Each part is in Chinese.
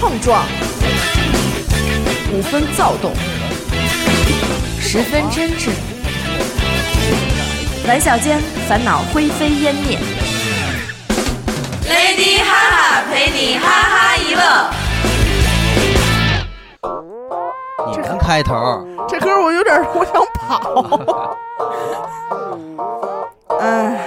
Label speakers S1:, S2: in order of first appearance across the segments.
S1: 碰撞，五分躁动，十分真挚，玩笑间烦恼灰飞烟灭。
S2: Lady 哈哈陪你哈哈一乐。
S3: 你们开头儿
S4: 这歌我有点儿我想跑。哎，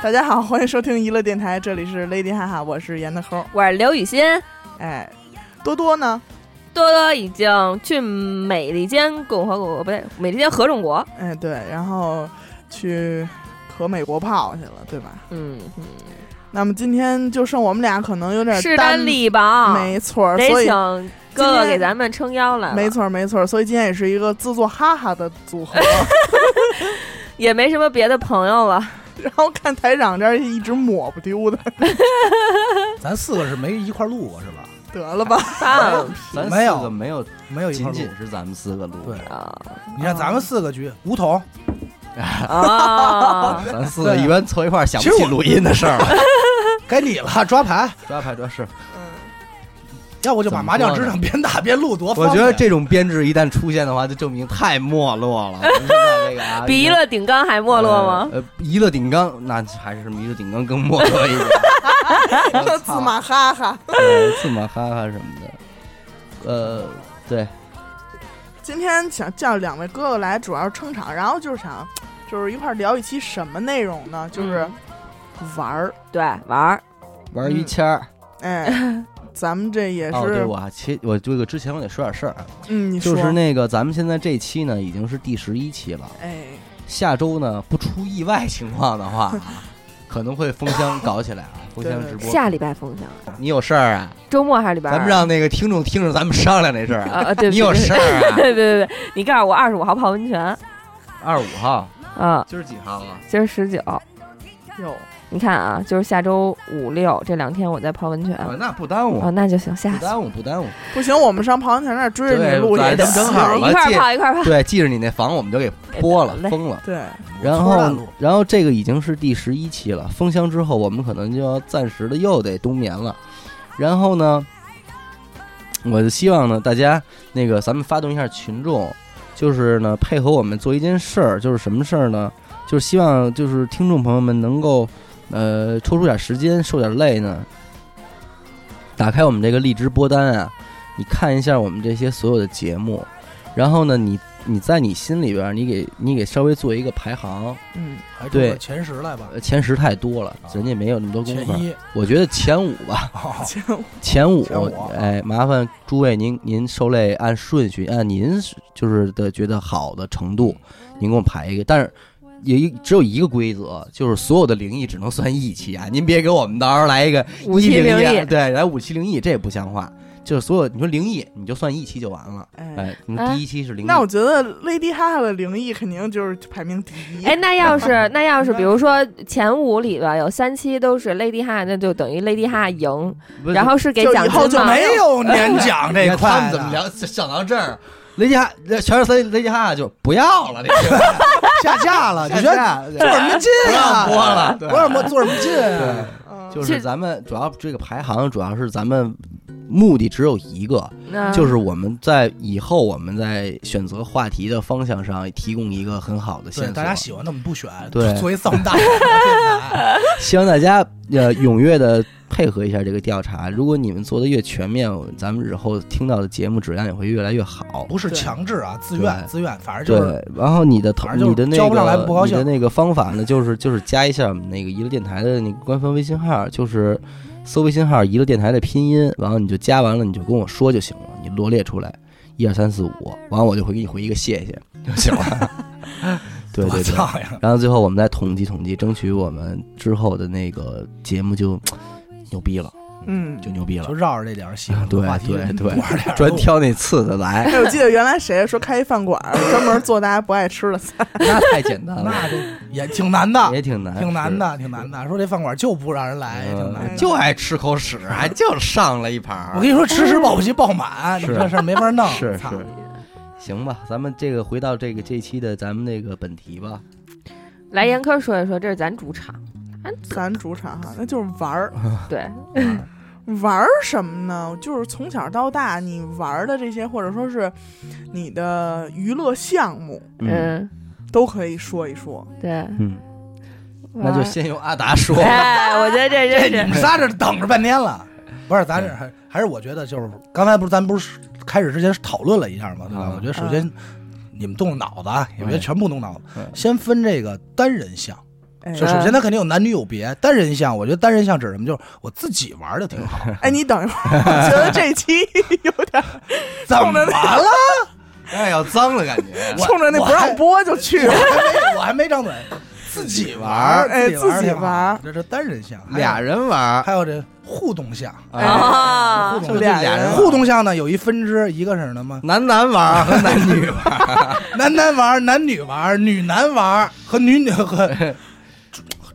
S4: 大家好，欢迎收听娱乐电台，这里是 Lady 哈哈，我是严的抠。
S5: 我是刘雨欣，
S4: 哎，多多呢？
S5: 多多已经去美利坚共和国，不对，美利坚合众国。
S4: 哎，对，然后去和美国泡去了，对吧？
S5: 嗯，
S4: 那么今天就剩我们俩，可能有点
S5: 势
S4: 单啊
S5: 单力薄，
S4: 没错儿，
S5: 得
S4: 所以
S5: 请
S4: 今
S5: 哥哥
S4: 天
S5: 给咱们撑腰来了。
S4: 没，错儿没错儿，所以今天也是一个制作哈哈的组合。
S5: 也没什么别的朋友了。
S4: 然后看台长这儿一直抹不丢的，
S6: 咱四个是没一块录过是吧？
S4: 得 了吧？
S5: 算 了
S3: 咱
S6: 没有
S3: 四个没有，
S6: 没有一块
S3: 仅
S6: 录。
S3: 仅是咱们四个录。
S6: 对，
S5: 啊
S6: 你看咱们四个局，五 桶，
S5: 啊！
S3: 咱四个
S6: 对
S3: 一般凑一块儿想不
S6: 其
S3: 起
S6: 实我
S3: 录音的事儿了。
S6: 该你了，抓牌。
S3: 抓拍抓是，
S6: 要不就把麻将支
S3: 怎
S6: 上边打边录，多方
S3: 我
S6: 便
S3: 觉得这种编制一旦出现的话，就证明太没落了。现在这个啊
S5: 比一
S3: 已经
S5: 乐顶缸还没落吗？
S3: 呃，呃一乐顶缸那还是一乐顶缸更没落一点。
S4: 这 自马哈哈。
S3: 呃，字马哈哈什么的，呃，对，
S4: 今天想叫两位哥哥来，主要是撑场，然后就是想，就是一块儿聊一期什么内容呢？就是玩儿。
S5: 对，玩儿
S3: 玩于谦儿。
S4: 哎，咱们这也
S3: 哦，
S4: 嗯
S3: 对，
S4: 是，
S3: 我还其我这个之前我得说点事儿啊，
S4: 嗯，你
S3: 就
S4: 说，
S3: 是那个咱们现在这期呢已经是第十一期了，
S4: 哎，
S3: 下周呢不出意外情况的话 啊，可能会封箱搞起来 啊，封箱直播。
S5: 下礼拜封箱，
S3: 你有事儿啊？
S5: 周末还是礼拜二？
S3: 咱们让那个听众听着咱们商量这事儿啊。
S5: 啊啊！对，
S3: 你有事
S5: 儿？
S3: 儿啊？
S5: 对对对，你告诉我二十五号泡温泉
S3: 二十五号，
S5: 啊，
S3: 今儿几号啊？
S5: 今儿十九。
S4: 哟，
S5: 你看啊，就是下周五六这两天我在泡温泉。
S3: 啊，那不耽误
S5: 哦，，那就行，下
S3: 不
S5: 次
S3: 耽误，不 耽误。
S4: 不行，我们上庞强那儿追着你
S3: 对
S4: 录
S3: 咱
S4: 也得
S3: 正好
S4: 行
S3: 了
S5: 一块儿
S3: 借
S5: 泡一块儿泡。
S3: 对，记着你那房我们就给拨了
S5: 哎得，嘞
S3: 封了。
S4: 对，
S3: 然
S6: 突然
S3: 后
S6: 录，
S3: 然后这个已经是第十一期了。封箱之后，我们可能就要暂时的又得冬眠了。然后呢，我就希望呢，大家那个咱们发动一下群众，就是呢配合我们做一件事儿，就是什么事儿呢？就是希望就是听众朋友们能够呃抽出点时间，受点累呢，打开我们这个荔枝播单啊，你看一下我们这些所有的节目，然后呢你。你在你心里边儿，你给你给稍微做一个排行，
S4: 嗯，
S6: 还
S3: 对
S6: 出哎个前十来吧，
S3: 呃，前十太多了，人家没有那么多功
S6: 前
S3: 夫。
S6: 一。
S3: 我觉得前五吧，
S6: 哦
S4: 行，
S3: 前五
S6: 前五啊，
S3: 哎，麻烦诸位您您受累按顺序，按您是就是的觉得好的程度，您给我排一个。但是也一只有一个规则，就是所有的灵异只能算一期啊，您别给我们到时候来一个
S5: 五期
S3: 一
S5: 灵
S3: 零一
S5: 异
S3: 啊对，来五期灵异，这也不像话。就是所有你说灵异，你就算一期就完了。
S4: 哎。
S3: 哎，你说
S5: 哎
S3: 第一期是灵异，
S4: 那我觉得 Lady 哈哈的灵异肯定就是排名第一。
S5: 哎，那要是 那要是，比如说前五里边有三期都是 Lady 哈，那就等于 Lady 哈赢，
S3: 不是
S5: 然后是给
S4: 就
S5: 奖
S4: 以后
S5: 金
S4: 就
S5: 吗？
S6: 没有年奖
S3: 你
S6: 这
S3: 看他
S6: 块
S3: 们
S6: 的，
S3: 怎么聊想到这儿？ 雷吉哈，全是森雷吉哈就不要了，这个
S6: 下架 了？你觉得
S3: 得
S6: 做什么劲
S3: 不让
S6: 啊？
S3: 播了，对
S6: 不让播，做什么劲
S3: 对
S6: 啊？，
S4: 嗯
S3: 就是咱们主要这个排行，主要是咱们目的只有一个，
S5: 嗯
S3: 就是我们在以后我们在选择话题的方向上提供一个很好的线
S6: 对，
S3: 索，
S6: 大家喜欢那么不选，
S3: 对
S6: 作为这么大的电台，
S3: 希望大家呃踊跃的配合一下这个调查。如果你们做的越全面，咱们日后听到的节目质量也会越来越好。
S6: 不是
S4: 对
S6: 强制啊，自
S3: 对
S6: 愿自愿，反正
S3: 对
S6: 就是，
S3: 然后你的头，
S6: 反正就是
S3: 你的那
S6: 交不上来不
S3: 个
S6: 高
S3: 你
S6: 兴
S3: 的那个方法呢， 就是就是加一下我们那个娱乐电台的那个官方微信号，就是搜微信号娱乐电台的拼音，然后你就加完了你就跟我说就行了，你罗列出来一二三四五，完了我就会给你回一个谢谢就行 了。对
S6: 我
S3: 对对，
S6: 操呀！
S3: 然后最后我们再统计统计，争取我们之后的那个节目就牛逼了。嗯
S4: 嗯，
S3: 就牛逼了
S6: 就。绕着这点儿喜欢的
S3: 啊对
S6: 话题，
S3: 对对
S6: 玩点儿
S3: 专挑那次的来，
S4: 哎，我记得原来谁说开一饭馆儿，专门做大家不爱吃的菜，
S3: 那太简单了，
S6: 那这也挺难的，
S3: 也挺难，
S6: 啊挺难的，挺难的。说这饭馆就不让人来，
S3: 是，
S6: 挺难
S3: 嗯
S6: 的。
S3: 就爱吃口屎，还就上了一盘儿
S6: 我跟你说，迟迟保
S3: 嗯
S6: 不齐爆满，你
S3: 是
S6: 这事儿没法弄。
S3: 是
S6: 啊操
S3: 是，行吧，咱们这个回到这个这期的咱们那个本题吧，
S5: 来严科说一说，这是咱主场，
S4: 咱主场哈，那就是玩儿，
S5: 对，
S4: 玩儿什么呢？就是从小到大你玩儿的这些，或者说是你的娱乐项目，
S3: 嗯
S5: 嗯，
S4: 都可以说一说。
S5: 对，
S3: 嗯，那就
S5: 玩
S3: 先由阿达说，
S5: 哎，我觉得这
S6: 这
S5: 真
S6: 你
S5: 是
S6: 们仨这等着半天了，不是？咱这还还是我觉得就是刚才不是咱不是开始之前讨论了一下吗？对吧
S3: 啊？
S6: 我觉得首先你们动动脑子啊，也别
S3: 哎
S6: 全部动脑子
S3: 嗯，
S6: 先分这个单人项。
S4: 哎，
S6: 就首先他肯定有男女有别，单人项，我觉得单人项指什么？就是我自己玩儿就挺 好。
S4: 哎，你等一会儿，我觉得这期有点儿
S6: 怎么了？
S3: 哎，要脏了感觉，
S6: 我
S4: 冲着那不让播就去了。
S6: 我还没我还没张嘴，自己玩儿，
S4: 哎
S6: 儿
S4: 自己
S6: 挺好
S4: 玩儿
S6: 这是单人项，还有
S3: 俩人玩儿，啊
S6: 还有这互动项，
S3: 哎
S5: 啊
S6: 互，
S3: 就
S6: 动
S4: 俩
S3: 俩
S4: 人
S3: 人
S6: 互动项呢有一分支，一个是什么？
S3: 男男玩儿和男女玩儿，
S6: 男男玩儿，男女玩儿，女男玩儿和女女和。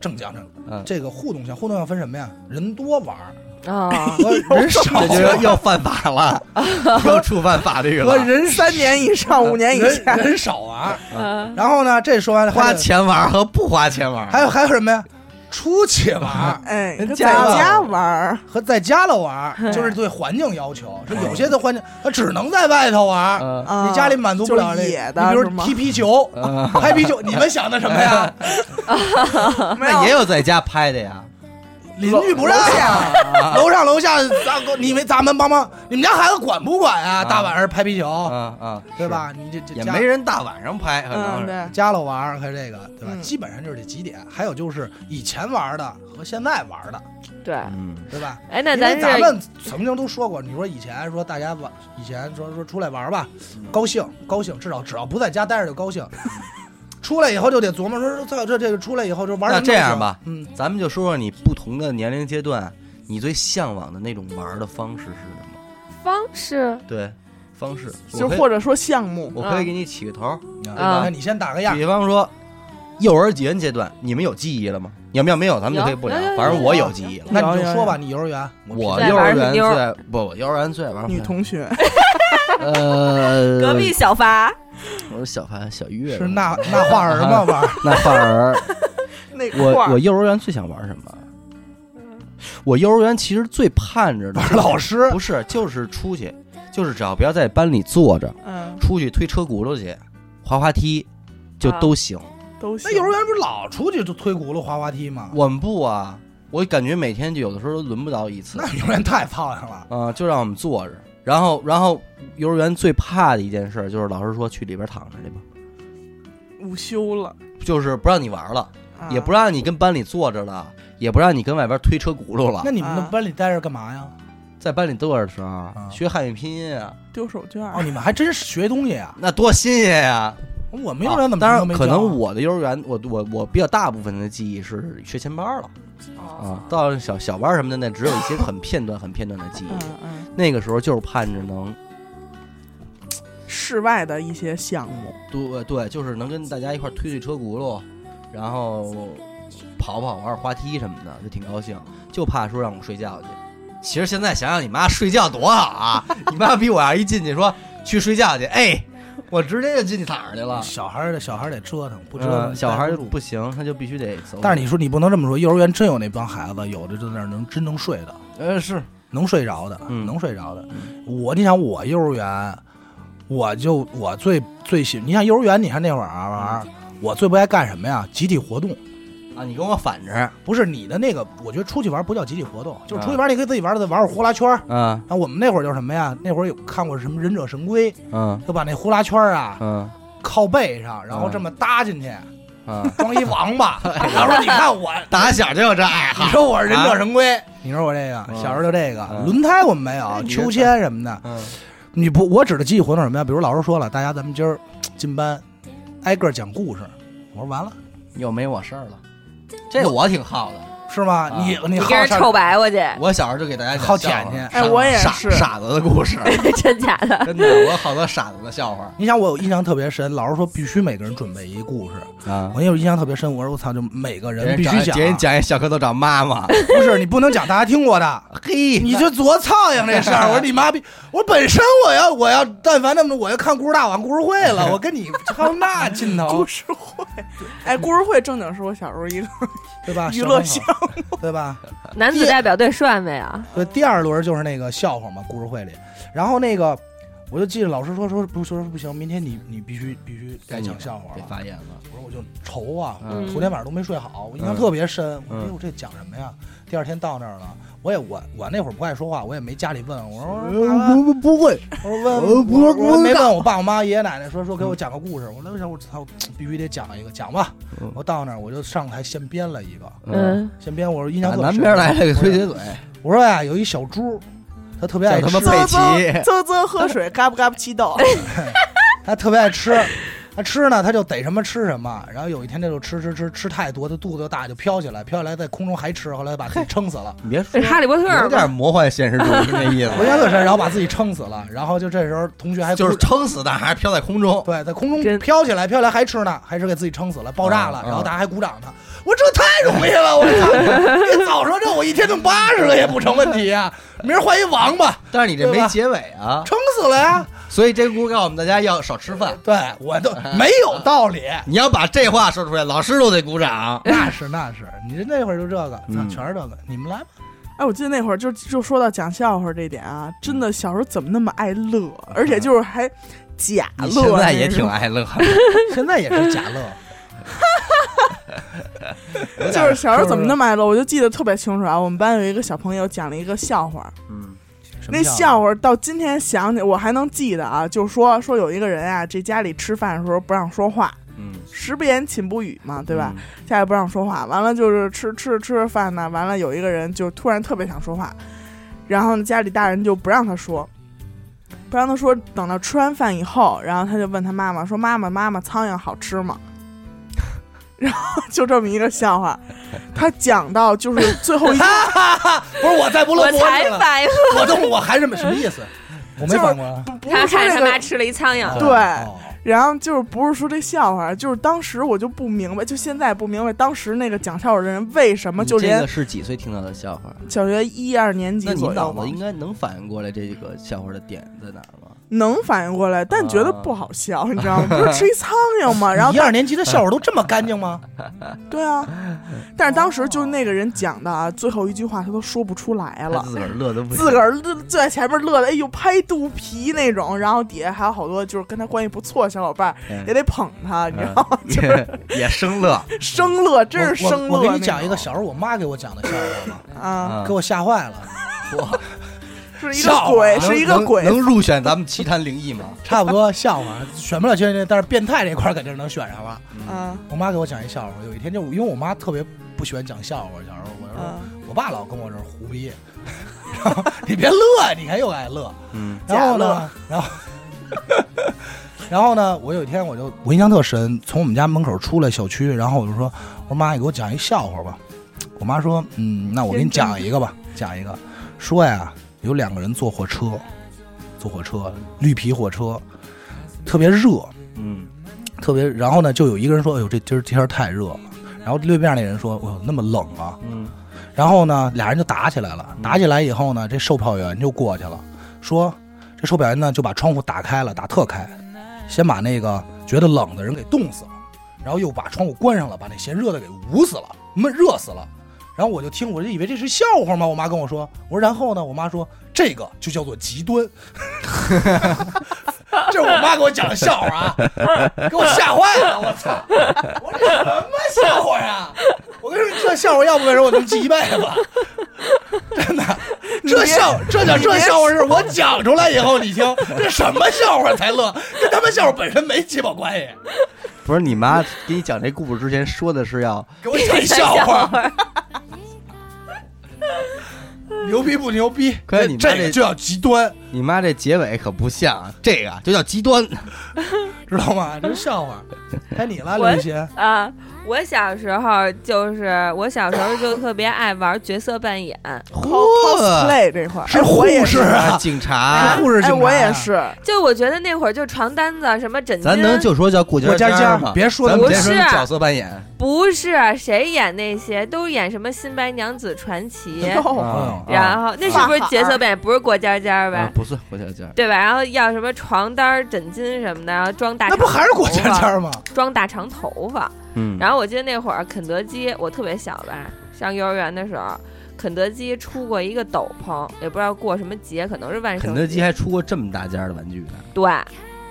S6: 正讲正
S3: 嗯
S6: 讲，这个互动项，互动项分什么呀？人多玩儿
S5: 啊，
S6: 和人少
S3: 这就
S6: 玩
S3: 要
S6: 儿
S3: 要犯法了，要触犯法律
S6: 和
S3: 了，
S6: 人
S4: 三年以上，五年以
S6: 人
S4: 下，
S6: 人少玩儿。
S5: 嗯
S6: 然后呢，这说完了，还
S3: 花
S6: 有
S3: 钱玩儿和不花钱玩儿，
S6: 还有还有什么呀？出去玩儿
S4: 哎，
S3: 人
S4: 在
S3: 家了
S4: 家玩儿，
S6: 和在家了玩儿， 就是对环境要求。这有些的环境，他只能在外头玩儿，
S3: 嗯
S4: 啊
S6: 你家里满足不了
S4: 就
S6: 这
S4: 是
S6: 个。
S4: 野
S6: 你
S4: 的
S6: 比
S4: 是
S6: 如
S4: 吗
S6: 踢皮球、
S3: 嗯，
S6: 拍皮球，你们想的什 么呀？
S4: 没
S3: 那
S4: 有
S3: 也有在家拍的呀，
S6: 邻居不让
S4: 嗯
S6: 呀，楼上楼下，咱你们咱们帮忙，你们家孩子管不管啊？
S3: 啊
S6: 大晚上拍
S3: 啊
S6: 皮球，
S3: 啊，
S6: 对吧？你这这
S3: 是？也
S6: 家
S3: 没人大晚上拍，可能
S4: 嗯，
S3: 是
S4: 对，
S6: 家了玩儿和这个，对吧？
S4: 嗯
S6: 基本上就是这几点。还有就是以前玩儿的和现在玩儿的，
S5: 对，
S3: 嗯，
S6: 对吧？
S5: 哎，那
S6: 因
S5: 咱
S6: 为咱
S5: 是
S6: 们曾经都说过，你说以前说大家玩，以前说说出来玩吧，
S3: 嗯
S6: 高兴高兴，至少只要不在家待着就高兴。 出来以后就得琢磨说这这这个出来以后就玩什
S3: 那
S6: 么
S3: 这样吧
S6: 都行，嗯，
S3: 咱们就说说你不同的年龄阶段，你最向往的那种玩儿的方式是什么？
S5: 方式，
S3: 对，方式，
S4: 就
S3: 我可以
S4: 或者嗯说项目，
S3: 我可以给你起个头儿，
S5: 啊
S6: 那你先打个样，
S3: 比方说幼儿园阶段，你们有记忆了吗？有没有？没有，咱们就可以不聊
S5: 有有有。
S3: 反正我有记忆了。
S6: 那你就说吧，你幼儿园，
S3: 我
S5: 在
S3: 幼
S5: 玩
S3: 儿
S5: 儿
S3: 园
S5: 妞儿
S3: 最不，我幼儿园最爱玩儿
S4: 女同 学，
S3: 呃，
S2: 隔壁小发，
S3: 我是小凡小月啊
S6: 是那那画儿吗？玩 儿
S3: 那范儿，
S4: 那块
S3: 我我
S4: 儿
S3: 幼儿园最想玩什么？我幼儿园其实最盼着的
S6: 玩儿老师，
S3: 不是，就是出去，就是只要不要在班里坐着，
S4: 嗯
S3: 出去推车轱辘去，滑滑梯，就都行。
S4: 都行
S6: 那幼儿园不是老出去就推轱辘滑滑梯吗？
S3: 我们不啊，我感觉每天就有的时候都轮不到一次
S6: 那，幼儿园太操心了，
S3: 啊、就让我们坐着。然后，然后幼儿园最怕的一件事儿就是老师说去里边躺着去吧，
S4: 午休了，
S3: 就是不让你玩了，
S4: 啊
S3: 也不让你跟班里坐着了，也不让你跟外边推车轱辘了
S6: 那。你们那
S4: 啊
S6: 班里待着干嘛呀？
S3: 在班里坐着的时候，啊学汉语拼音啊，
S4: 丢手绢
S6: 哦，
S4: 儿，
S6: 你们还真是学东西啊！
S3: 那多新鲜呀！
S6: 我们幼儿园怎么
S3: 当
S6: 什么都没
S3: 然，可
S6: 教啊
S3: 能我的幼儿园，我我我比较大部分的记忆是学前班了啊，到小小班什么的，那只有一些很片段、很片段的记
S4: 嗯
S3: 忆。
S4: 嗯，
S3: 那个时候就是盼着能
S4: 室外的一些项目，
S3: 对对，就是能跟大家一块儿推推车轱辘，然后跑跑玩玩滑梯什么的，就挺高兴。就怕说让我睡觉去。其实现在想想，你妈睡觉多好啊！ 你妈逼我要一进去说去睡觉去，哎，我直接就进去躺上去了。
S6: 小孩儿得小孩儿得折腾，不折腾、
S3: 嗯，小孩儿
S6: 待
S3: 就
S6: 住
S3: 不行，他就必须得走。
S6: 但是你说你不能这么说，幼儿园真有那帮孩子，有的就在那儿能真能睡的，
S3: 呃是
S6: 能睡着的，
S3: 嗯
S6: 能睡着的。我你想我幼儿园，我就我最最喜，你像幼儿园，你看那会儿啊玩儿，我最不爱干什么呀？集体活动，
S3: 啊，你跟我反着
S6: 不是你的那个，我觉得出去玩儿不叫集体活动，就是出去玩儿你可以自己玩儿的，玩会儿呼啦圈儿。
S3: 啊，
S6: 啊，我们那会儿就是什么呀？那会儿有看过什么《忍者神龟》，
S3: 嗯
S6: 就把那呼啦圈 儿啊
S3: 嗯
S6: 靠背上，然后
S3: 嗯
S6: 这么搭进去，
S3: 啊，
S6: 装一 王八，然后说你看我
S3: 打小就有这爱
S6: 你。说我是忍者神龟，你说我这个
S3: 嗯
S6: 小时候就这个
S3: 嗯
S6: 轮胎我们没有，
S3: 你这
S6: 秋千什么的。
S3: 嗯
S6: 你不，我指的集体活动什么呀？比如老师说了，大家咱们今儿进班，挨个讲故事。我说完了，
S3: 又没我事儿了，这我挺好的。
S6: 是吗？
S3: 啊
S6: 你你
S5: 你
S6: 好
S5: 跟人
S6: 善
S5: 臭白过去，
S3: 我小时候就给大家讲
S6: 好
S3: 笑话
S6: 舔去
S4: 哎我也
S3: 傻
S4: 是
S3: 傻子的故 事，
S5: 真假的？
S3: 真的，我有好多傻子的笑话
S6: 你想我有印象特别深，老师说必须每个人准备一故事。
S3: 啊
S6: 我。也有印象特别深，我说我操，就每个人必须讲，啊
S3: 给人讲一啊小蝌蚪找妈妈，
S6: 不是你不能讲大家听过的，
S3: 嘿，
S6: 你就多操呀这事儿。 我说你妈逼，我本身我要我要但凡那么多，我要看故事大王故事会 了，我跟你操那劲头
S4: 故，事会，哎，故事会正经是我小时候一 个
S6: 对吧？
S4: 娱乐
S6: 小
S4: 项
S6: 朋友，对吧？
S5: 男子代表队帅没啊？
S6: 对，第二轮就是那个笑话嘛，故事会里，然后那个。我就记得老师说说不说说不行，明天你你必须必须该讲笑话
S3: 别
S6: 了。
S3: 发言了，
S6: 我说我就愁啊，
S3: 嗯
S6: 昨天晚上都没睡好，我印象
S3: 嗯
S6: 特别深。我
S3: 嗯
S6: 说哎呦，这讲什么呀？第二天到那儿了，我也我我那会儿不爱说话，我也没家里问，我说啊
S3: 呃不不会，
S6: 我说问
S3: 我不
S6: 我说我
S3: 不
S6: 没
S3: 干
S6: 问我爸我妈爷爷奶奶说说给我讲个故事，我那时候我操必须得讲一个，讲吧
S3: 嗯。
S6: 我到那儿我就上台先编了一个，
S5: 嗯，
S6: 先编我说印象
S3: 啊
S6: 特
S3: 南
S6: 深
S3: 边来了个
S6: 我
S3: 推
S6: 说
S3: 铁嘴，
S6: 我说哎呀有一小猪，它特别爱
S3: 叫
S6: 吃
S3: 他妈佩奇
S4: 啧啧喝 水，嘎不嘎不起
S3: 哎
S4: 豆。
S6: 他特别爱吃，他吃呢，他就逮什么吃什么。然后有一天他就吃吃吃吃太多，他肚子就大，就飘起来，飘起来在空中还吃，后来把自己撑死了。
S3: 你别说
S5: 是，
S4: 哎
S5: 哈利波特
S3: 有
S5: 吗
S3: 点魔幻现实主义那 意
S6: 我印象
S3: 思，
S6: 特深，然后把自己撑死了。然后就这时候同学还
S3: 哎就是
S6: 鼓掌
S3: 撑死但还是飘在空中，
S6: 对，在空中
S5: 真
S6: 飘起来，飘起来还吃呢，还是给自己撑死了，爆炸了
S3: 啊。啊
S6: 然后大家还鼓掌呢。我这太容易了，我操！这早说这我一天弄八十个也不成问题呀、明儿换一王八，
S3: 但是你这
S6: 对
S3: 没
S6: 吧
S3: 结尾啊，
S6: 撑死了呀。
S3: 所以这故事告诉我们大家要少吃饭。
S6: 对我都没有道理。
S3: 你要把这话说出来，老师都得鼓掌。
S6: 那是那是，你这那会儿就这个，操
S3: 嗯
S6: 全是这个。你们来吧，
S4: 哎，我记得那会儿就就说到讲笑话这点啊，
S3: 嗯
S4: 真的小时候怎么那么爱乐，而且就是还假乐那
S3: 你现
S4: 种。
S3: 在也挺爱乐的，
S6: 现在也是假乐。
S4: 就是小时候怎么那么爱乐，我就记得特别清楚啊。我们班有一个小朋友讲了一个笑话，
S3: 嗯
S6: 什么
S4: 那
S6: 叫
S4: 笑话到今天想起我还能记得啊，就说说有一个人啊，这家里吃饭的时候不让说话，
S3: 嗯，
S4: 食不言寝不语嘛，对吧？？家里不让说话，完了就是吃吃着吃着饭呢，完了有一个人就突然特别想说话，然后呢家里大人就不让他说，不让他说，等到吃完饭以后，然后他就问他妈妈说：“妈妈，妈妈，苍蝇好吃吗？” 然后就这么一个笑话，他讲到就是最 后一句，
S6: 不是我再不乐
S5: 我
S6: 不会
S5: 才
S6: 了，
S5: 反应，
S6: 我都我还是没什么意 思，我没反过来。
S4: 不不
S5: 他
S4: 是说
S5: 看
S4: 这
S5: 着他妈
S4: 个，
S5: 吃了一苍蝇，
S4: 啊对
S6: 哦
S4: 然后就是不是说这笑话，就是当时我就不明白，就现在不明白当时那个讲笑话的人为什么就
S3: 这
S4: 连
S3: 个是几岁听到的笑话？
S4: 小学一二年级
S3: 那你
S4: 左
S3: 脑
S4: 右
S3: 子
S4: 吧
S3: 应该能反应过来这个笑话的点在哪儿吗？
S4: 能反应过来，但觉得不好笑，你知道 吗？不是吃一苍蝇吗？然后
S6: 啊一二年级的笑话都这么干 净吗？
S4: 对啊，但是当时就那个人讲的啊，最后一句话他都说不出来
S3: 他
S6: 哎
S4: 了，
S3: 自个儿乐的不行
S4: 自个儿乐就在前面乐的，哎呦拍肚皮那种，然后底下还有好多就是跟他关系不错的小伙伴
S6: 哎
S3: 嗯
S4: 也得捧他，你知道吗？
S3: 也也生乐
S4: 生乐，真是
S6: 我
S4: 生乐那种。
S6: 哎我我给你讲一个小时候我妈给我讲的笑话 吧，
S4: 啊，
S3: 嗯
S6: 给我吓坏了，
S4: 是一
S6: 笑
S4: 个
S6: 话
S4: 鬼，
S3: 能
S4: 是一个
S3: 能
S4: 鬼
S3: 能，入选咱们奇谈灵异吗？
S6: 差不多笑话选不了全但是变态这块儿肯定能选上了。
S4: 啊
S6: 我妈给我讲一笑话，有一天就因为我妈特别不喜欢讲笑话，小时候我就说
S4: 啊，
S6: 我爸老跟我这儿胡逼， 然后你别乐，你看又爱乐，
S3: 嗯
S6: 然
S4: 假
S6: 后呢
S4: 乐，
S6: 然后， 然后呢，我有一天我就我印象特深，从我们家门口出来小区，然后我就说，我说妈，你给我讲一笑话吧。我妈说，嗯，那我给你讲一个吧，讲一个，说呀，有两个人坐火车，坐火车，绿皮火车，特别热，
S3: 嗯，
S6: 特别，然后呢，就有一个人说，哎呦，这今儿天儿太热了。然后对面那人说：“哇，那么冷啊！”
S3: 嗯，
S6: 然后呢，俩人就打起来了。打起来以后呢，这售票员就过去了，说这售票员呢就把窗户打开了，打特开，先把那个觉得冷的人给冻死了，然后又把窗户关上了，把那嫌热的给捂死了，闷热死了。然后我就听，我就以为这是笑话嘛。我妈跟我说，我说然后呢？我妈说这个就叫做极端。 这是我妈给我讲的笑话啊，给我吓坏了！我操！我说这什么笑话呀？我跟你说，这笑话要不为什么我能记一辈子？真的，这笑 这叫这笑话是我讲出来以后你听，这什么笑话才乐，跟他们笑话本身没鸡巴关系。
S3: 不是你妈给你讲这故事之前说的是要
S6: 给我讲一 笑话，牛逼不牛逼？
S3: 可是你妈
S6: 这
S3: 这
S6: 个就叫极端，
S3: 你妈这结尾可不像啊这个，就叫极端。
S6: 知道吗？这是笑话。该你了，
S5: 我
S6: 刘雨欣。
S5: 啊，我小时候就是我小时候就特别爱玩角色扮演，
S3: 嚯，
S4: cosplay 这块儿
S6: 是
S4: 哎我也
S6: 护士啊，
S3: 警察，
S6: 护士
S4: 哎，
S6: 警察，
S4: 我也。是，
S5: 就我觉得那会儿就床单子啊什么枕巾，
S3: 咱能就说叫顾
S6: 郭
S3: 家
S6: 家
S3: 家
S6: 家
S3: 吗？
S6: 别说
S3: 咱
S5: 不
S3: 别说
S5: 是
S3: 角色扮演，
S5: 不是谁演那些都演什么《新白娘子传 奇》
S4: 然，后
S6: 哦
S3: 啊
S6: 嗯
S5: 然后那是不是角色扮演？不是过家家
S3: 啊
S5: 吧？
S3: 不是郭家家，
S5: 对吧？然后要什么床单儿、枕巾什么的，然后装
S3: 啊
S5: 大
S6: 那
S5: 长
S6: 不还是郭
S5: 头
S6: 家
S5: 发
S6: 家吗？
S5: 装大长头发。
S3: 嗯，
S5: 然后我记得那会儿肯德基，我特别小吧，上幼儿园的时候，肯德基出过一个斗篷，也不知道过什么节，可能是万圣节。
S3: 肯德基还出过这么大件儿的玩具呢，
S5: 对，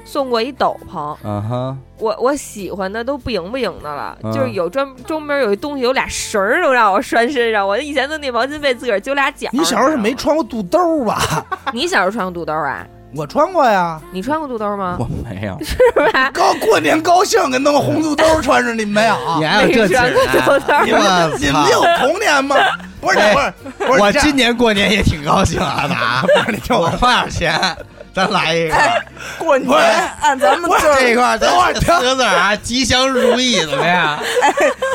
S5: 送过一斗篷，
S3: 啊哈，
S5: 我我喜欢的都不影不影的了，
S3: 嗯
S5: 就是有专专门有一东西有俩绳儿都让我拴身上，我以前都那毛巾被自个儿揪俩角儿。
S6: 你小时候是没
S5: 你知
S6: 穿过肚兜吧？
S5: 道吗？你小时候穿过肚兜啊？
S6: 我穿过呀，
S5: 你穿过肚兜吗？
S3: 我没有，
S5: 是吧？
S6: 高过年高兴给弄个红肚兜穿上，你们没有？
S3: 你还有
S5: 没
S3: 这
S5: 穿
S3: 劲儿
S5: 过
S3: 啊
S5: 肚
S6: 你们
S3: 我
S6: 你
S3: 操
S6: 们有童年吗？不是
S3: 哎
S6: 不是不是，
S3: 我
S6: 这
S3: 今年过年也挺高兴啊， 咋？我花点钱， 哎咱来一个。
S4: 过年按咱们就是
S3: 这一块儿，等会儿四个字儿啊，吉祥如意，怎么 样？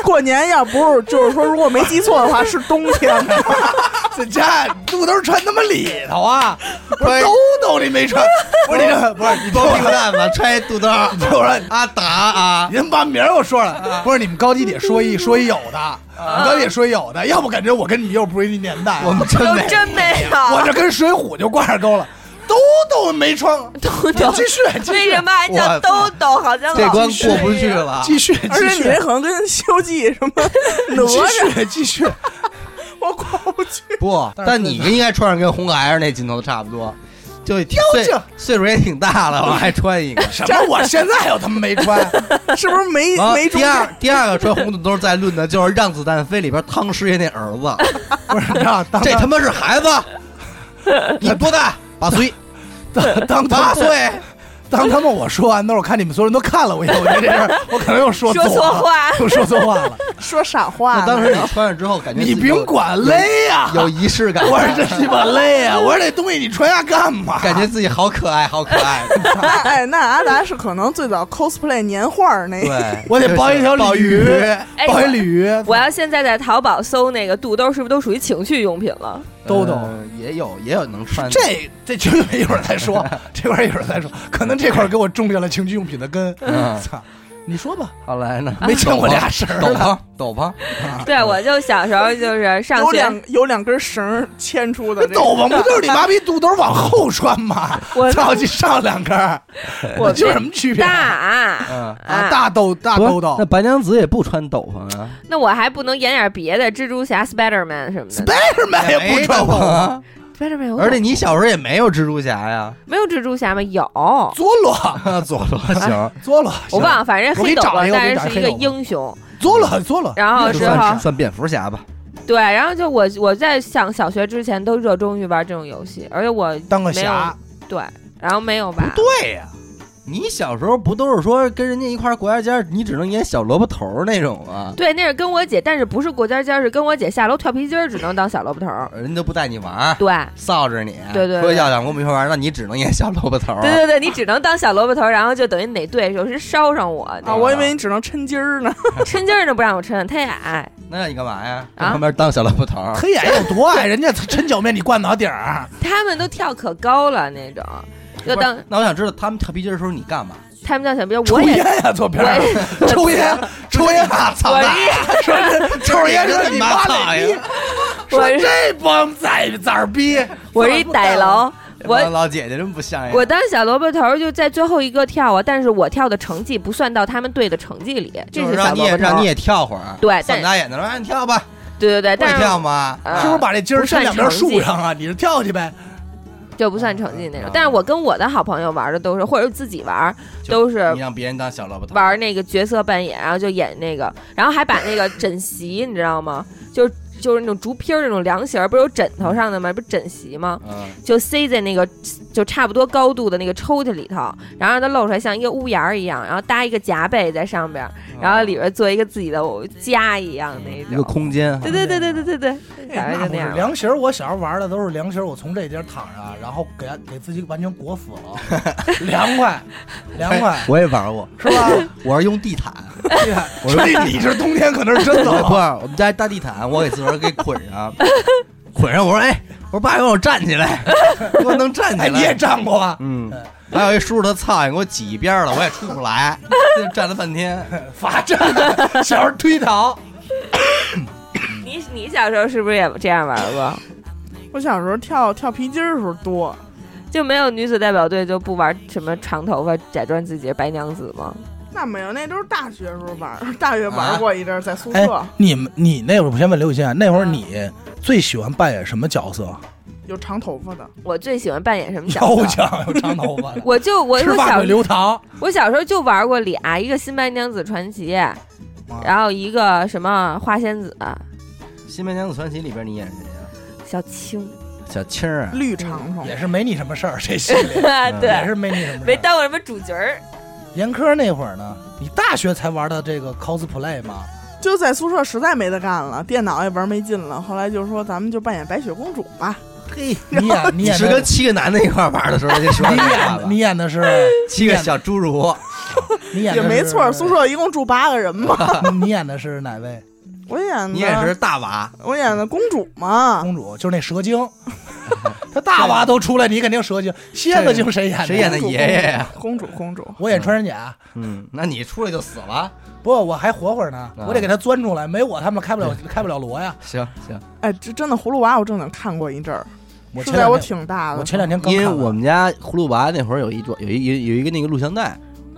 S4: 过年要不是就是说，如果没记错的话，是冬天 吧。
S6: 这家肚兜穿他妈里头啊！不是兜兜你没穿，不是你这不是你
S3: 包
S6: 包
S3: 屁股蛋子，揣一肚兜儿，
S6: 你听我说，
S3: 啊打啊
S6: 你！们把名儿我说了，不是你们高级得说一说一有的，你高级得说一有的，要不感觉我跟你们又不是一年代啊。
S3: 我们真
S5: 都
S3: 没，
S5: 真没有。
S6: 我这跟水浒就挂上钩了，兜兜没穿，
S5: 兜
S6: 你
S5: 兜
S6: 继续继续
S5: 为什么还叫兜兜？好像
S3: 这
S5: 老
S3: 关
S5: 是
S3: 过不去了。
S6: 继续
S4: 而
S6: 继
S4: 且你这
S6: 续
S4: 可能跟《西游记》 什么哪吒，
S6: 继续继 续，
S4: 我过不去。
S3: 不，但你应该穿上跟红孩儿那劲头差不多，就挺岁
S6: 妖精
S3: 岁数也挺大了，我还穿 一个。
S6: 什么？我现在又他妈没穿，
S4: 是不是 没
S3: 完
S4: 没中
S3: 第二
S4: 间？
S3: 第二个穿红肚兜再论的就是《让子弹飞》里边汤师爷那儿 子，
S6: 不是你知道当
S3: 这他妈是孩子？你多大？八 岁，
S6: 当当
S3: 八
S6: 他们
S3: 岁。
S6: 当他们我说完那会儿，我看你们所有人都看了我一眼，我觉得这事 儿我可能又说
S5: 说
S6: 错
S5: 错
S6: 了，
S5: 话，
S6: 又说错话了。
S4: 说傻话
S3: 那
S4: 呢？
S3: 当 时你穿上之后，感觉
S6: 你
S3: 自己有
S6: 甭管勒呀，
S3: 有仪式感，
S6: 我说这鸡巴 勒呀，我说这东西你穿它干嘛？
S3: 感觉自己好可爱，好可 爱。
S4: 那哎，那阿达是可能最早 cosplay 年画儿那
S3: 对，
S6: 我得包一条
S3: 鲍
S6: 鲤鱼
S3: 鱼，
S5: 哎
S6: 包一鲤鱼，
S5: 我要现在在淘宝搜那个肚兜，是不是都属于情趣用品了？
S6: 兜兜
S3: 呃也有也有能穿的。
S6: 这这绝对一会儿再说，这块儿一会儿再说，可能这块儿给我种下了情趣用品的根。
S3: 嗯 啊
S6: 操，你说吧，
S3: 后来呢？
S6: 没见过俩神儿
S3: 斗
S6: 了，
S3: 篷，斗篷，
S6: 啊
S5: 对，我就小时候就是上
S4: 有
S5: 学，
S4: 两有两根绳儿牵出的这
S6: 那斗
S4: 个。
S6: 篷不就是你妈逼肚兜往后穿吗？
S5: 我
S6: 操，去上两根儿，
S5: 我
S6: 这有什么区别？
S5: 大，
S3: 嗯，
S6: 啊，大斗大
S3: 那
S6: 兜斗
S3: 白娘子也不穿斗篷 啊，
S5: 那我还不能演点别的，蜘蛛侠、Spiderman 什么的。
S6: ，Spiderman 也不穿
S3: 斗篷
S6: 斗篷，
S3: 啊。
S5: Spiderman 有
S3: 而且你小时候也没有蜘蛛侠呀，
S5: 没有蜘蛛侠吗？有，
S6: 佐罗
S3: 佐罗 行，
S6: 佐罗，
S5: 我忘了，反正
S6: 我给
S5: 黑
S6: 你
S5: 斗
S6: 找一
S5: 篷，
S6: 个我给
S5: 但
S6: 你找
S5: 是
S6: 一
S5: 是一
S6: 个
S5: 个
S6: 黑斗
S5: 英雄。
S6: 佐罗佐罗，
S5: 然后
S6: 那
S5: 之
S6: 算
S5: 后
S6: 是
S3: 算蝙蝠侠吧。
S5: 对，然后就我我在上小学之前都热衷于玩这种游戏，而且我
S6: 当个
S5: 没有
S6: 侠，
S5: 对，然后没有吧？
S6: 对呀，
S3: 你小时候不都是说跟人家一块儿过家家，你只能演小萝卜头儿那种啊？
S5: 对，那是跟我姐，但是不是过家家，是跟我姐下楼跳皮筋儿，只能当小萝卜头儿。
S3: 人家都不带你玩儿，
S5: 对，
S3: 臊着你，
S5: 对对对
S3: 说要想跟我们一块儿玩儿，那你只能演小萝卜头儿。啊
S5: 对对对，你只能当小萝卜头儿，然后就等于哪队有时捎上我，
S4: 啊，我以为你只能抻筋儿呢。
S5: 抻筋儿都不让我抻，太矮。
S3: 那让你干嘛呀？
S5: 啊
S3: 在旁边当小萝卜头儿。
S6: 黑眼有多矮，人家抻脚面你灌脑顶儿，啊
S5: 他们都跳可高了那种，就当
S3: 那我想知道他们跳皮筋儿的时候你干嘛？
S5: 他们跳小鞭，
S6: 抽
S5: 我
S6: 烟
S5: 也
S6: 呀，左边
S5: 我
S6: 儿
S5: 也
S3: 啊
S6: 抽烟抽烟啊，操
S5: 我
S6: 蛋！说这 抽烟
S3: 这
S6: 说你妈
S3: 操
S6: 奶逼
S3: 呀，
S6: 说
S5: 我是啊
S6: 这帮崽崽儿逼，
S5: 我是一逮楼，
S3: 这
S5: 我
S3: 帮老姐姐真不像样。
S5: 我当小萝卜头儿就在最后一个跳啊，但是我跳的成绩不算到他们队的成绩里，这
S3: 就是
S5: 是
S3: 让
S5: 小
S3: 你
S5: 萝卜
S3: 也
S5: 头
S3: 让你
S5: 儿。
S3: 也跳会儿，
S5: 对
S3: 散
S5: 但
S3: 大眼的说让你跳吧，
S5: 对对对，
S3: 会
S5: 但是
S3: 跳吗？
S5: 呃
S6: 是不是把这筋儿
S5: 不算
S6: 伸两边儿
S5: 成绩
S6: 树上啊？你是跳去呗？
S5: 就不算成绩那
S3: 啊
S5: 种。但是我跟我的好朋友玩的都是，或者自己玩儿
S3: 就
S5: 都是
S3: 你让别人当小萝卜头，
S5: 玩那个角色扮演，然后就演那个，然后还把那个枕席，你知道吗？ 就是就是那种竹皮儿那种凉席儿，不是有枕头上的吗？不是枕席吗？
S3: 嗯，
S5: 就塞在那个就差不多高度的那个抽屉里头，然后让它露出来，像一个屋檐儿一样，然后搭一个夹被在上边儿，然后里边做一个自己的家一样那
S3: 嗯一个
S5: 种。
S3: 空间，
S5: 对对对对对对对，小时候
S6: 哎那
S5: 就
S6: 不
S5: 那
S6: 是
S5: 样啊了。
S6: 凉席儿，我小时候玩的都是凉席儿，我从这边躺着，啊然后给给自己完全啊 裹死了，凉快，凉快，
S3: 我也玩过，
S6: 是吧？
S3: 我是用地毯，我
S6: 所
S3: 说
S6: 以你是冬天可能是真 啊
S3: 我说不
S6: 冷。
S3: 是，我们家搭地毯，我给自个儿给捆上， 捆上。我说哎，我说爸，给我站起来， 给我能站起
S6: 哎，
S3: 来。
S6: 你也站过吧？
S3: 嗯，还有一叔叔他操也给我挤一边儿了，我也出不来，就站了半天。
S6: 罚站，小时候推搪。
S5: 你你小时候是不是也这样玩过？
S4: 我小时候跳跳皮筋儿的时候多，
S5: 就没有女子代表队就不玩什么长头发，假装自己是白娘子吗？
S4: 那没有，那都是大学时候玩儿，大学玩
S3: 啊
S4: 过一阵儿，在宿舍、
S3: 哎
S6: 你们你那会儿，我先问刘雨欣，啊那会儿你最喜欢扮演什么角色？
S4: 有长头发的，
S5: 我最喜欢扮演什么角
S6: 腰
S5: 色？，
S6: 强有长头发的
S5: 我就我
S6: 吃
S5: 我
S6: 饭
S5: 小
S6: 会流淌。
S5: 我小时候就玩过俩，一个《新白娘子传奇》，然后一个什么花仙子、
S3: 《新白娘子传奇》里边你演谁呀？
S5: 小青，
S3: 小青儿啊，
S4: 绿长头
S6: 也是没你什么事儿，这系列也
S5: 对，
S6: 是嗯没你什么事
S5: 没
S6: 儿。
S5: 当过什么主角儿。
S6: 严科那会儿呢，你大学才玩的这个 cosplay 吗？
S4: 就在宿舍实在没得干了，电脑也玩没劲了，后来就说咱们就扮演白雪公主吧。
S6: 嘿，你 演你
S3: 你
S6: 演
S3: 是
S6: 的
S3: 跟七个男的一块儿玩的时候，这说
S6: 你
S3: 这话吧
S6: 演你演的是
S3: 七个小侏儒，
S6: 你
S3: 哎
S6: 演
S4: 也
S6: 的
S4: 没
S6: 是
S4: 错，宿舍一共住八个人嘛。
S6: 你演的是哪位
S4: 我演
S3: 你也是
S4: 的，
S3: 大娃，
S4: 我演的公主嘛，
S6: 公主？就是那 蛇精，他大娃都出来，你肯定蛇精。蝎子精谁演的？
S3: 谁演的爷爷呀？
S4: 公主公主。
S6: 我演穿山甲，
S3: 嗯，那你出来就死了。
S6: 不过我还活会儿呢，
S3: 啊
S6: 我得给他钻出来，没我他们开不
S3: 嗯
S6: 了开不了罗呀。
S3: 行行，
S4: 哎，这真的葫芦娃我正经看过一阵儿，
S6: 我
S4: 是
S6: 前
S4: 在
S6: 两
S4: 我
S6: 天
S4: 挺大的
S6: 我
S4: 时
S6: 前
S4: 候，
S6: 两天刚
S3: 因为
S6: 看完
S3: 我们家葫芦娃那会儿有一有一有一有一个那个录像带，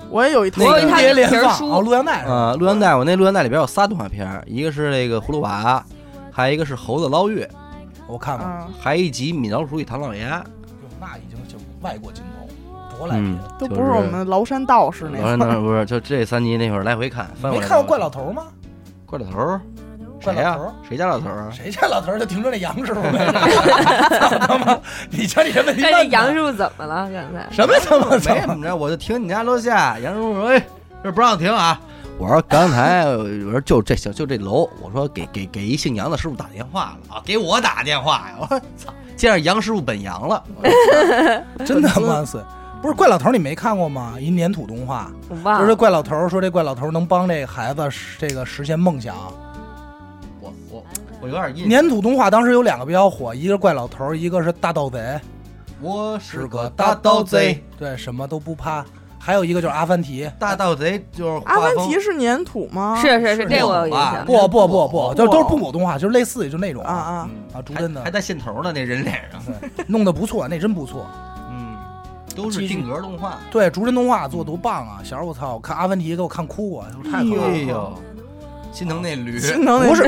S4: 我也有一套
S3: 那个
S5: 我有一套
S6: 碟连
S5: 皮儿
S6: 放
S5: 书
S6: 哦，录像带是吧？
S3: 呃，录像带，我那录像带里边有仨动画片儿，一个是那个葫芦娃，还有一个是猴子捞月，
S6: 我看过，
S4: 嗯，
S3: 还有一集米老鼠与唐老鸭。
S6: 哟那已经就外国精通，舶来品。
S4: 都不是我们崂山道士那
S3: 嗯老师
S4: 种。
S3: 那不是就这三集那会儿来回看，翻
S6: 没
S3: 过
S6: 看过怪老头吗？
S3: 怪老头儿，
S6: 怪
S3: 谁
S6: 老
S3: 呀
S6: 头？
S3: 谁家老头儿啊？
S6: 谁家老头儿就听说那杨师 傅呗？ 操他妈！你瞧你这问题
S5: 但是
S6: 问的
S5: 杨树怎么了？刚才
S6: 什么他妈
S3: 没怎
S6: 操！
S3: 么着，我就停你家楼下。杨师傅说：“哎，这不让停啊！”我说：“刚才我说就这行，就这楼。”我说给：“给给一姓杨的师傅打电话了啊，给我打电话呀！”我 说：“操，见着杨师傅本阳了。我说
S6: 真他妈损！不是怪老头儿你没看过吗？一粘土动画，
S5: 我
S6: 就
S5: 忘
S6: 是
S5: 了。
S6: 怪老头儿说这怪老头儿能帮这孩子实这个实现梦想。
S3: 我我我有点印象。
S6: 粘土动画当时有两个比较火，一个是怪老头儿，一个是大盗贼。
S3: 我是
S6: 是个
S3: 个
S6: 大
S3: 大
S6: 盗
S3: 盗
S6: 贼
S3: 贼，，
S6: 对，什么都不怕。还有一个就是阿凡提，
S3: 大盗贼就是
S4: 阿
S3: 画
S4: 凡
S3: 风
S4: 提是粘土吗？
S5: 是是是，
S3: 是
S5: 这我有印
S3: 吧
S5: 象。
S6: 不不不不，就都是
S4: 哇
S6: 布偶动画，就是类似于就那种
S4: 啊，啊，
S3: 嗯
S6: 啊竹
S3: 还
S6: 根的
S3: 还带线头呢，那人脸上，
S6: 弄得不错，那真不错。
S3: 嗯，都是
S6: 继续
S3: 定格动画。
S6: 对，竹人动画做多棒啊！小时候我操，我看阿凡提给我看哭过，太可
S3: 哎
S6: 爱了。
S3: 呦，心疼那驴，
S4: 心疼那
S6: 不是，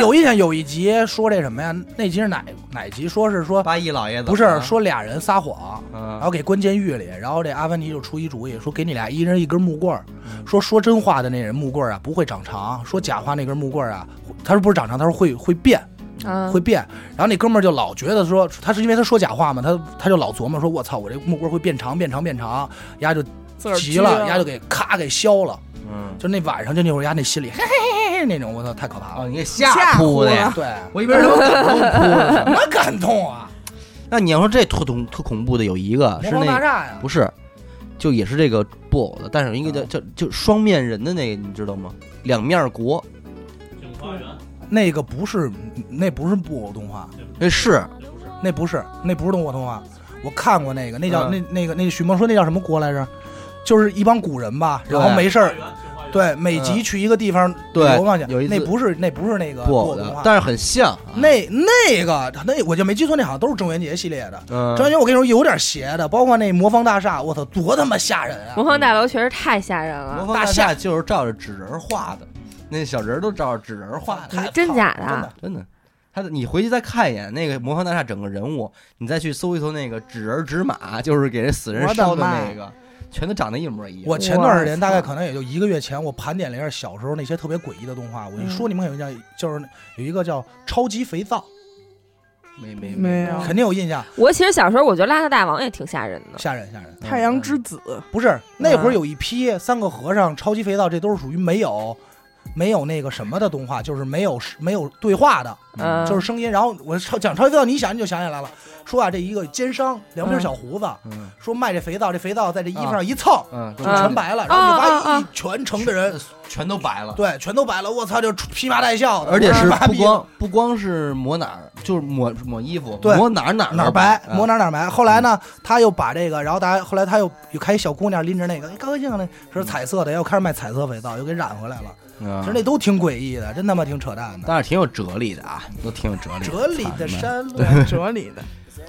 S6: 有印象有一集说这什么呀？那集是哪哪集？说是说
S3: 八啊一老爷子
S6: 不是说啊俩人撒谎，然
S3: 嗯
S6: 后给关监狱里，然后这阿凡提就出一主意，说给你俩一人一根木棍儿，
S3: 嗯
S6: 说说真话的那人木棍儿啊不会长长，说假话那根木棍儿啊，他说不是长长，他说会会变。
S5: 嗯
S6: 会，变。然后那哥们儿就老觉得说，他是因为他说假话嘛，他他就老琢磨说，我操，我这木棍会变长变长变长，丫就
S4: 自个儿
S6: 急了，
S4: 撅
S6: 丫就给咔给削了。
S3: 嗯，
S6: 就那晚上就那会儿丫那心里嘿嘿嘿嘿那种，我操，太可怕
S3: 哦，
S6: 了。
S3: 你给吓
S4: 吓
S3: 哭
S4: 哭
S3: 的
S4: 了
S3: 呀，
S6: 对，
S3: 我一边都感动哭
S6: 什
S3: 了。
S6: 么感动啊？
S3: 那你要说这特恐特恐怖的有一个
S6: 魔
S3: 啊是
S6: 方大啊
S3: 那
S6: 厦呀
S3: 不，是，就也是这个布偶的，但是有一个叫叫就双面人的那个，你知道吗？两面国，
S7: 镜花园，
S6: 那个不是，那不是布偶动画，
S3: 那是
S6: 那不是，那不是动画动画。我看过那个，那叫、
S3: 嗯
S6: 那那个那许梦说那叫什么国来着？就是一帮古人吧，然后
S3: 对嗯
S6: 没事儿，
S7: 镜花园，
S6: 对，每集去一个地方
S3: 对
S6: 旅游放去，
S3: 有一次
S6: 那不是那不是那个
S3: 布偶
S6: 动
S3: 的
S6: 画，
S3: 但是很像啊。
S6: 那那个那我就没记错，那好像都是郑渊洁系列的。
S3: 嗯
S6: 郑，渊洁我跟你说有点邪的，包括那魔方大厦，我操，多他妈吓人啊
S3: 嗯
S5: 魔！方大楼确实太吓人
S3: 魔
S5: 了，
S3: 方大
S6: 大
S3: 厦就是照着纸人画的，那小人都照着纸人画的，
S5: 你
S6: 太
S5: 是真假的
S6: 真的
S5: 啊？
S3: 真的。他的你回去再看一眼那个魔方大厦整个人物，你再去搜一搜那个纸人纸马，就是给人死人
S4: 我的
S3: 烧的
S4: 妈
S3: 那个，全都长得一模一样。
S6: 我前段时间
S4: 哇塞
S6: 大概可能也就一个月前，我盘点了一下小时候那些特别诡异的动画，我
S3: 嗯
S6: 一说你们可能有印象，就是有一个叫《超级肥皂
S3: 没没
S4: 没有》，
S6: 肯定有印象，
S5: 我其实小时候我觉得邋遢大王也挺吓人的，
S6: 吓人吓人。嗯
S4: 太阳之子，
S6: 不是那会儿有一批三个和尚、超级肥皂，这都是属于没有没有那个什么的动画，就是没有没有对话的，
S5: 嗯，
S6: 就是声音。然后我超讲超级肥皂，你一想你就想起来了，说啊，这一个奸商两鬓小胡子，
S3: 嗯
S6: 说卖这肥皂，这肥皂在这衣服上一蹭。
S3: 嗯，
S6: 就
S3: 就
S6: 全
S3: 全
S6: 白了，
S5: 嗯
S6: 然后就
S5: 啊啊
S6: 发现
S5: 啊
S6: 全城的人，
S3: 全都白了。
S6: 对，全都白了。我操，就披麻戴孝的，
S3: 而且是
S6: 麻
S3: 不
S6: 痹了
S3: 光不光是抹哪儿，就是抹抹衣服，
S6: 对
S3: 抹哪儿哪儿
S6: 哪儿
S3: 都
S6: 白，抹
S3: 哪
S6: 哪儿哪儿白。后来呢，他又把这个，然后大家后来他又又开一小姑娘拎着那个，哎，高兴了，是彩色的，又开始卖彩色肥皂，又给染回来了。
S3: 嗯
S6: 其实那都挺诡异的，真他妈挺扯淡的。
S3: 但是挺有哲理的啊，都挺有哲理的。
S6: 哲理
S3: 操
S6: 的山路，
S4: 对，哲理的。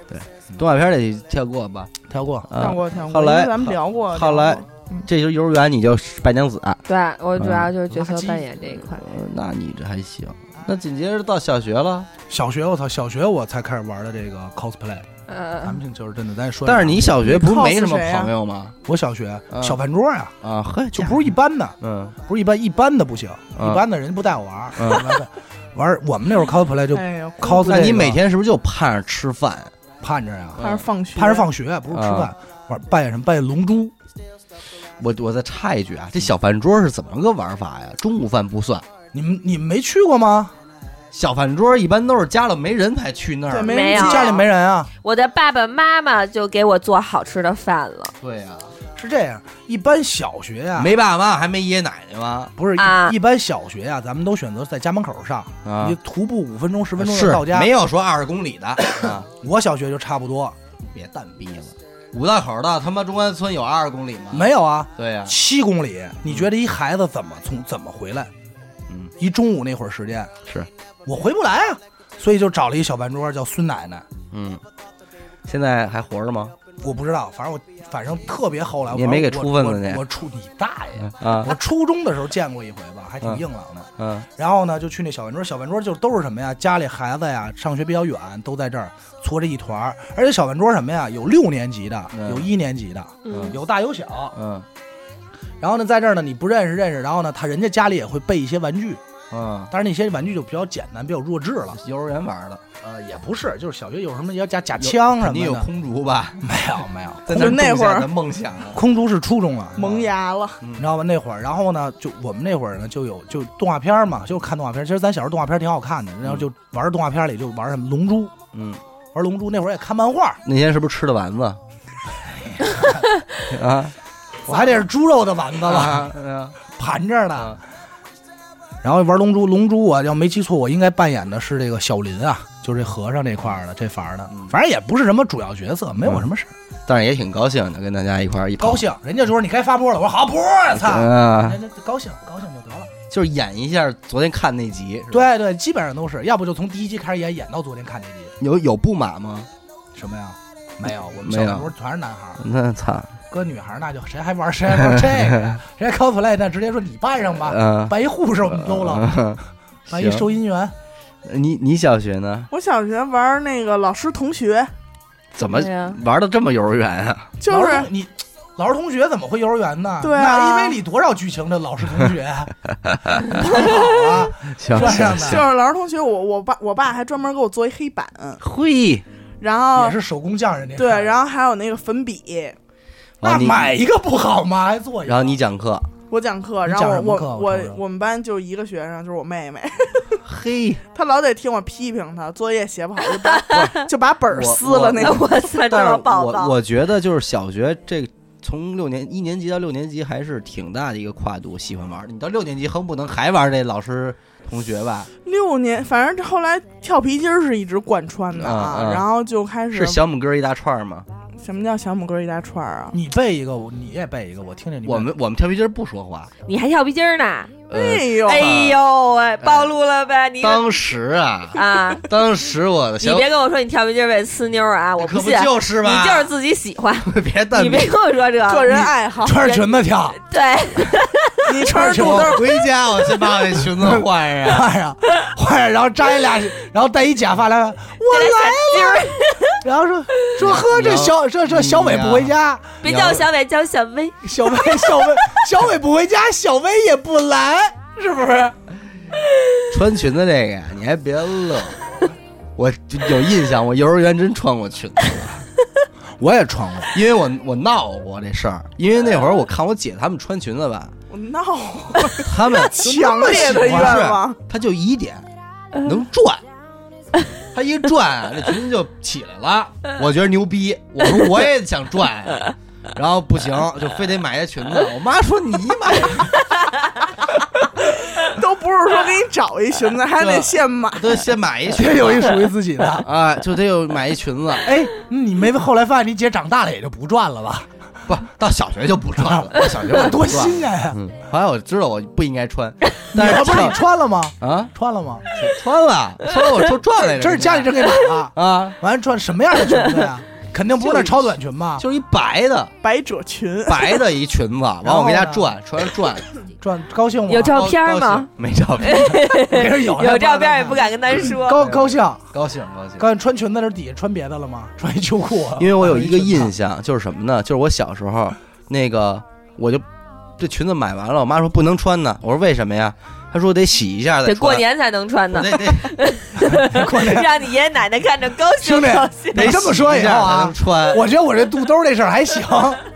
S3: 你们动画片得跳过吧？
S6: 跳过。
S3: 啊
S4: 跳过跳过，
S3: 后来
S4: 因为咱们聊过。
S3: 后来
S4: 聊过
S3: 这就是幼儿园，你就是白娘子、啊
S5: 对我主要就是角色
S6: 嗯垃圾
S5: 扮演这一块。
S3: 呃那你这还行。那紧接着到小学了，
S6: 小学我操，小学我才开始玩的这个 cosplay，咱
S5: 呃，
S6: 们就是真的，咱也说一下。
S3: 但是你小学不是没什么
S4: cos 谁啊
S3: 朋友吗？
S6: 我小学
S3: 嗯
S6: 小饭桌呀，
S3: 啊，呵，
S6: 就不是一般的，
S3: 嗯
S6: 不是一般一般的不行，
S3: 嗯
S6: 一般的人不带我玩儿
S3: 嗯
S6: 玩儿。玩儿我们那会儿 cosplay 就
S4: 哎呀，
S6: cos，
S3: 那你
S6: 这个
S3: 每天是不是就盼着吃饭？
S6: 盼着
S3: 嗯
S6: 呀，
S4: 怕是放学，
S6: 盼着放学，不是吃饭，玩扮演什么？扮演龙珠。
S3: 我我再插一句啊，这小饭桌是怎么个玩法呀？中午饭不算，
S6: 你们你们没去过吗？
S3: 小饭桌一般都是家了没人才去那
S4: 对，
S3: 儿。
S5: 没
S4: 人
S5: 有
S4: 记
S6: 家里没人啊？
S5: 我的爸爸妈妈就给我做好吃的饭了。
S3: 对呀、
S6: 是这样，一般小学呀、
S3: 没爸妈还没爷爷奶奶吗？
S6: 不是一、
S5: 啊
S6: 一般小学呀、咱们都选择在家门口上，
S3: 啊
S6: 你徒步五分钟十分钟就是到家。
S3: 没啊有说二十公里的，啊、
S6: 我小学就差不多，
S3: 别蛋逼了。五道口到他妈中关村有二十公里吗？，
S6: 没有啊，
S3: 对呀、
S6: 七公里。你觉得一孩子怎么从怎么回来？
S3: 嗯，
S6: 一中午那会儿时间
S3: 是，
S6: 我回不来啊，所以就找了一小饭桌叫孙奶奶，
S3: 嗯。现在还活着吗？
S6: 我不知道，反正我反正特别后来，
S3: 你也没给出
S6: 问
S3: 份子去
S6: 我出你大爷！
S3: 啊
S6: 我初中的时候见过一回吧，还挺硬朗的。
S3: 嗯
S6: 然后呢，就去那小饭桌，小饭桌就都是什么呀？家里孩子呀，上学比较远，都在这儿搓着一团儿。而且小饭桌什么呀？有六年级的，
S3: 嗯
S6: 有一年级的，
S5: 嗯，
S6: 有大有小。
S3: 嗯
S6: 然后呢，在这儿呢，你不认识认识，然后呢，他人家家里也会备一些玩具，
S3: 嗯，
S6: 但是那些玩具就比较简单，比较弱智了。
S3: 幼儿园玩的，
S6: 呃，也不是，就是小学有什么要加假枪什
S3: 肯定有
S6: 么的，
S3: 空竹吧？
S6: 没有没有，
S3: 在
S4: 就那
S3: 种
S4: 会儿
S3: 下的梦想啊，
S6: 空竹是初中了。
S4: 萌芽了，
S6: 你知道吧？那会儿，然后呢，就我们那会儿呢，就有就动画片儿嘛，就看动画片儿。其实咱小时候动画片儿挺好看的，然后就玩儿动画片儿里就玩儿什么龙珠，
S3: 嗯，
S6: 玩龙珠那会儿也看漫画，
S3: 那天是不是吃的 丸子？啊
S6: 我还得是猪肉的丸子了，
S3: 啊啊！
S6: 盘着呢
S3: 啊。
S6: 然后玩龙珠，龙珠我要没记错，我应该扮演的是这个小林啊，就是这和尚这块儿的这法儿的
S3: 嗯，
S6: 反正也不是什么主要角色，没我什么事儿。
S3: 但是也挺高兴的，跟大家一块儿一跑
S6: 高兴，人家就说你该发波了，我说好波啊，操，
S3: 啊，
S6: 人家高兴高兴就得了。
S3: 就是演一下昨天看那集。是吧，
S6: 对对，基本上都是，要不就从第一集开始演，演到昨天看那集。
S3: 有有不满吗？
S6: 什么呀？没有，我们
S3: 没
S6: 小
S3: 有
S6: 时候全是男孩儿，
S3: 那操，
S6: 搁女孩儿那就谁还玩儿谁还 玩儿这个呀，人家 cosplay 那直接说你扮上吧，
S3: 嗯，
S6: 扮一护士我们都了，
S3: 嗯。
S6: 扮一
S3: 行
S6: 收银员。
S3: 你你小学呢？
S4: 我小学玩那个老师同学，
S3: 怎么
S5: 嗯对呀
S3: 玩的这么幼儿园 啊？
S4: 就
S6: 老师
S4: 是
S6: 同你。老师同学怎么会幼儿园呢？
S4: 对啊
S6: 那因为里多少剧情的老师 同学，多好啊！
S3: 行
S6: 这
S3: 行
S6: 样
S4: 就
S6: 的
S4: 是老师同学，我我爸我爸还专门给我做一黑板，
S3: 嘿，
S4: 然后
S6: 也是手工匠人家。
S4: 哦对，然后还有那个粉笔。
S6: 那
S3: 啊你
S6: 买一个不好吗？还做一个？
S3: 然后你讲课，
S4: 我讲课，
S6: 你
S4: 然
S6: 讲
S4: 后
S6: 什么
S4: 我
S6: 课
S4: 我
S6: 我瞅
S4: 我
S6: 瞅
S4: 我们班就一个学生，就是我妹 妹，
S3: 嘿，
S4: 她老得听我批评她，作业写不好就把就把本儿
S3: 我
S4: 撕了
S3: 我
S4: 那
S5: 哎
S4: 种。
S5: 我操，这
S3: 但
S5: 么
S3: 是
S5: 暴
S3: 我
S5: 躁，
S3: 我觉得就是小学这从六年一年级到六年级还是挺大的一个跨度，喜欢玩儿。你到六年级很不能还玩这老师同学吧？
S4: 六年，反正后来跳皮筋儿是一直贯穿的啊
S3: 嗯嗯
S4: 然后就开始
S3: 是小母哥一大串儿吗？
S4: 什么叫小母哥一大串儿啊？
S6: 你背一个，我你也背一个，我听听你背。
S3: 我们我们跳皮筋儿不说话，
S5: 你还跳皮筋儿呢？
S3: 呃，
S4: 哎呦，
S5: 哎呦喂，暴露了呗你
S3: 嗯 当时啊，
S5: 啊！
S3: 当时我的
S5: 你
S3: 小
S5: 别跟我说你跳皮筋儿为呲妞儿啊，我
S3: 可不
S5: 信，你
S3: 就是吧？
S5: 就是自己喜欢，
S3: 是 别蛋
S5: 你别跟我说这
S4: 个人爱好，
S6: 穿着裙子跳，
S5: 对，
S4: 你穿着肚兜
S3: 我
S4: 儿，
S3: 回家我先把我那裙子换 上。
S6: 换上，换上，然后扎一俩， 然后戴一假发来，我来，
S5: 今儿
S6: 然后说说呵，这小这这小伟不回家，
S5: 别叫小伟，叫小薇。
S6: 小伟小伟小伟不回家，小薇也不来，是不是？
S3: 穿裙子这个呀，你还别乐，我就有印象，我幼儿园真穿过裙子，
S6: 我也穿 过，
S3: 因为我我闹过这事儿，因为那会儿我看我姐她们穿裙子吧，
S4: 我闹，
S3: 她们
S4: 强烈的愿望，嗯
S3: 她就一点能转，他一转，这群就起来了。
S4: 嗯
S3: 我觉得牛逼，我说我也想转，然后不行，就非得买这裙子。我妈说你买，
S4: 都不是说给你找一裙子，还
S3: 嗯
S4: 得现买。
S3: 都先买一裙
S6: 姐
S3: 子，
S6: 有一属于自己的。
S3: 啊，就得有买一裙子。
S6: 哎，你没后来发现你姐长大了也就不赚了 吧？
S3: 不，到小学就不穿 了，到小学我就
S6: 多
S3: 不穿了。
S6: 新鲜呀！
S3: 嗯，后来我知道我不应该 穿，
S6: 你
S3: 但是
S6: 要不是你
S3: 到
S6: 穿了吗？
S3: 啊，
S6: 穿了吗？
S3: 穿了，穿了我说转来着，
S6: 这是家里
S3: 这
S6: 人给买的。
S3: 啊，
S6: 完穿什么样的裙 子呀？肯定不是那超短裙吧？
S3: 就是一白的
S4: 百褶裙，
S3: 白的一裙子，完我给家转，穿上转，
S6: 转高兴吗？
S5: 有 照片
S3: 高
S5: 吗？？
S3: 高兴没照片，
S6: 没人有，
S5: 有照片也不。敢跟他说。
S6: 高高兴，
S3: 嗯高兴高兴。
S6: 刚才穿裙子这底下穿别的了吗？ 穿一秋裤啊。
S3: 因为我有一个印
S6: 象，
S3: 象，就是什么呢？就是我小时候，那个我就这裙子买完了，我妈说不能穿呢。我说为什么呀？她说得洗一下再
S5: 得
S3: 穿。
S5: 过年才能穿
S3: 我
S5: 呢，
S3: 得得
S5: 让你爷爷奶奶看着高兴
S6: 兄弟
S5: 高兴。
S6: 你这么说以
S3: 得洗一下才
S6: 后
S3: 能
S6: 啊，
S3: 穿。
S6: 我觉得我这肚兜这事儿还行，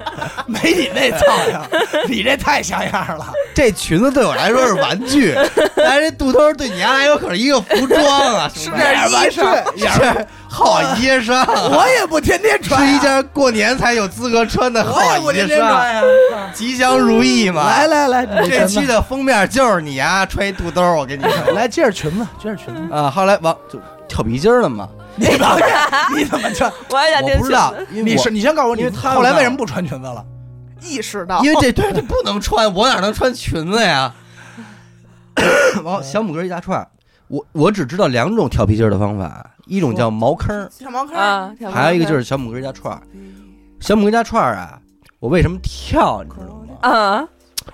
S6: 没你那操样， 你这太像样了。
S3: 这裙子对我来说是玩具，但是这肚兜对你家来说可是一个服装啊，是
S6: 这样
S3: 完事儿，
S6: 衣裳
S3: 是好衣裳啊，
S6: 我也不天天穿啊，
S3: 是一件过年才有资格穿的好
S6: 我也不
S3: 衣
S6: 天天
S3: 裳，
S6: 穿呀。
S3: 吉祥如意嘛。
S6: 来，来来，你
S3: 这
S6: 裙
S3: 期
S6: 子，
S3: 的封面就是你啊，穿一肚兜，我跟你说。
S6: 来接着裙子，接着裙子。
S3: 啊，后来王就跳皮筋儿了嘛，
S6: 你怎么你怎么穿？
S5: 我也想
S3: 我
S5: 听
S3: 不知
S5: 裙
S3: 道
S5: 子。，
S3: 因为
S6: 你
S3: 我
S6: 是你先告诉我，
S3: 因
S6: 你
S3: 为他
S6: 后来
S3: 们
S6: 为什么不穿裙子 了？
S4: 意识到
S3: 因为这东西不能穿，我哪能穿裙子呀？ 完，小拇哥一大串，我我只知道两种跳皮筋儿的方法，一种叫茅坑儿，
S4: 小毛坑，
S5: 啊，
S3: 还有一个就是是小拇哥一大串儿。小拇哥一大串儿啊，我为什么跳，你知道吗？
S5: 啊，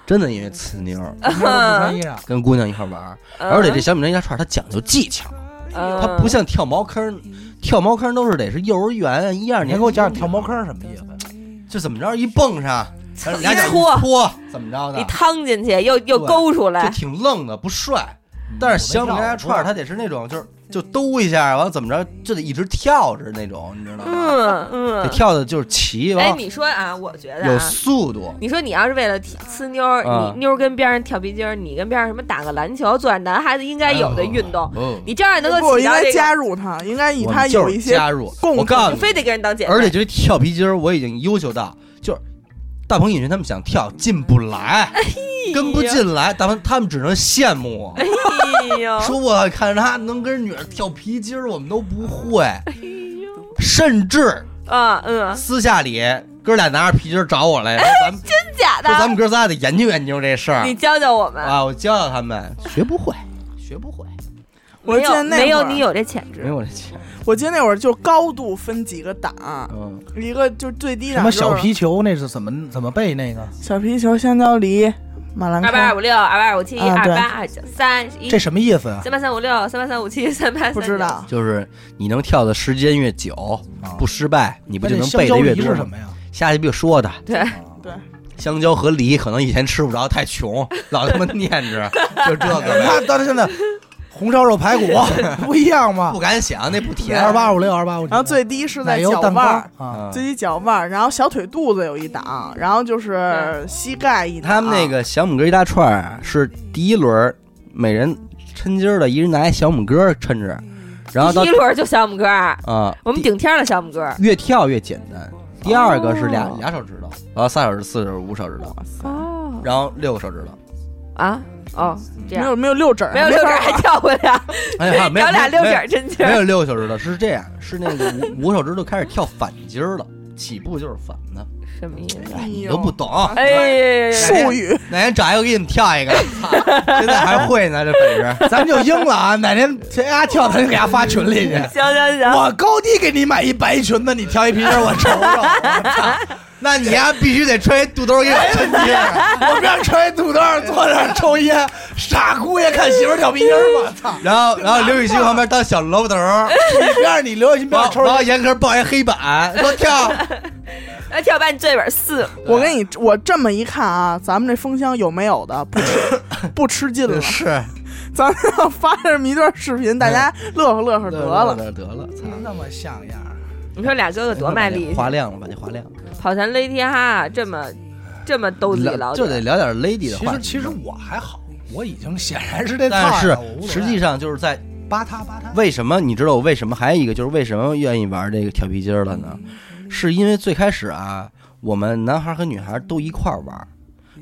S3: 真的因为呲妞儿，
S6: 你为什么不穿衣裳？
S3: 跟姑娘一块儿玩儿，
S5: 嗯
S3: 而且这小拇哥一大串儿它讲究技巧，它不像跳茅坑儿，跳茅坑儿都是得是幼儿园一二 年嗯
S6: 你先给我讲讲跳茅坑是什么意 思？
S3: 就怎么着一蹦上，然后俩脚一
S5: 搓
S3: 搓，怎么着
S5: 嗯
S3: 的？
S5: 你趟进去又又
S3: 啊对
S5: 勾出
S3: 就
S5: 来，
S3: 挺愣的，不帅。但是小米家串儿，它得是那种就是就兜一下，完了怎么着就得一直跳着那种，你知道吗？
S5: 嗯
S3: 得
S5: 嗯。
S3: 跳的就是齐，
S5: 哎，
S3: 完了
S5: 你说啊，我觉得
S3: 有
S5: 啊，
S3: 速度。
S5: 你说你要是为了提呲妞儿，
S3: 啊
S5: 你妞儿跟边上跳皮筋儿，你跟边上什么打个篮球，做点男孩子应该有的运动，
S3: 哦，
S5: 你照样能
S4: 不我
S5: 够起
S4: 应
S5: 到
S4: 该
S5: 这个。
S4: 加入他，应该以
S3: 我
S4: 他
S3: 们就
S4: 有
S3: 是
S4: 一些
S3: 加入。
S4: 共
S3: 我告诉
S5: 你
S3: 你，
S5: 非得跟人当姐妹，
S3: 而且这跳皮筋儿我已经优秀到，就是大鹏影群他们想跳进不来，
S5: 哎
S3: 跟不进来，大鹏他们只能羡慕我。
S5: 哎呦，
S3: 说我看着他能跟女人跳皮筋儿，我们都不会，
S5: 哎
S3: 甚至
S5: 啊嗯，
S3: 私下里哥俩拿着皮筋儿找我来，说咱们
S5: 真假
S3: 说咱
S5: 哎的？
S3: 们哥仨得研究研究这事儿
S5: 你教教我们，
S3: 啊！我教教他们，学不会，学不会，
S4: 我
S5: 没
S4: 记
S5: 有
S4: 得那
S5: 没有
S4: 会儿
S5: 你有这潜
S3: 没
S5: 质，
S3: 有这钱。
S4: 我记得那会儿就高度分几个档，
S3: 嗯，
S4: 一个就是最低
S6: 什
S4: 档
S6: 么
S4: 就是
S6: 小皮球那是怎么怎么背那个？
S4: 小皮球、香蕉梨、马兰
S5: 二八二
S4: 开，
S5: 五六，二八二五七，
S4: 啊
S5: 二
S4: 对
S5: 八二九三一
S6: 这，什么意思啊？
S5: 三八三五六，三八三五七，三八三
S4: 不知道。
S3: 就是你能跳的时间越久，不失败，你不就能背
S6: 啊那
S3: 的越
S6: 香蕉梨
S3: 多
S6: 是
S3: 吗
S6: 什么呀？
S3: 下去别说的，
S5: 对，
S4: 对，
S3: 香蕉和梨可能以前吃不着，太穷，老他妈念着， 就这个呗，
S6: 那到现在红烧肉 排骨不一样吗
S3: 不？敢想，那 不甜。
S5: 啊
S6: 二八五六二八五，
S4: 然后最低是
S6: 奶
S4: 在
S6: 油
S4: 脚
S6: 蛋
S4: 腕儿，
S6: 糕啊，
S3: 嗯
S4: 自己脚腕儿，然后小腿肚子有一档，然后就是膝盖一档。啊
S3: 他们那个小拇哥一大串儿啊，是第一轮儿每人抻筋儿的，一人拿一小拇哥儿抻着，然后
S5: 嗯
S3: 到
S5: 第一轮就小拇哥儿，
S3: 啊，
S5: 我们
S3: 第
S5: 顶天了小拇哥儿。
S3: 越跳越简单。第二个是俩
S5: 哦
S3: 俩手指头，然后三手指、四手指、五手指头，
S5: 哦
S3: 然后六个手指 头，
S5: 啊哦，这
S4: 没
S5: 样
S4: 有没有六指儿，
S5: 没有六指
S4: 法
S5: 儿还跳不了，
S3: 啊哎呀，没有
S5: 找俩六指
S3: 没
S5: 儿真劲
S3: 有没
S5: 儿。
S3: 有六个手指头，是这样，是那个五五手指头开始跳反筋儿了，起步就是反的，
S5: 什么意思？
S3: 哎，
S4: 哎
S3: 你
S4: 呦
S3: 都不懂，
S5: 哎呀呀呀呀！
S4: 术语，
S3: 哪天找一个给你们跳一个，操 现在还会呢这本 事。
S6: 咱就应 了啊！哪天谁家跳，咱就给他发群里去。
S5: 行行行，
S6: 我高低给你买一白裙子，你跳一皮筋儿，我瞅瞅。
S3: 那你呀必须得穿一肚兜儿给我抻
S4: 哎
S3: 筋儿。
S6: 我们让穿一土豆儿坐那儿抽烟，傻姑爷看媳妇儿跳皮筋儿嘛，操！
S3: 然后，然后刘雨欣旁边当小楼头儿，
S6: 你别让你刘雨欣不要
S3: 然后
S6: 抽烟
S3: 然后严科抱一黑板，说跳，
S5: 那跳把你这本四，
S4: 我跟你我这么一看啊，咱们这封箱有没有的不吃不吃劲了，
S3: 是
S4: 咱们要发这么一段视频，大家乐呵乐呵得了。
S3: 得得了，操！
S6: 那么像样儿，
S5: 你说俩哥哥多卖力气，
S3: 花亮了吧？这花亮，
S5: 跑团勒天哈，这么这么兜自己老
S3: 就得聊点 lady 的
S6: 其
S3: 话
S6: 实
S3: 题。
S6: 其实我还好，我已经显然是这菜
S3: 但
S6: 儿
S3: 是
S6: 了，我无所谓
S3: 实际上就是在
S6: 扒他扒他。
S3: 为什么你知道我为什么？还有一个就是为什么愿意玩这个跳皮筋儿了呢？
S4: 嗯
S3: 是因为最开始啊，我们男孩和女孩都一块儿玩，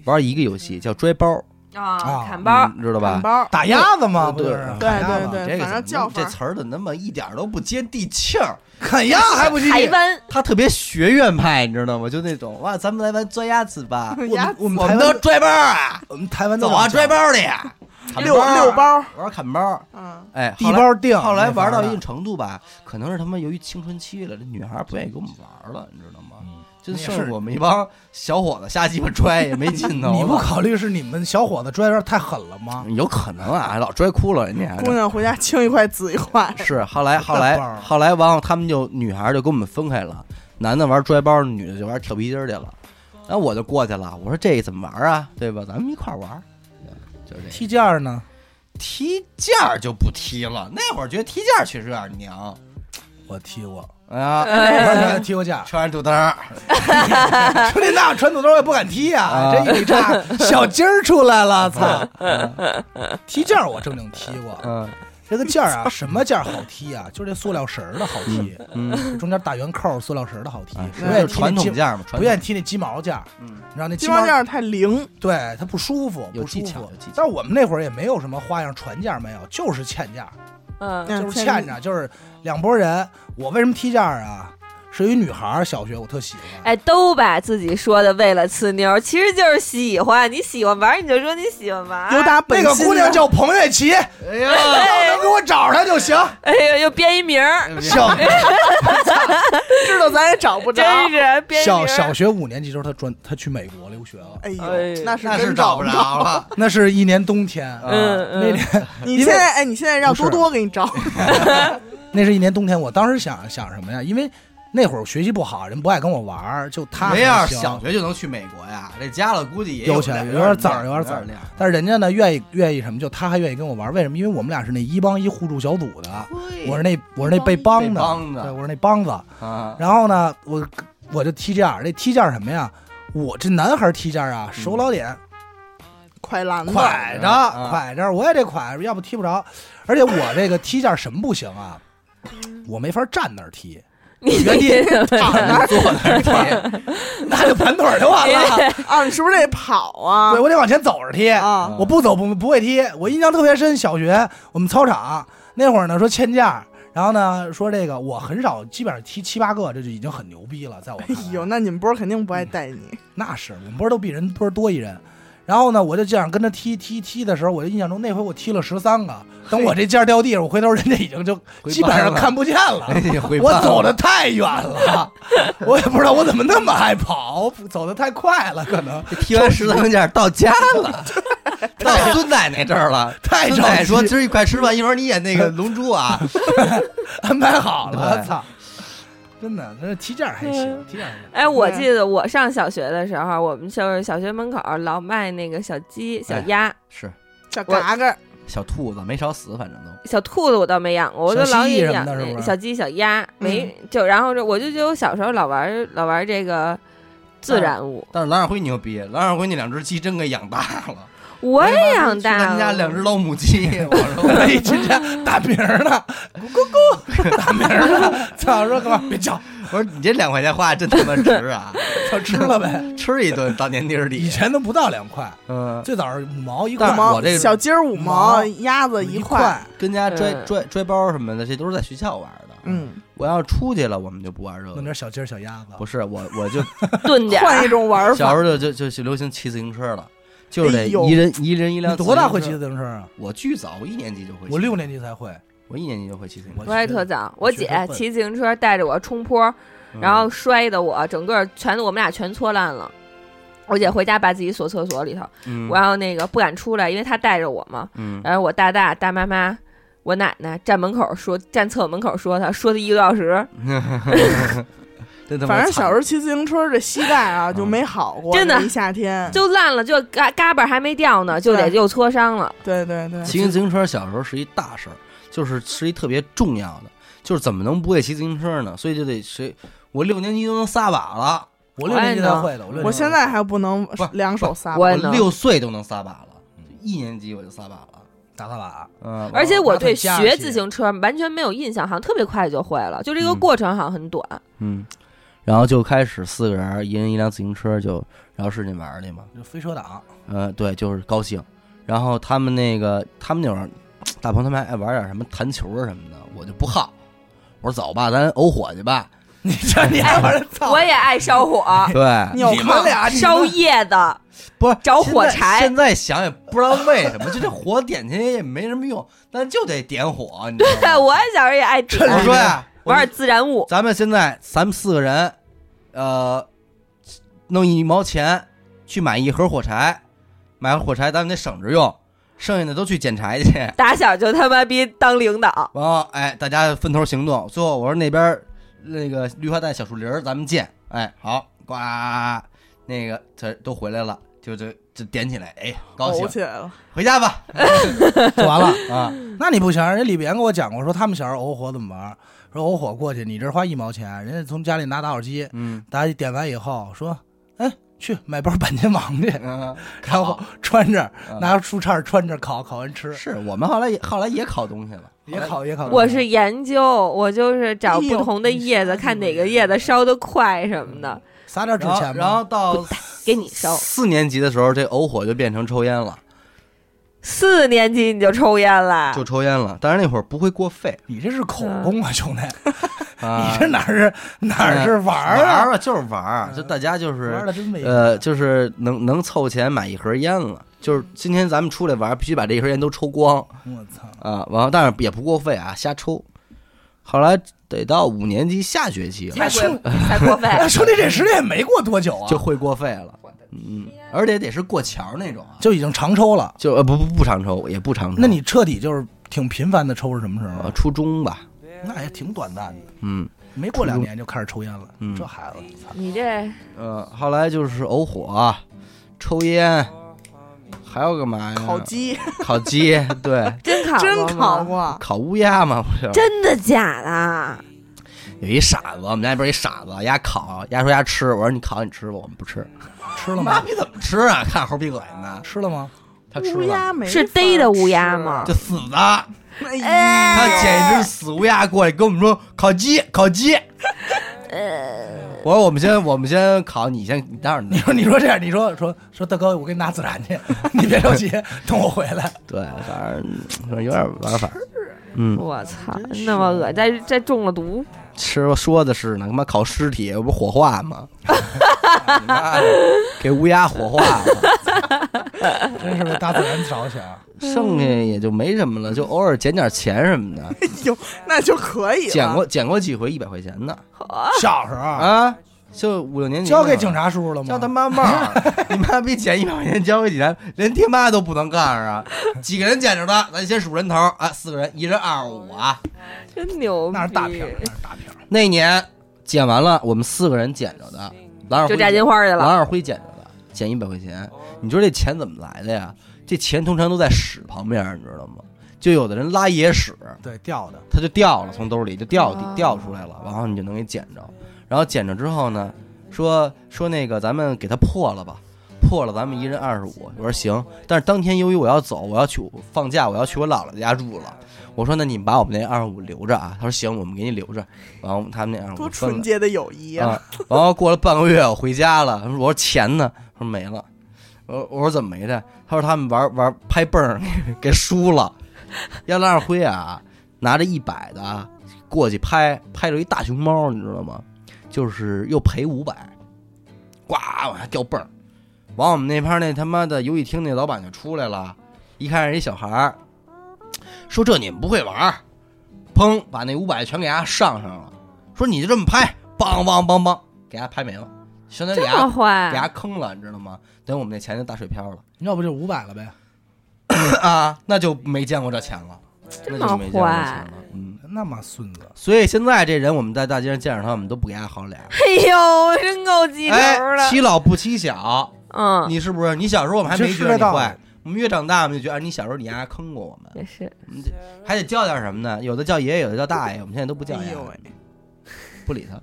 S3: 玩一个游戏叫拽包，
S5: 啊
S6: 啊，
S5: 砍包，
S3: 你知道
S4: 砍
S3: 吧？
S4: 包，
S6: 打鸭子嘛，不
S3: 对哎
S6: 就是
S4: 对
S6: 砍鸭
S4: 对
S6: 嘛
S4: 对
S3: 这个
S4: 反正
S3: 怎
S4: 叫
S3: 么
S4: 法
S3: 这词儿怎么那么一点儿都不接地气儿？
S6: 砍鸭还不接
S5: 台
S6: 地。
S5: 湾
S3: 他特别学院派，你知道吗？就那种哇，咱们来玩拽鸭 子吧，
S4: 鸭
S6: 我们
S3: 我
S6: 台
S3: 们
S6: 湾
S3: 都拽包啊，
S6: 我们台 湾
S3: 走啊，拽
S6: 拽，
S3: 包里，砍
S4: 六
S3: 儿
S4: 六，包，
S3: 玩砍包，
S4: 嗯，
S3: 哎，
S6: 地 包定。
S3: 后来玩到一
S6: 一
S3: 定程度吧，可能是他们由于青春期了，这女孩不愿意跟我们玩了，你知道吗？就
S6: 也
S3: 剩
S6: 是
S3: 我们一帮小伙子瞎鸡巴拽，也没劲 头了。
S6: 你不考虑是你们小伙子拽有点太狠了吗？
S3: 有可能啊，老拽哭了人
S4: 姑
S3: 家。
S4: 娘回家青一块紫一块，
S3: 是后来后
S6: 大棒
S3: 来
S6: 儿
S3: 后来，完后他们就女孩就跟我们分开了，男的玩拽包，女的就玩跳皮筋儿去了。然后我就过去了，我说这怎么玩啊？对吧？咱们一块儿玩儿，就这样
S6: 踢毽儿呢？
S3: 踢毽儿就不踢了，那会儿觉得踢毽儿确实有点娘
S6: 我踢过，
S3: 啊，
S6: 我也踢过毽儿。
S3: 穿着肚裆儿。
S6: 说这那传土豆我也不敢踢呀，
S3: 啊
S6: 这一扎小鸡儿出 来了，操！踢毽儿我正经踢过，
S3: 嗯
S6: 这个毽儿啊，什么毽儿好踢啊？就是这塑料绳儿的好踢，
S3: 嗯，
S6: 中间大圆扣儿塑料绳儿的好踢
S3: 啊，
S6: 不
S3: 是
S6: 愿
S3: 就
S6: 意踢
S3: 传
S6: 那
S3: 统
S6: 鸡
S3: 价嘛，
S6: 不愿意踢那鸡毛毽儿，
S3: 嗯
S6: 你知道那
S4: 鸡
S6: 鸡
S4: 毛
S6: 毛
S4: 毽儿太灵，
S6: 对它不舒服，
S3: 有
S6: 不舒
S3: 技巧
S6: 服
S3: 有技巧。
S6: 但是我们那会儿也没有什么花样传毽儿，没有，就是欠毽儿。
S5: 嗯
S4: 嗯
S6: 就是欠着，就是两拨人。我为什么踢毽儿啊？是一女孩儿，小学我特喜欢。
S5: 哎，都把自己说的为了呲妞，其实就是喜欢。你喜欢玩，你就说你喜欢玩。
S4: 有打
S6: 那
S4: 本
S6: 个
S4: 心
S6: 姑娘
S4: 的
S6: 叫彭月琪，哎呀，能给我找着她就行。
S5: 哎呦，又编一名儿，
S6: 小
S4: 知道咱也找 不着，
S5: 真是编一名
S6: 小
S5: 儿。
S6: 小学五年级时候，她转她去美国留学了。
S4: 哎呦
S5: 哎，
S4: 那是
S3: 那是
S4: 真找
S3: 找不
S4: 不
S3: 着
S4: 着。
S3: 了。
S6: 那是一年冬天，
S5: 嗯嗯
S6: 啊那年
S4: 你
S6: 因为
S4: 现在哎，你现在让
S6: 不是
S4: 多多给你找，
S6: 那是一年冬天。我当时想想什么呀？因为那会儿我学习不好，人不爱跟我玩儿，就她
S3: 没样
S6: 还
S3: 儿
S6: 行
S3: 小学就能去美国呀？这家了估计也
S6: 有
S3: 点
S6: 钱，
S3: 有
S6: 有点早儿，有
S3: 点
S6: 点早儿
S3: 有点。
S6: 但是人家呢，愿意愿意什么，就她还愿意跟我玩儿。为什么？因为我们俩是那一帮一互助小组的，
S4: 嗯
S6: 我是那我是那被帮的，
S3: 被帮的
S6: 对，我是那帮子。
S3: 啊，
S6: 然后呢，我我就踢毽儿，那踢毽儿什么呀？我这男孩儿踢毽儿啊，手老点，
S4: 快拦子，
S6: 蒯着
S3: 啊
S6: 蒯着，我也得蒯，要不踢不着。而且我这个踢毽儿什么不行啊？我没法站那儿 踢，
S5: 你
S6: 原地
S5: 地
S6: 那坐那儿踢，那就盘腿儿就完了。
S4: 啊，你是不是得跑啊
S6: 对，？我得往前走着踢。
S4: 啊，
S6: 我不走不不会踢。我印象特别深，小学我们操场那会儿呢，说欠毽儿，然后呢说这个我很少，基本上踢七八个，这就已经很牛逼了，在我
S4: 哎
S6: 看来。
S4: 呦，那你们波儿肯定不爱带你，
S6: 那是我们波儿都比人波儿多一人。然后呢，我就这样跟他踢踢踢的时候，我就印象中那回我踢了十三个。等我这毽儿掉地上，我回头人家已经就
S3: 回班
S6: 基本上
S3: 了
S6: 看不见了。
S3: 回
S6: 我
S3: 班
S6: 走
S3: 了
S6: 的太远了，我也不知道我怎么那么爱跑，走的太快了，可能
S3: 踢完十三个架到家 了，到孙奶奶这儿了。
S6: 太着
S3: 孙
S6: 急。
S3: 奶奶说：“今儿快吃饭，一会儿你演那 个龙珠啊。
S6: 安排好了，
S3: 对
S6: 操！真的，那踢毽儿还行，踢毽儿还行
S5: 哎，我记得我上小学的时候，我们就是小学门口老卖那个小鸡、
S6: 哎
S5: 小鸭、”
S3: 是
S4: 小嘎嘎儿，
S3: 小兔子没少死，反正都
S5: 小兔子，我倒没养过，我就
S6: 小
S5: 老
S6: 蜥蜴
S5: 也
S6: 什么
S5: 养
S6: 的是
S5: 那
S6: 不是
S5: 小鸡、小鸭，没就然后这我就觉得我小时候老玩老玩这个自然物，
S3: 但是蓝二辉牛逼，蓝二辉那两只鸡真给养大了。
S5: 我也养
S3: 哎去
S5: 大
S3: 他们家两
S5: 了
S3: 只。老母鸡，我 说。
S6: 哎，这这打鸣儿呢，咕咕咕，打鸣儿呢，操！说干嘛？别叫，
S3: 我说你这两块钱花得真他妈值啊！
S6: 操，吃 了呗。
S3: 吃一顿到年底儿
S6: 以
S3: 里，
S6: 前都不到两块，
S3: 嗯，
S6: 最早是五毛一
S3: 但
S6: 块，
S3: 是我这个
S4: 小鸡儿五毛
S6: 毛，
S4: 鸭子
S6: 一
S4: 块，，
S3: 跟家拽
S5: 嗯
S3: 拽拽包什么的，这都是在学校玩的。，
S4: 嗯，
S3: 我要出去了，我们就不玩这
S6: 弄
S3: 个。
S6: 点小鸡儿、小鸭子。
S3: 不是我，我就
S5: 炖点儿
S4: 换一种 玩
S3: 小时
S4: 法，
S3: 候就就就就流行骑自行车了，就是
S4: 哎
S3: 得
S4: 呦
S3: 一人一人一
S6: 你
S3: 辆。
S6: 多大会骑？自行车啊？
S3: 我巨早，我一年级就会骑。
S6: 我六，年级才会。
S3: 我一年级就会骑自行车。
S5: 我也特早，我姐
S6: 学得笨
S5: 骑自行车带着我冲坡，
S3: 嗯
S5: 然后摔的我整个全我们俩全搓烂了。我姐回家把自己锁厕所里头，
S3: 嗯
S5: 我要那个不敢出来，因为她带着我嘛。
S3: 嗯，
S5: 然后我大大、大妈妈、我奶奶站门口说，站厕所门口说她，说她一个多小时，
S3: 真他妈
S4: 反正小时
S3: 候
S4: 候骑自行车这膝盖
S3: 嗯
S4: 啊就没好过，
S5: 真的
S4: 这一夏天，
S5: 就烂了，就嘎嘎巴还没掉呢，就得
S4: 对
S5: 又搓伤了。
S4: 对对对，
S3: 骑自行车小时候是一大事儿，就是是一特别重要的，就是怎么能不会骑自行车呢？所以就得谁，我六年级都能撒把了，
S6: 我六年级才会的。我六年级才会
S4: 我现在还不能
S3: 不
S4: 两手撒把，
S5: 我
S3: 我
S5: 也能
S3: 六岁都能撒把了，一年级我就撒把了。
S6: 打扫把，
S3: 嗯，
S5: 而且我对
S6: 麻烦加一
S5: 学
S6: 些
S5: 自行车完全没有印象，好像特别快就会了，就这个
S3: 嗯
S5: 过程好像很短。
S3: 嗯，然后就开始四个人，一人一辆自行车就绕市去玩儿去嘛。
S6: 就飞车党，
S3: 呃，对，就是高兴。然后他们那个，他们那会儿，大鹏他们还爱玩点什么弹球啊什么的，我就不好。我说走吧，咱偶火去吧。
S6: 你 这你还玩儿操
S5: 我也爱烧火，
S3: 对，
S4: 你有
S6: 你们俩你
S5: 烧叶子，
S3: 不是
S5: 着火
S3: 现在
S5: 柴
S3: 现在想也不知道为什么，就这火点起来也没什么用，但就得点火，你知道吗？
S5: 我小时候也爱点
S3: 我说呀，我
S5: 玩
S3: 说
S5: 点自然物，
S3: 咱们现在咱们四个人，呃，弄一毛钱去买一盒火柴，买完火柴咱们得省着用，剩下的都去捡柴去。
S5: 打小就他妈逼当领导，
S3: 然后哎，大家分头行动。最后我说那边儿那个绿化带小树林儿咱们见。哎，好，呱，那个这都回来了，就这这点起来，哎，高兴
S4: 呕，起来了，
S3: 回家 吧
S6: 就完了。
S3: 啊！
S6: 那你不行，人家李岩跟我讲过，说他们小时候偶火怎么玩儿，说偶火过去，你这花一毛钱，人家从家里拿打火机，
S3: 嗯
S6: 打火机点完以后说，哎，去买包板筋王去，
S3: 嗯，
S6: 然后穿着
S3: 嗯
S6: 拿树杈穿着烤，烤完吃，
S3: 是我们后来也后来也烤东西了，
S6: 也烤也烤。
S3: 嗯
S5: 我是研究，我就是
S4: 哎
S5: 找
S4: 呦
S5: 不同的叶子，看哪个叶子烧得快什么的，
S6: 撒点纸
S3: 然后
S6: 钱吧，
S3: 然后到
S5: 给你烧。
S3: 四年级的时候，这偶火就变成抽烟了，
S5: 四年级你就抽烟了
S3: 就，抽烟了。当然那会儿不会过肺
S6: 你这是口供啊，兄弟，
S3: 啊，
S6: 你这哪是哪是玩
S3: 玩
S6: 儿啊？
S3: 啊，就是玩儿，就大家就
S6: 玩
S3: 是
S6: 的真没
S3: 呃，就是能能凑钱买一盒烟了。就是今天咱们出来玩，必须把这一盒烟都抽光
S6: 我操，
S3: 啊！完了，但是也不过费啊，瞎抽。后来得到五年级下学期了，
S5: 太过太过 分。
S6: 哎兄弟，这时间也没过多久啊，
S3: 就会过费了，嗯，而且得是过桥那种啊，
S6: 就已经常抽了。
S3: 就呃不不不常抽，也不常抽。
S6: 那你彻底就是挺频繁的抽是什么时候
S3: 呃
S6: 啊？
S3: 初中吧，
S6: 那也挺短暂的，
S3: 嗯
S6: 没过两年就开始抽烟了
S3: 嗯。
S6: 这孩子，操
S5: 你这
S3: 呃，后来就是偶火、抽烟，还有干嘛呀？
S4: 烤鸡 啊
S3: 烤鸡，对，
S5: 真烤
S4: 真
S5: 过吗
S4: 烤过，
S3: 烤乌鸦嘛，不是？
S5: 真的假的？
S3: 有一傻子，我们家那边一傻子，丫烤，丫说丫吃，我说你烤你吃吧，我们不吃。
S6: 吃了吗？
S3: 逼怎么吃啊？看猴逼恶心的，
S6: 吃了吗？
S3: 他吃
S4: 乌
S3: 了
S4: 鸦没
S5: 是
S4: 法
S5: 逮的乌
S4: 吃
S5: 鸦吗？
S3: 就死的，
S4: 哎
S3: 他捡一只死乌鸦过来跟我们说烤鸡，烤 鸡。我说我们先我们先烤，你先你待会儿你
S6: 你说你说这样，你说说说大哥，我给你拿孜然 去，你别着急，等我回来。
S3: 对，反正反正有点玩法。嗯，
S5: 我操，那么恶，这这中了毒，
S3: 吃说的是呢，他妈烤尸体不是火化吗？ 你妈的给乌鸦火化了，
S6: 真是为大自然着 想，
S3: 剩下也就没什么了，就偶尔捡点钱什么
S6: 哎
S3: 的。
S4: 呦，那就可以了。
S3: 捡过捡过几回一百块钱的
S6: 小时候
S3: 啊，就五六年级
S6: 交给警，察叔叔了吗？
S3: 叫他妈帽儿， 你妈逼捡一百块钱交给警察，连爹妈都不能告诉啊！几个人捡着的，咱先数人头啊，四个人，一人二十五啊。
S5: 真牛逼！
S6: 那是大片儿，那是大片儿。
S3: 那年捡完了，我们四个人捡着的，蓝二
S5: 就
S3: 辉
S5: 炸金花去
S3: 蓝
S5: 了。
S3: 二辉捡着的，捡一百块钱，你说这钱怎么来的呀？这钱通常都在屎旁边，你知道吗？就有的人拉野屎，
S6: 对，掉的。
S3: 它就掉了，从兜里就掉地掉出来了，然后你就能给捡着。然后捡着之后呢，说说那个咱们给它破了吧，破了咱们一人二十五。我说行，但是当天由于我要走，我要去放假，我要去我姥姥家住了。我说那你们把我们那二十五留着啊。他说行，我们给你留着。然后他们那二十
S4: 多
S3: 五分
S4: 纯
S3: 了。
S4: 洁的友谊啊！
S3: 嗯啊。然后过了半个月，我回家了，我说钱呢？他说没了。我说我说怎么没的？他说他们玩玩拍蹦儿 给输了。要拉二辉啊，拿着一百的啊过去拍，拍着一大熊猫，你知道吗？就是又赔五百，呱往下掉蹦儿。完，我们那边儿那他妈的游戏厅那老板就出来了，一看是一小孩儿，说这你们不会玩儿，砰，把那五百全给他上上了，说你就这么拍，梆梆梆梆，给他拍没了，相当于
S5: 这
S3: 给
S5: 么
S3: 他给
S5: 坏啊
S3: 他，坑了，你知道吗？等于我们那钱就打水漂了
S6: 要不就五百了呗。
S3: 啊，那就没见过这钱了，
S5: 这
S3: 那就
S5: 么
S3: 没见过这钱
S5: 坏！
S3: 了，嗯。
S6: 那么孙子，
S3: 所以现在这人，我们在大街上见着他，我们都不给他好脸儿。
S5: 哎呦，真够鸡头
S3: 哎，
S5: 的。
S3: 欺老不欺小，
S5: 嗯，
S3: 你是不是？你小时候我们还没
S6: 这
S3: 觉
S6: 是
S3: 得你
S6: 道理
S3: 坏，我们越长大我们就觉得，哎你小时候你丫坑过我们，
S5: 也是，
S3: 还得叫点什么呢？有的叫爷爷，有的叫大爷，我们现在都不叫
S4: 哎
S3: 爷
S4: 呦
S3: 爷，
S4: 喂，
S3: 不理他。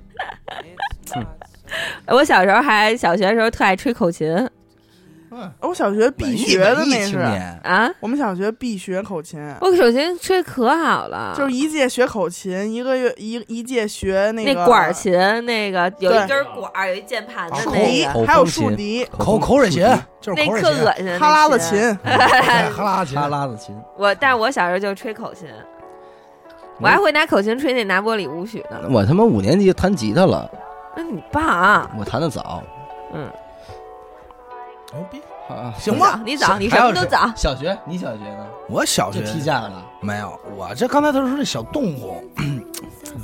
S5: 哎我小时候还小学的时候特爱吹口琴，
S4: 我小学必学的
S3: 文艺
S4: 那
S3: 青
S4: 是，
S3: 年，
S5: 啊！
S4: 我们小学必学口琴，
S5: 我首先吹可好了，
S4: 就是一届学口琴，一个月一一届学那
S5: 那
S4: 个
S5: 管儿琴，那个有一
S4: 对哦
S5: 根儿管儿，有一键盘的
S4: 竖
S5: 那
S4: 笛
S5: 个，
S3: 口
S4: 还有
S3: 风
S4: 竖
S3: 琴
S4: 笛、
S6: 口口水琴就是
S5: 那
S6: 口
S5: 特
S6: 水琴，
S5: 恶心了。
S4: 哈拉
S5: 那
S4: 的
S5: 琴
S4: 琴，
S6: 对哈拉琴
S3: 哈，拉的琴。
S5: 我但我小时候就吹口琴，我还会拿口琴吹那拿波里舞曲呢。
S3: 我他妈五年级弹吉他了，
S5: 那你棒啊！
S3: 我弹的早
S6: 牛逼，
S3: 啊。
S6: 行吧？
S5: 你早，你
S6: 还
S5: 什
S6: 有
S5: 么都
S6: 谁
S5: 早。
S3: 小学，你小学呢？
S6: 我小学
S3: 就踢毽子了，
S6: 没有，我这刚才他说这小动物，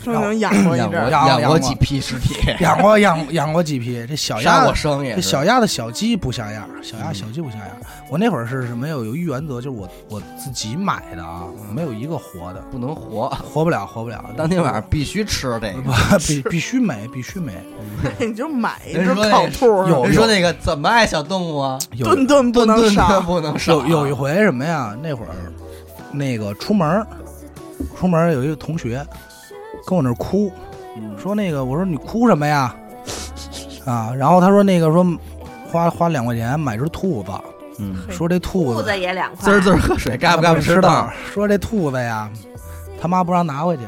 S4: 就能养活一
S3: 养
S4: 阵
S3: 过
S4: 儿。
S6: 养过
S3: 养
S6: 养
S3: 过
S6: 过
S3: 几批尸体，
S6: 养过养养过几批，这小
S3: 杀
S6: 鸭
S3: 过
S6: 子，
S3: 生也
S6: 这
S3: 是。
S6: 小鸭子小鸡不像样，小鸭
S3: 嗯
S6: 小鸡不像样。我那会儿是什么有有一原则，就是我我自己买的啊，没有一个活的，
S3: 不能活，
S6: 活不了，活不了。
S3: 当天晚上必须吃这个。
S6: 不 必必须美，必须美。
S4: 哎你就买一
S3: 人
S4: 只
S3: 说那
S4: 烤兔儿，
S6: 有
S3: 人说那个怎么爱小动物啊？
S6: 有
S4: 顿顿不
S3: 顿
S4: 能
S3: 顿的
S4: 少。
S3: 不能少
S6: 有
S3: 啊。
S6: 有一回什么呀？那会儿那个出门儿，出门儿有一个同学跟我那儿哭，说那个我说你哭什么呀？啊，然后他说那个说花花两块钱买只兔子，
S3: 嗯，
S6: 说这兔
S5: 裤子也两
S3: 滋
S5: 块
S3: 儿，滋儿喝水，嘎
S6: 不
S3: 巴嘎巴
S6: 知
S3: 吃
S6: 道
S3: 道，，
S6: 说这兔子呀，他妈不让拿回去。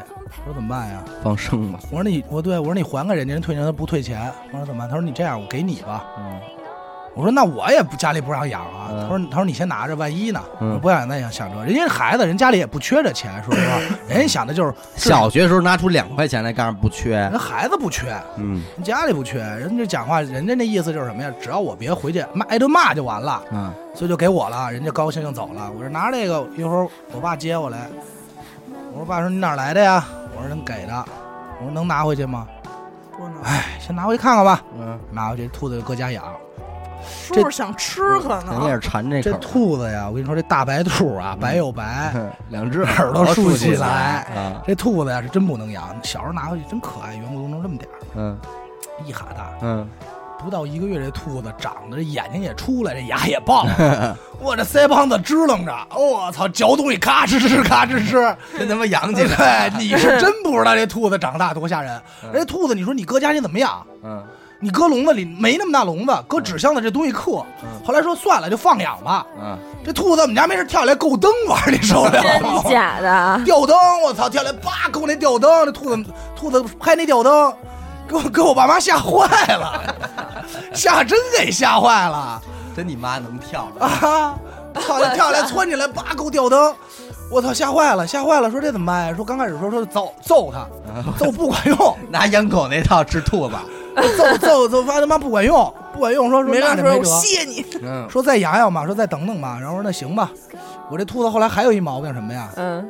S6: 我说怎么办呀？
S3: 放生吧。
S6: 我说你我对我说你还给人家，人退钱他不退钱。我说怎么办？他说你这样，我给你吧。
S3: 嗯，
S6: 我说那我也不家里不让养啊。
S3: 嗯
S6: 他说他说你先拿着，万一呢？
S3: 嗯
S6: 我不想那想想着，人家孩子人家里也不缺这钱，说 实话，人家想的就是
S3: 小学时候拿出两块钱来，干不缺。
S6: 人孩子不缺，
S3: 嗯
S6: 人家里不缺，人家讲话人家那意思就是什么呀？只要我别回去骂挨顿骂就完了，
S3: 啊，
S6: 所以就给我了，人家高兴兴走了。我说拿这个，一会儿我爸接我来。我说爸说你哪儿来的呀？我说能给的。我说能拿回去吗？
S4: 不能
S6: 哎，先拿回去看看吧。
S3: 嗯，
S6: 拿回去，兔子就搁家养。
S4: 叔叔想
S6: 嗯
S4: 吃啊可
S3: 咱也
S4: 能，
S3: 是馋这
S6: 这
S3: 口儿。 嗯
S6: 兔子呀，我跟你说，这大白兔啊，白又白，
S3: 两只
S6: 耳朵竖起来
S3: 啊，
S6: 这兔子呀是真不能养。小时候拿回去真可爱，圆咕隆咚这么点儿，
S3: 嗯
S6: 一哈大。
S3: 嗯，
S6: 不到一个月，这兔子长得这眼睛也出来，这牙也爆了， 我这腮帮子支棱着，哦我操，嚼东西咔哧哧咔哧哧。
S3: 真他妈洋气的。
S6: 对，你是真不知道这兔子长大多吓人。
S3: 嗯
S6: 这兔子，你说你搁家里怎么养？
S3: 嗯，
S6: 你搁笼子里没那么大笼子，搁纸箱子这东西克
S3: 嗯。
S6: 后来说算了，就放养吧。
S3: 嗯，
S6: 这兔子我们家没事跳下来够灯玩儿，你受得了 吗
S5: 真？假的？
S6: 吊灯，我操，跳下来叭够那吊灯，这兔子兔子拍那吊灯，给我给我爸妈吓坏了，吓真给吓坏了
S3: 真你妈能跳了。
S6: 啊！操，跳下来窜起来叭够吊灯。我操，吓坏了，吓坏了！说这怎么办呀？说刚开始说说揍揍他，揍不管用，
S3: 拿养狗那套治兔子。
S6: 揍揍揍，发现他妈不管用，不管用，说说
S4: 没
S6: 那
S4: 法
S6: 你
S4: 说，
S6: 没
S4: 我
S6: 辙，
S4: 谢 你。
S3: 嗯，
S6: 说再养养吧，说再等等吧，然后说那行吧。我这兔子后来还有一毛病什么呀？
S5: 嗯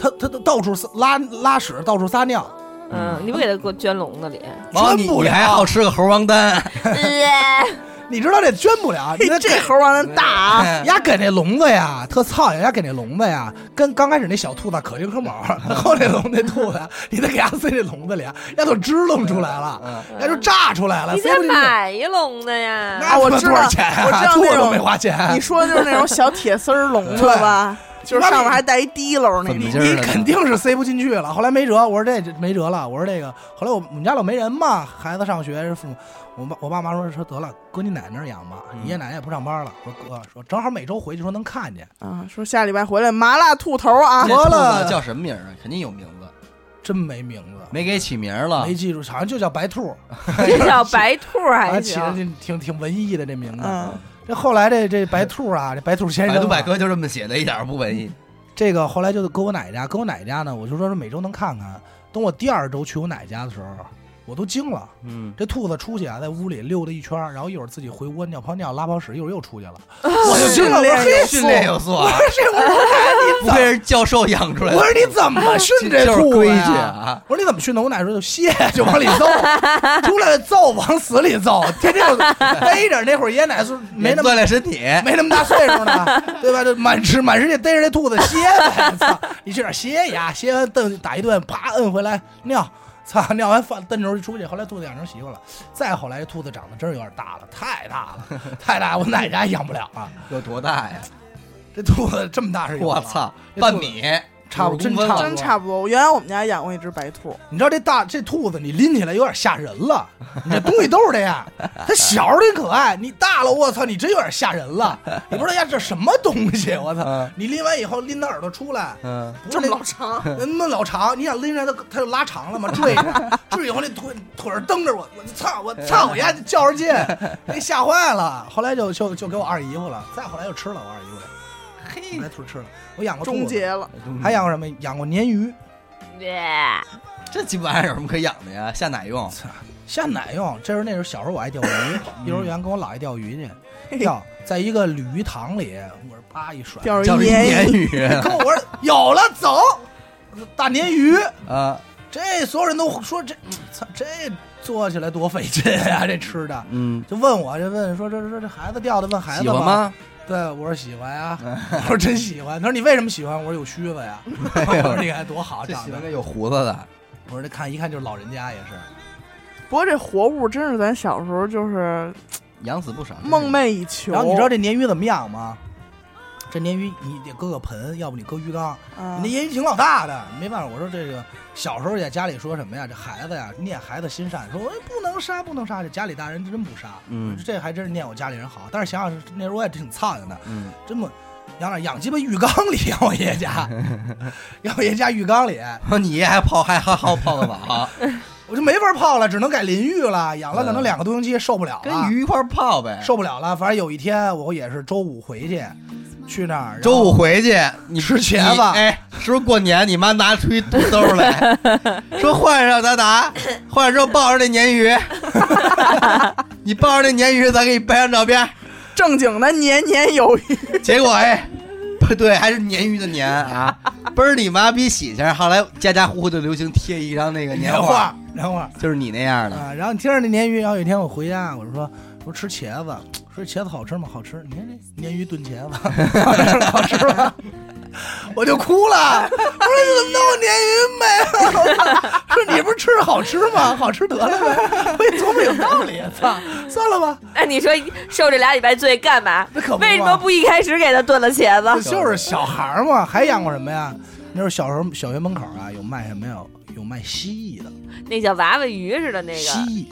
S6: 它它它到处撒拉拉屎，到处撒尿，
S5: 嗯，你不给它给我捐笼子里？
S3: 毛你
S6: 真不
S3: 你还
S6: 了
S3: 好吃个猴王丹，
S6: 你知道这捐不了，你
S4: 嘿
S6: 得哎
S4: 这猴玩的大啊！
S6: 丫给那笼子呀，特操呀，丫给那笼子呀，跟刚开始那小兔子可劲可卯， 然后那笼那兔子，你得给它塞那笼子里，啊丫都支棱出来
S3: 嗯
S6: 了，
S4: 嗯
S6: 丫就炸出来了，
S5: 你
S6: 塞
S5: 得
S6: 不进去。
S5: 买一笼子呀！
S6: 那
S4: 啊我
S6: 他妈
S4: 知
S6: 多
S4: 道
S6: 少钱啊？
S4: 我知道
S6: 兔
S4: 那
S6: 子
S4: 种
S6: 没花钱，啊
S4: 你说的就是那种小铁丝儿笼子吧？就是上面还带一滴漏那
S3: 怎
S4: 种
S3: 么劲。儿
S6: 你
S3: 呢
S6: 肯定是塞不进去了。后来没辙，我说这这没辙了，我说这个，后来我我们家老没人嘛，孩子上学，父母我爸我爸妈说说得了，搁你奶奶那儿养吧，
S4: 嗯
S6: 你爷爷奶奶也不上班了。我说哥说正好每周回去说能看见，
S4: 啊，说下礼拜回来麻辣兔头啊
S3: 这，兔
S6: 了
S3: 子叫什么名儿啊？肯定有名字，
S6: 真没名字。
S3: 没给起名儿了
S6: 没。记住，好像就叫白兔，
S5: 这叫白兔
S6: 啊，
S5: 还
S6: 起的
S5: 行？
S6: 挺挺挺文艺的这名字。
S4: 嗯，
S6: 这后来这这白兔啊， 这白兔先生
S3: 百
S6: 啊，
S3: 度百科就这么写的，一点儿不文艺。
S6: 这个后来就搁我奶奶家，搁我奶奶家呢，我就说是每周能看看。等我第二周去我奶奶家的时候，我都惊了，
S3: 嗯，
S6: 这兔子出去啊，在屋里溜达一圈儿，然后一会儿自己回窝尿泡尿拉泡屎，一会儿又出去了，我就惊了，我说嘿，
S3: 训练有素
S6: 我
S3: 啊，
S6: 说这我说
S3: 不愧是教授养出来
S6: 啊我
S3: 的
S6: 说。你怎么训这
S3: 啊 就是
S6: 兔
S3: 规
S6: 子
S3: 矩
S6: 呀？
S3: 啊！
S6: 我说你怎么训的？我奶奶说就卸，就往里揍，出来揍，往死里揍，天天就逮着。那会儿爷爷奶奶说没那么
S3: 锻炼身体，
S6: 没那么大岁数呢，对吧？就满世满世界逮着这兔子歇呗，操！你去哪儿歇呀？歇完蹬打一顿，啪摁回来尿，操！尿完放蹬着就出去。后来兔子养成习惯了，再后来这兔子长得真是有点大了，太大了，太大，我奶奶家养不了了。
S3: 有多大呀？
S6: 这兔子这么大是有的
S3: 我，操，
S6: 这兔
S3: 半
S6: 子
S3: 米，
S6: 差不多
S3: 真啊差不多
S4: 真差不多。我原来我们家养过一只白兔，
S6: 你知道这大这兔子，你拎起来有点吓人 了。你这东西都是这样，它小时候挺可爱，你大了，我操，你真有点吓人了。你不知道呀，这什么东西，我操！
S3: 嗯
S6: 你拎完以后，拎它耳朵出来，
S3: 嗯，
S6: 不
S4: 这么
S6: 是那
S4: 老长，
S6: 那么老长，你想拎着它，它就拉 长了嘛，坠着，坠以后那腿腿儿蹬着我，我操， 我操，我丫就较着劲，那吓坏了。后来就就就给我二姨夫了，再后来就吃了我二姨夫了，
S3: 嘿
S6: 我，来兔吃了。我养过兔
S4: 终
S6: 子，
S4: 结了。
S3: 嗯
S6: 还养过什么？养过鲶鱼，
S3: 这鸡巴玩意儿有什么可养的呀？下奶用？
S6: 下奶用。这是那时候小时候 我爱钓鱼，幼
S3: 嗯
S6: 儿园跟我姥爷钓鱼去，钓在一个鲤鱼塘里，我说啪嗯一甩，
S4: 钓鱼
S3: 叫这
S4: 鲶
S3: 鲶
S4: 鱼，
S3: 鱼
S6: 跟我说有了走，大鲶鱼。
S3: 啊，
S6: 这所有人都说这，操，这做起来多费劲啊！这吃的，
S3: 嗯，
S6: 就问我，这问说这这这孩子钓的，问孩子
S3: 喜欢
S6: 吧？
S3: 吗？
S6: 对，我说喜 欢呀，我说真喜欢。他说你为什么喜欢？我说有须子呀。我
S3: 哎
S6: 说
S3: 呦，
S6: 你看多 好，
S3: 这
S6: 长
S3: 喜
S6: 得
S3: 欢。个有胡子的，
S6: 我说这看一看就是老人家也是。
S4: 不过这活物真是咱小时候就是
S3: 养死不少。
S4: 梦寐以求。
S6: 然后你知道这鲶鱼怎么养吗？这鲳鱼你得搁个盆，要不你搁鱼缸。
S4: 啊
S6: 那鲶鱼挺老大的，没办法。我说这个小时候在家里说什么呀？这孩子呀，念孩子心善，说哎不能杀，不能杀。这家里大人真不杀，
S3: 嗯
S6: 这还真是念我家里人好。但是想想那时候我也挺操心的，
S3: 嗯，
S6: 这么养点养鸡巴浴缸里，养我爷家，养我爷家浴缸里，
S3: 你还泡还还好泡的好，
S6: 我就没法泡了，只能改淋浴了。养了可能
S3: 嗯
S6: 两个多星期，受不了 了
S3: 跟，鱼一块儿泡 呗。
S6: 受不了了。反正有一天我也是周五回去，去那儿然后
S3: 周五回去，你
S6: 吃茄子
S3: 你哎，是不是过年你妈拿出一肚兜 来，说换上咱拿，换上之后抱着那鲶 鱼，你抱着那鲶鱼，咱给你拍张照片。
S4: 正经的年年有余，
S3: 结果哎，不对，还是鲶鱼的鲶 啊，倍儿你妈逼喜庆。后来家家户户就流行贴一张那个年
S6: 年画，年画。
S3: 就是你那样的。
S6: 啊，然后你听着那鲶鱼，然后有一天我回家，我就说我说吃茄子，说茄子好吃吗？好吃。你看这鲶鱼炖茄子， 好吃吗？我就哭了，我说你怎么弄鲶鱼没了？ 说你不是吃着好吃吗？好吃得了呗。我一琢磨有道理，啊操，算了吧，
S5: 那你说受这俩礼拜罪干嘛？
S6: 那可不
S5: 为什
S6: 嘛
S5: 么不一开始给他炖了茄子？
S6: 就是小孩儿嘛，还养过什么呀？那时候小时候小学门口啊，有卖什么呀？有卖蜥蜴的，
S5: 那叫娃娃鱼似的那
S6: 蜥
S5: 个，
S6: 蜴。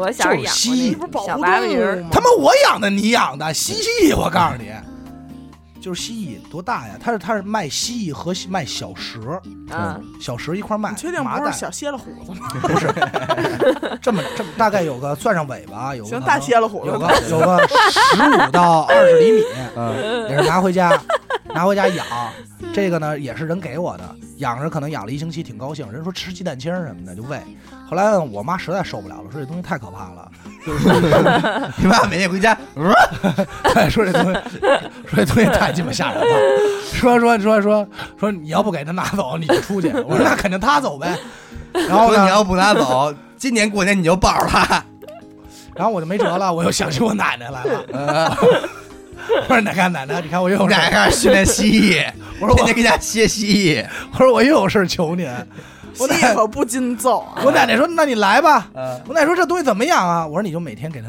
S5: 我小时候
S6: 就是
S5: 养
S4: 你
S5: 过那
S6: 蜥蜴
S4: 不是保
S5: 小
S4: 护
S5: 娃娃鱼
S4: 动
S5: 儿嗯
S4: 物吗？
S6: 他妈我养的，你养的蜥蜴，我告诉你，就是蜥蜴多大呀？它是它是卖蜥蜴和卖小蛇，
S5: 嗯，
S6: 小蛇一块卖。
S4: 你确定
S6: 麻
S4: 不
S6: 袋
S4: 是小蝎了虎子吗？
S6: 不是这么这么大概有个算上尾巴有个
S4: 行，大蝎了虎
S6: 有
S4: 子，
S6: 个有个十五到二十厘米，
S3: 嗯
S6: 也是拿回家拿回家养。这个呢也是人给我的，养着可能养了一星期，挺高兴。人说吃鸡蛋清儿什么的就喂，后来呢我妈实在受不了了，说这东西太可怕了，
S3: 嗯你妈每天回家，呃
S6: 说这东西，说这东西太鸡巴吓人了。 说说说说说，你要不给他拿走，你就出去。我说那肯定他走呗。然后
S3: 说你
S6: 呢，
S3: 要不拿 走，今年过年你就抱着它。
S6: 然后我就没辙了，我又想起我奶奶来了。我说奶奶奶奶，你看我又
S3: 我
S6: 有
S3: 们
S6: 事
S3: 俩
S6: 儿，
S3: 开始训练蜥蜴，
S6: 我说
S3: 天
S6: 我
S3: 天跟家歇蜥蜴。
S6: 我说我又有事儿求您。我
S4: 蜥
S6: 奶
S4: 蜴可不禁揍啊！
S6: 我奶奶说那你来吧。
S3: 嗯
S6: 我奶奶说这东西怎么养啊？我说你就每天给他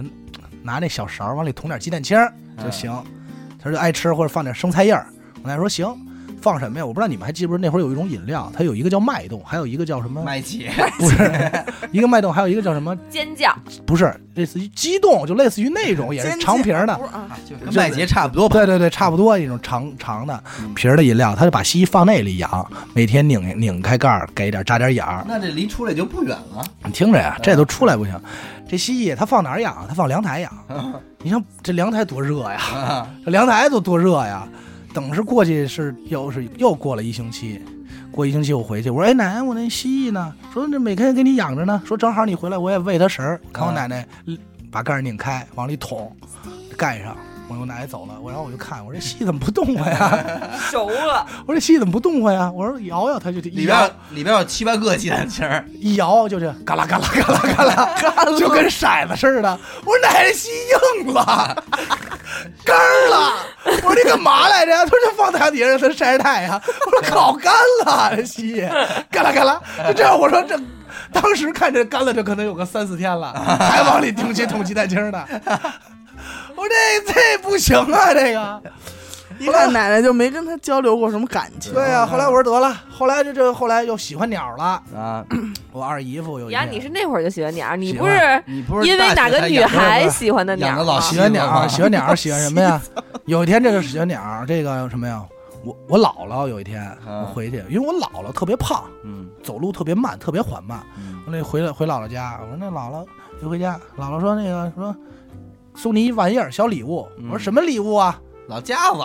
S6: 拿那小勺往里捅点鸡蛋清儿就行。
S3: 嗯
S6: 他说爱吃或者放点生菜叶儿。我奶奶说行。放什么呀？我不知道你们还记不记得那会儿有一种饮料，它有一个叫脉动，还有一个叫什么？
S3: 麦姐，
S6: 不是一个脉动，还有一个叫什么？
S5: 尖叫，
S6: 不是，类似于激动，就类似于那种， 也是
S4: 尖叫
S6: 长瓶儿的
S4: 不。是啊，
S3: 跟麦姐差不多吧？
S6: 对对对，差不多一种长长的
S4: 嗯
S6: 瓶儿的饮料，他就把蜥蜴放那里养，每天拧拧开盖儿，给点扎点眼儿。
S3: 那这离出来就不远了。
S6: 你听着呀，这都出来不行。这蜥蜴它放哪儿养？它放凉台养。你像这凉台多热呀，
S3: 啊，
S6: 这凉台多多热呀。等是过去是又是又过了一星期，过一星期我回去，我说哎奶奶，我那蜥蜴呢？说这每天给你养着呢。说正好你回来，我也喂它食儿。看我
S3: 啊
S6: 奶奶嗯把盖儿拧开，往里捅，盖上。我我奶奶走了，我然后我就看，我说这蜥蜴怎么不动活呀？
S5: 熟了，
S6: 我说这蜥蜴怎么不动活呀？我说摇摇它就一
S3: 里
S6: 摇
S3: 边里边有七八个鸡蛋清儿，
S6: 一摇就是嘎啦嘎啦嘎啦嘎啦，就跟骰子似的。我说奶奶吸硬了，干儿了。我说你干嘛来着？他说就放台底下让它晒晒太阳。我说烤干了，这蜥蜴嘎啦嘎啦，就这样。我说这。当时看这干了，这可能有个三四天了，还往里捅鸡捅鸡蛋清呢。我说这这不行啊，这个
S4: 一看奶奶就没跟他交流过什么感情。
S6: 对啊呀、后来我说得了，后来这这后来又喜欢鸟了。
S3: 啊，
S6: 我二姨夫有一
S5: 呀，
S6: 天
S5: 你是那会儿就喜欢鸟，你
S6: 喜
S5: 不
S6: 欢
S5: 是
S3: 你不是
S5: 因为
S3: 大
S5: 哪
S3: 学
S5: 个
S3: 才
S5: 女
S3: 养的
S5: 孩
S3: 吗
S5: 喜欢的
S3: 养
S5: 鸟啊
S3: 的老
S5: 吗
S3: 喜
S6: 喜欢鸟，
S3: 吗
S6: 喜欢鸟，喜欢什么呀？ 有一天这个喜欢鸟，这个什么呀？我我姥姥有一天
S3: 嗯
S6: 我回去，因为我姥姥特别胖，
S3: 嗯
S6: 走路特别慢，特别缓慢。
S3: 嗯
S6: 我那回了回姥姥家，我说那姥姥一回家，姥姥说那个说送你一玩意儿小礼物。
S3: 嗯
S6: 我说什么礼物啊？
S3: 老家子，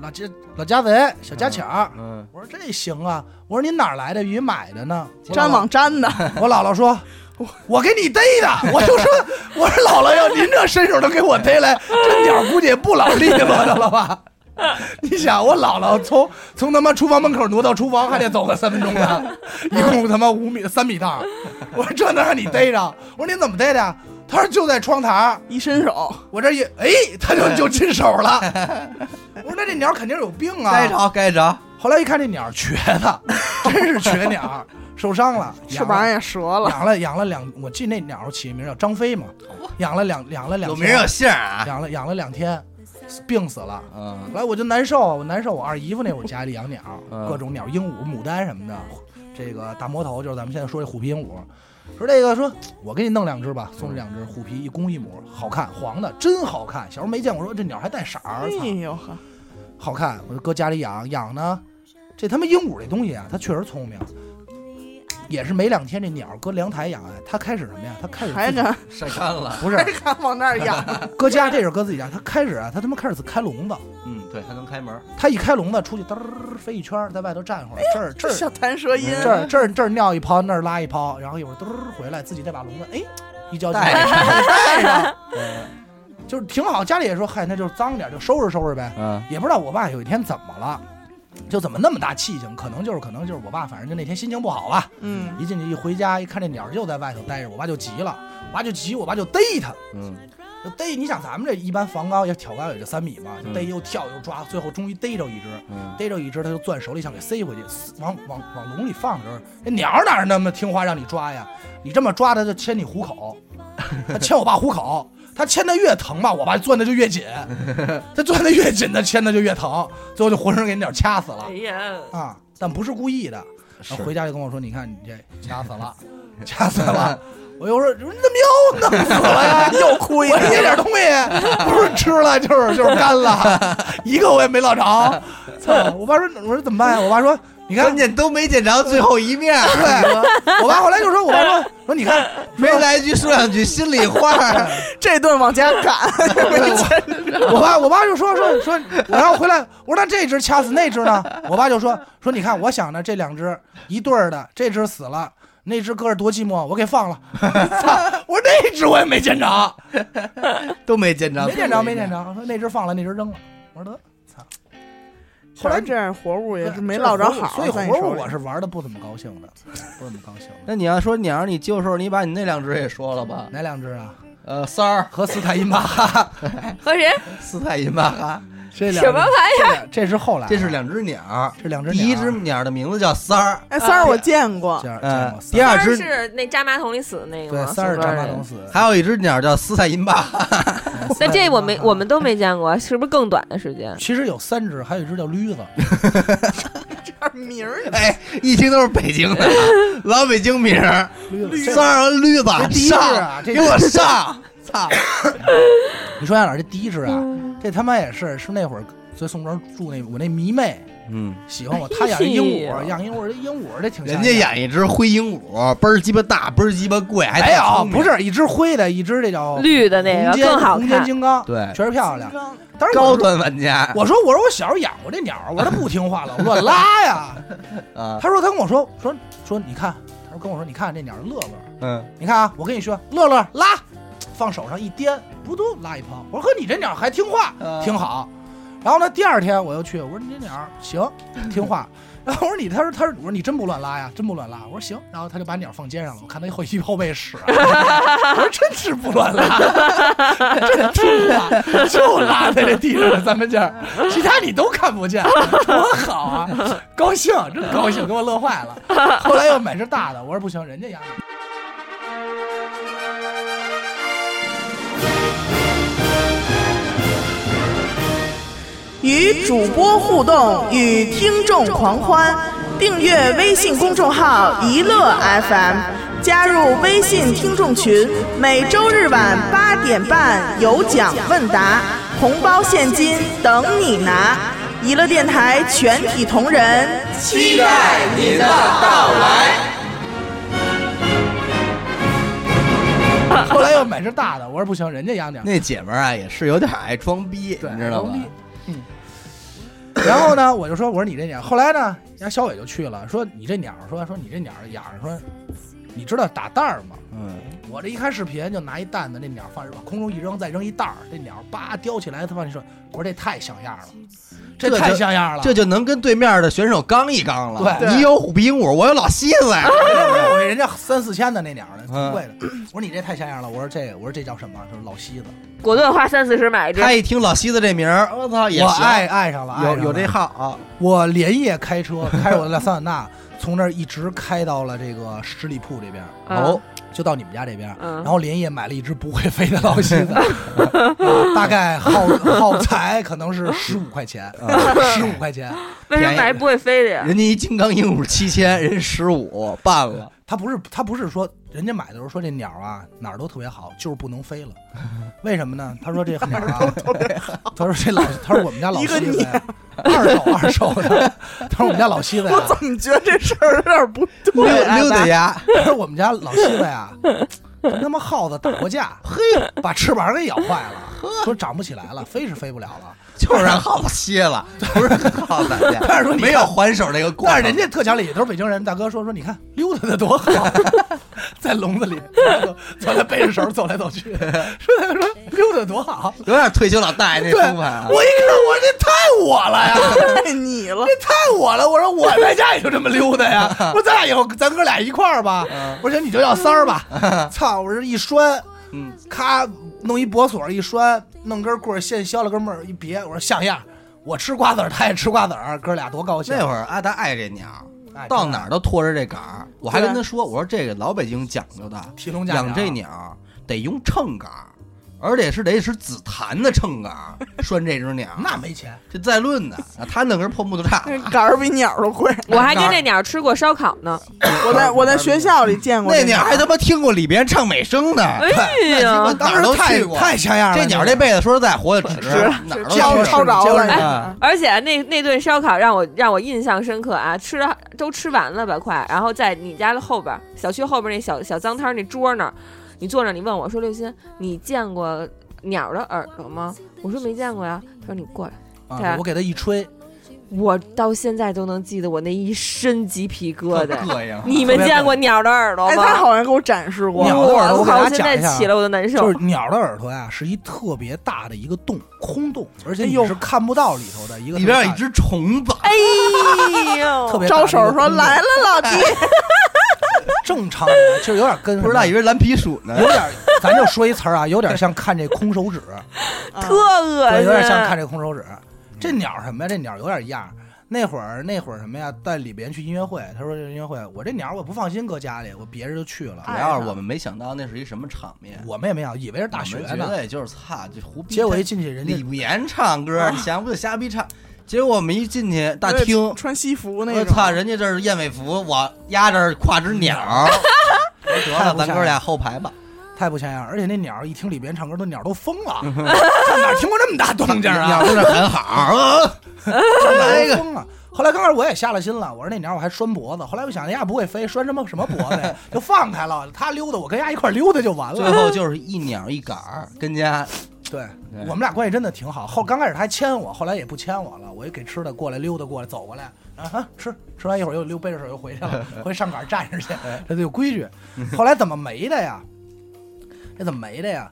S6: 老家老家贼小家巧儿。
S3: 嗯，
S6: 我说这行啊！我说您哪儿来的鱼买的呢？我
S4: 粘
S6: 姥
S4: 网粘的，
S6: 我姥姥说，我给你逮的。我就说，我说姥姥要您这身手能给我逮来，这鸟估计也不老利落的了吧？ 你想，我姥姥从从他妈厨房门口挪到厨房，还得走个三分钟呢，一共他妈五米三米趟。我说这能让你逮着？我说您怎么逮的呀？他说就在窗台儿，
S4: 一伸手，
S6: 我这一哎，他就就进手了。 我说那这鸟肯定是有病啊！
S3: 该着该着，
S6: 后来一看这鸟瘸的，真是瘸鸟，受伤了，
S4: 翅
S6: 痒
S4: 膀
S6: 了
S4: 也折了。
S6: 养了养了两，我记那鸟起名叫张飞嘛，养了两养了两
S3: 有
S6: 天
S3: 名有姓啊，
S6: 养了养了两天，病死了。
S3: 嗯
S6: 后来我就难受，我难受。我二姨夫那会儿家里养鸟，
S3: 嗯
S6: 各种鸟，鹦鹉、牡丹什么的，这个大魔头就是咱们现在说这虎皮鹦鹉。说这个，说我给你弄两只吧，送你两只虎皮，一公一母，好看，黄的，真好看。小时候没见过，说这鸟还带色
S4: 哎
S6: 儿，操
S4: 呦呵，
S6: 好看，我就搁家里养养呢。这他妈鹦鹉这东西啊，它确实聪明，也是没两天这鸟搁凉台养，啊它开始什么呀？它开始
S4: 还
S6: 自己
S4: 敢
S3: 晒干了，
S6: 不是
S4: 还敢往那儿养？
S6: 搁家，这是搁自己家，它开始啊，它他妈开始自开笼子，
S3: 嗯，对，还能开门，
S6: 它一开笼子出去嘚儿飞一圈儿，在外头站一会儿，这儿
S4: 这
S6: 这 儿
S4: 小弹舌音，
S6: 这儿这儿这儿尿一泡，那儿拉一泡，然后一会儿嘚儿回来，自己再把笼子哎一交进去，
S3: 带
S6: 带上，就是挺好。家里也说，嗨，那就是脏点儿，就收拾收拾呗。
S3: 嗯
S6: 也不知道我爸有一天怎么了，就怎么那么大气性，可能就是可能就是我爸，反正就那天心情不好吧。
S4: 嗯，
S6: 一进去一回家，一看这鸟就在外头待着，我爸就急了，我爸就急，我爸就逮它，
S3: 嗯，
S6: 就逮。你想咱们这一般防高也挑高也就三米嘛，就逮
S3: 嗯
S6: 又跳又抓，最后终于逮着一只，
S3: 嗯
S6: 逮着一只他就攥手里想给塞回去，撕往往往笼里放的时候，那鸟哪儿那么听话让你抓呀？你这么抓它就牵你虎口，它牵我爸虎口，它牵的越疼吧，我爸攥的就越紧，它攥的越紧，它牵的就越疼，最后就浑身给那鸟掐死了
S5: 哎呀，
S6: 啊！但不是故意的，
S3: 嗯
S6: 然后
S3: 是
S6: 回家就跟我说：“你看你这掐死 了，掐死了。”我又说：“你怎么又弄死了呀？ 又哭一我一点东西不是吃了就是就是干了，一个我也没落着。”操！我爸说：“我说怎么办呀？”我爸说：“你看
S3: 关。键都没见着最后一面”，
S6: 对，我爸后来就说：“我爸说说你 看，
S3: 没来一句说两句心里话，
S4: 这顿往家 赶，没见
S6: 我爸我爸就说说说我要回来，我说那这只掐死那只呢？我爸就说说你看，我想着这两只一对儿的，这只死了，那只搁着多寂寞，我给放了。 操！我说那只我也没见着，
S3: 都没见着，
S6: 没见着没见。着，说那只放了，那只扔了。我说得。操！后来
S4: 这样活物也是没
S6: 这
S4: 落着
S6: 活物
S4: 好，
S6: 所以
S4: 在你
S6: 活
S4: 手
S6: 物
S4: 里
S6: 我是玩的不怎么高兴的，不怎么高兴的。
S3: 那你要说鸟，你旧时候你把你那两只也说了吧？
S6: 哪两只啊？
S3: 呃，三儿
S6: 和斯坦因 巴哈，
S5: 和谁？
S3: 斯泰因巴哈，
S6: 这两
S5: 什么玩意儿？
S6: 这这是后来，
S3: 这是两只鸟，
S6: 这啊两只
S3: 第
S6: 鸟，
S3: 一只鸟的名字叫三儿，
S4: 哎，三儿我见过，
S6: 见见
S3: 嗯
S6: 啊过，三
S3: 第二
S5: 三儿
S3: 只
S5: 是那扎马桶里死的那个
S6: 对
S5: 吗？
S6: 三是
S5: 四个
S6: 扎
S5: 人
S6: 马桶。死，
S3: 还有一只鸟叫斯泰因巴 哈，
S5: 那这我没，我们都没见过，是不是更短的时间？
S6: 其实有三只，还有一只叫驴子，
S4: 这名儿也
S3: 哎，一听都是北京 的，老北京名儿，
S6: 驴
S3: 三儿和驴
S6: 这
S3: 子
S6: 第一只啊
S3: 上，
S6: 这
S3: 给我 上，操！
S6: 你说杨老师这第一只啊，
S5: 嗯
S6: 这他妈也是是那会儿在宋庄住那我那迷妹
S3: 嗯，
S6: 喜欢我，她养鹦鹉
S5: 哎，呦
S6: 养鹦鹉这鹦鹉这挺吓
S3: 人家养一只灰鹦鹉，倍儿鸡巴大，倍儿鸡巴贵，还
S6: 没
S3: 挺聪
S6: 有
S3: 明
S6: 哎不是一只灰的，一只这叫
S5: 绿的那
S6: 红
S5: 个
S6: 尖
S5: 更好
S6: 红尖
S5: 看。
S6: 金刚，
S3: 对
S6: 确实漂亮。当时
S3: 高
S6: 我说
S3: 端玩家
S6: 我说我说我小时候养过这鸟，我说它不听话了，我乱 拉呀。
S3: 啊，
S6: 他说他跟我说说说你看，他说跟我说你看这鸟乐乐，
S3: 嗯，
S6: 你看啊，我跟你说，乐乐拉，放手上一颠，不都拉一泡。我说呵，你这鸟还听话，
S3: 啊
S6: 挺好。然后呢，第二天我又去，我说你这鸟行，听话。然后我说你，他说他说我说你真不乱拉呀，真不乱拉。我说行，然后他就把鸟放肩上了，我看他后一后背屎、啊我说真是不乱拉， 真听话，就拉在这地上的三分劲儿，其他你都看不见，多好啊，高兴，真高兴，给我乐坏了。后来又买只大的，我说不行，人家养。
S4: 与主播互动，与听众狂欢。订阅微信公众号“一乐 FM”，加入微信听众群，每周日晚八点半有奖问答，红包现金等你拿。一乐电台全体同仁
S2: 期待你的到来。
S6: 后来又买只大的，我说不行，人家养点儿。
S3: 那姐们儿啊，也是有点爱装逼，
S6: 对
S3: 你知道吧
S6: 装？逼 然后呢，我就说我说你这鸟。后来呢，人家小伟就去了，说你这鸟，说说你这鸟养着，说你知道打蛋儿吗？
S3: 嗯，
S6: 我这一看视频，就拿一蛋子，那鸟放往空中一扔，再扔一蛋儿，这鸟叭叼起来，它放你手。我说这太像样了，
S3: 这就
S6: 太像样了。
S3: 这就能跟对面的选手刚一刚了。
S6: 对
S3: 你有虎皮鹦鹉，我有老西子呀。
S6: 我 人家三四千的那鸟呢，挺
S3: 嗯
S6: 贵的。我说你这太像样了。我说这我说这叫什么？就是老西子。
S5: 果断花三四十买一只
S3: 他，一听老西子这名儿，我操，也
S6: 我
S3: 行
S6: 爱爱上了，爱上
S3: 有
S6: 了
S3: 有这号啊。
S6: 我连夜开车， 开着我的桑塔纳，从那儿一直开到了这个十里铺这边，
S4: 啊
S3: 哦，
S6: 就到你们家这边。
S5: 嗯
S6: 然后连夜买了一只不会飞的老西 子，大概耗耗材可能是十五块钱，十五块钱。
S5: 为什么买不会飞的呀？
S3: 人家一金刚鹦鹉七千，人十五办 了。
S6: 他不是他不是说人家买的时候说这鸟啊哪儿都特别好，就是不能飞了，为什么呢？他说这鸟啊，他说这老他说我们家老
S4: 一个
S6: 西子呀，二手二手的，他说我们家老西子呀，
S4: 我怎么觉得这事儿有点不
S3: 溜
S4: 对啊？
S3: 溜达
S4: 咱
S3: 呀，
S6: 他说我们家老西子呀，跟他妈耗子打过架， 嘿，把翅膀给咬坏 了，说长不起来了，飞是飞不了了。
S3: 就是让耗子歇 了，不是耗子歇。
S6: 但是说你看
S3: 没有还手这个过
S6: 但
S3: 程，
S6: 是人家特讲理，都是北京人。大哥说说，你看溜达的多 好，在笼子里走来背着手走来走 去，说他说溜达得多好。
S3: 有点退休老大爷那
S6: 对，我一
S3: 风
S6: 看，
S3: 范啊。
S6: 我说这太我了呀，
S4: 太你 了，
S6: 这太我了。我说我在家也就这么溜达呀。我说咱俩以后咱哥俩一块儿吧。我说行，你就叫三儿 吧。操，我这一拴，
S3: 嗯，
S6: 咔弄一脖锁一拴，弄根棍儿线削了根木儿一别，我说像样儿。我吃瓜子儿，他也吃瓜子儿，哥俩多高兴。
S3: 那会儿阿达爱这鸟，
S6: 哎
S3: 到
S6: 真的啊
S3: 哪儿都拖着这杆儿。我还跟他说，我说这个老北京讲究的，
S6: 提笼架。
S3: 养这鸟得用秤杆儿，而且是得是紫檀的秤杆儿拴这只鸟
S6: 那没钱，
S3: 这再论呢，啊他弄根破木头叉
S4: 那
S3: 子，
S4: 杆儿比鸟儿都贵。
S5: 我还跟这鸟吃过烧烤呢。
S4: 我在我在学校里见过
S3: 那
S4: 这
S3: 鸟还他妈听过里边唱美声呢。
S5: 哎
S3: 那
S5: 呀
S3: 鸡，巴哪儿都去过。
S6: 太像样了。
S3: 这鸟这辈子说实在活的值，哪儿都
S4: 超
S6: 交了
S3: 去
S4: 超着
S3: 过。
S4: 了
S6: 交
S3: 人
S4: 哎
S5: 而且那那顿烧烤让我让我印象深刻啊，吃了都吃完了吧，快，然后在你家的后边儿小区后边儿那小小脏摊儿那桌那儿，你坐那儿，你问我说刘鑫，你见过鸟的耳朵吗？我说没见过呀。他说你过来，
S6: 啊我给他一吹，
S5: 我到现在都能记得我那一身鸡皮疙瘩。
S3: 膈应。
S5: 你们见过鸟的耳朵
S4: 哎，他
S5: 吗？
S4: 好像给我展示过
S6: 鸟，的耳朵
S5: 我
S6: 我给大
S5: 靠！
S6: 家
S5: 我现在
S6: 讲一下啊
S5: 起来我都难
S6: 就
S5: 受
S6: 是。鸟的耳朵呀，是一特别大的一个洞，空洞，而且
S4: 哎
S6: 你
S4: 呦
S6: 是看不到里头的一个。
S3: 里边有一，只虫子，
S5: 哎呦，
S6: 特别大
S4: 招
S6: 的一
S4: 手说
S6: 个
S3: 嗯
S6: 空洞
S4: 来了，老弟。
S3: 哎
S6: 正常人就是有点跟什么
S3: 不知道以为蓝皮鼠呢
S6: 有。点，咱就说一词儿啊，有点像看这空手指，
S4: 嗯
S5: 特恶
S6: 对，
S5: 心，啊
S6: 有点像看这空手指。这鸟什么呀？这鸟有点样儿。那会儿那会儿什么呀，带里边去音乐会，他说这音乐会，我这鸟我不放心搁家里，我别人就去了。
S3: 主要是我们没想到那是一什么场面，
S6: 我们也没想，以为是大学
S3: 我们觉
S6: 呢。
S3: 得也就是擦，这胡逼。
S6: 结果一进去，人家
S3: 李不言唱歌，你想不就瞎逼唱？结果我们一进去大厅，
S4: 穿西服那
S3: 我
S4: 种，啊
S3: 操，人家这是燕尾服，我压这儿挎只鸟儿，我说得了，咱哥俩后排吧。
S6: 太不像样，而且那鸟儿一听里边唱歌，那鸟儿都疯 了，上哪儿听过这么大动静
S3: 鸟
S6: 啊？
S3: 在那喊好，啊
S6: 上哪
S3: 来一个
S6: 儿都疯了。后来刚开始我也下了心了，我说那鸟儿我还拴脖子，后来我想人哎家不会飞，拴什么什么脖子呀， 就放开了，它溜达，我跟人家一块儿溜达就完
S3: 最
S6: 了。
S3: 后就是一鸟一杆儿，跟家
S6: 对
S3: 对
S6: 我们俩关系真的挺好。后刚开始他还牵我，后来也不牵我了，我就给吃的过来溜达过来走过来，啊哈吃，吃完一会儿又溜背着手又回去 了，回上杆站着去，
S3: 哎
S6: 这就有规矩。后来怎么没的呀？这怎么没的呀？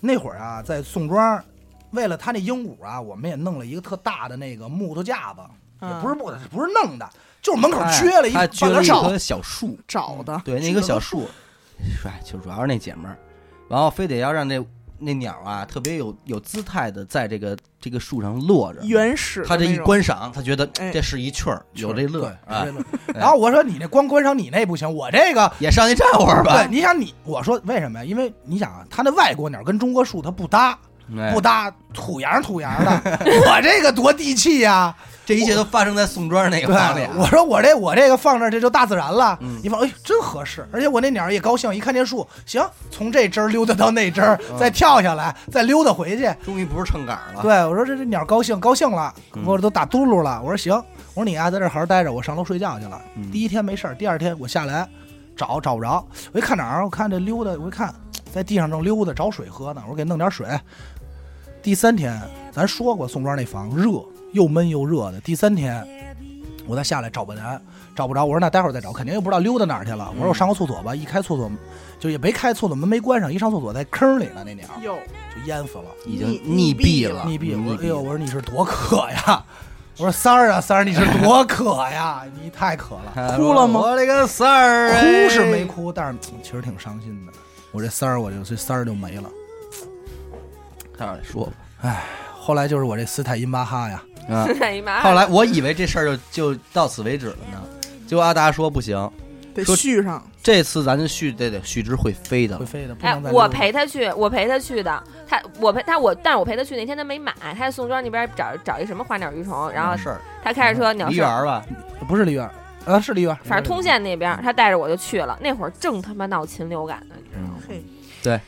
S6: 那会儿啊，在宋庄，为了他那鹦鹉啊，我们也弄了一个特大的那个木头架子，也不是木头，不是弄的，就是门口撅了一
S3: 哎他撅
S6: 半根
S3: 了一
S6: 手
S3: 棵小树，
S4: 找的，
S3: 对，那棵小树，哎，就主要是那姐们儿，然后非得要让这那鸟啊特别有有姿态的在这个这个树上落着，
S4: 原始的
S3: 他这
S4: 那
S3: 一
S4: 种，
S3: 观赏，他觉得
S4: 哎
S3: 这是一趣儿，有这乐
S6: 对
S3: 儿
S6: 有
S3: 啊
S6: 这，乐。然后我说你那光观赏你那不行，我这个
S3: 也上去站会儿吧
S6: 对，。你想你，我说为什么呀？因为你想啊，它那外国鸟跟中国树它不搭，
S3: 哎
S6: 不搭土洋土洋的，我这个多地气呀、
S3: 这一切都发生在宋庄那个房里
S6: 对
S3: 啊，，
S6: 我说我这我这个放这儿，这就大自然了。
S3: 嗯
S6: 一放，哎，真合适。而且我那鸟儿也高兴，一看这树，行，从这枝儿溜达到那枝儿，
S3: 嗯
S6: 再跳下来，再溜达回去。
S3: 终于不是秤杆了。
S6: 对，我说这这鸟儿高兴高兴了，
S3: 啊嗯
S6: 我都打嘟噜了。我说行，我说你啊，在这儿好好待着，我上楼睡觉去了。
S3: 嗯
S6: 第一天没事儿，第二天我下来找找不着，我一看哪儿，我看这溜达，我一看在地上正溜达找水喝呢，我说给弄点水。第三天，咱说过宋庄那房热，又闷又热的。第三天，我再下来找半天找不着，我说那待会儿再找，肯定又不知道溜达哪儿去了。我说我上个厕所吧，一开厕所就也没开厕所门没关上，一上厕所在坑里了，那鸟
S4: 哟，
S6: 就淹死了。
S3: 已经溺毙了，
S6: 溺毙！我
S3: 溺
S6: 说哎呦，我说你是多渴呀！我说三儿啊，三儿，你是 多渴呀！你太渴了。
S4: 哭了吗
S3: 我这个三儿哎，
S6: 哭是没哭，但是嗯其实挺伤心的。我这三儿，我就这三儿就没了。
S3: 待会儿再说吧。
S6: 后来就是我这斯泰因巴哈呀，
S3: 啊，
S5: 哎呀妈
S3: 后
S5: 呀！
S3: 来我以为这事儿就就到此为止了呢，结果阿达说不行，
S4: 得
S3: 说
S4: 续上。
S3: 这次咱就续得得续只会飞的
S6: 会
S3: 了。
S6: 飞的，不
S5: 哎
S6: 能，再溜
S5: 我
S6: 达
S5: 陪他去，我陪他去的。他我陪他我，但是我陪他去那天他没买，他在宋庄那边找找一什么花鸟鱼虫，然后
S6: 嗯
S3: 事儿，
S5: 他开着车鸟
S3: 梨
S5: 市
S3: 园，嗯儿吧，
S6: 不是梨园儿，啊是梨园儿，
S5: 反正通县那边，他带着我就去了。那会儿正他妈闹禽流感呢，
S6: 嗯
S5: 你知道吗？
S3: 嗯
S4: 嘿，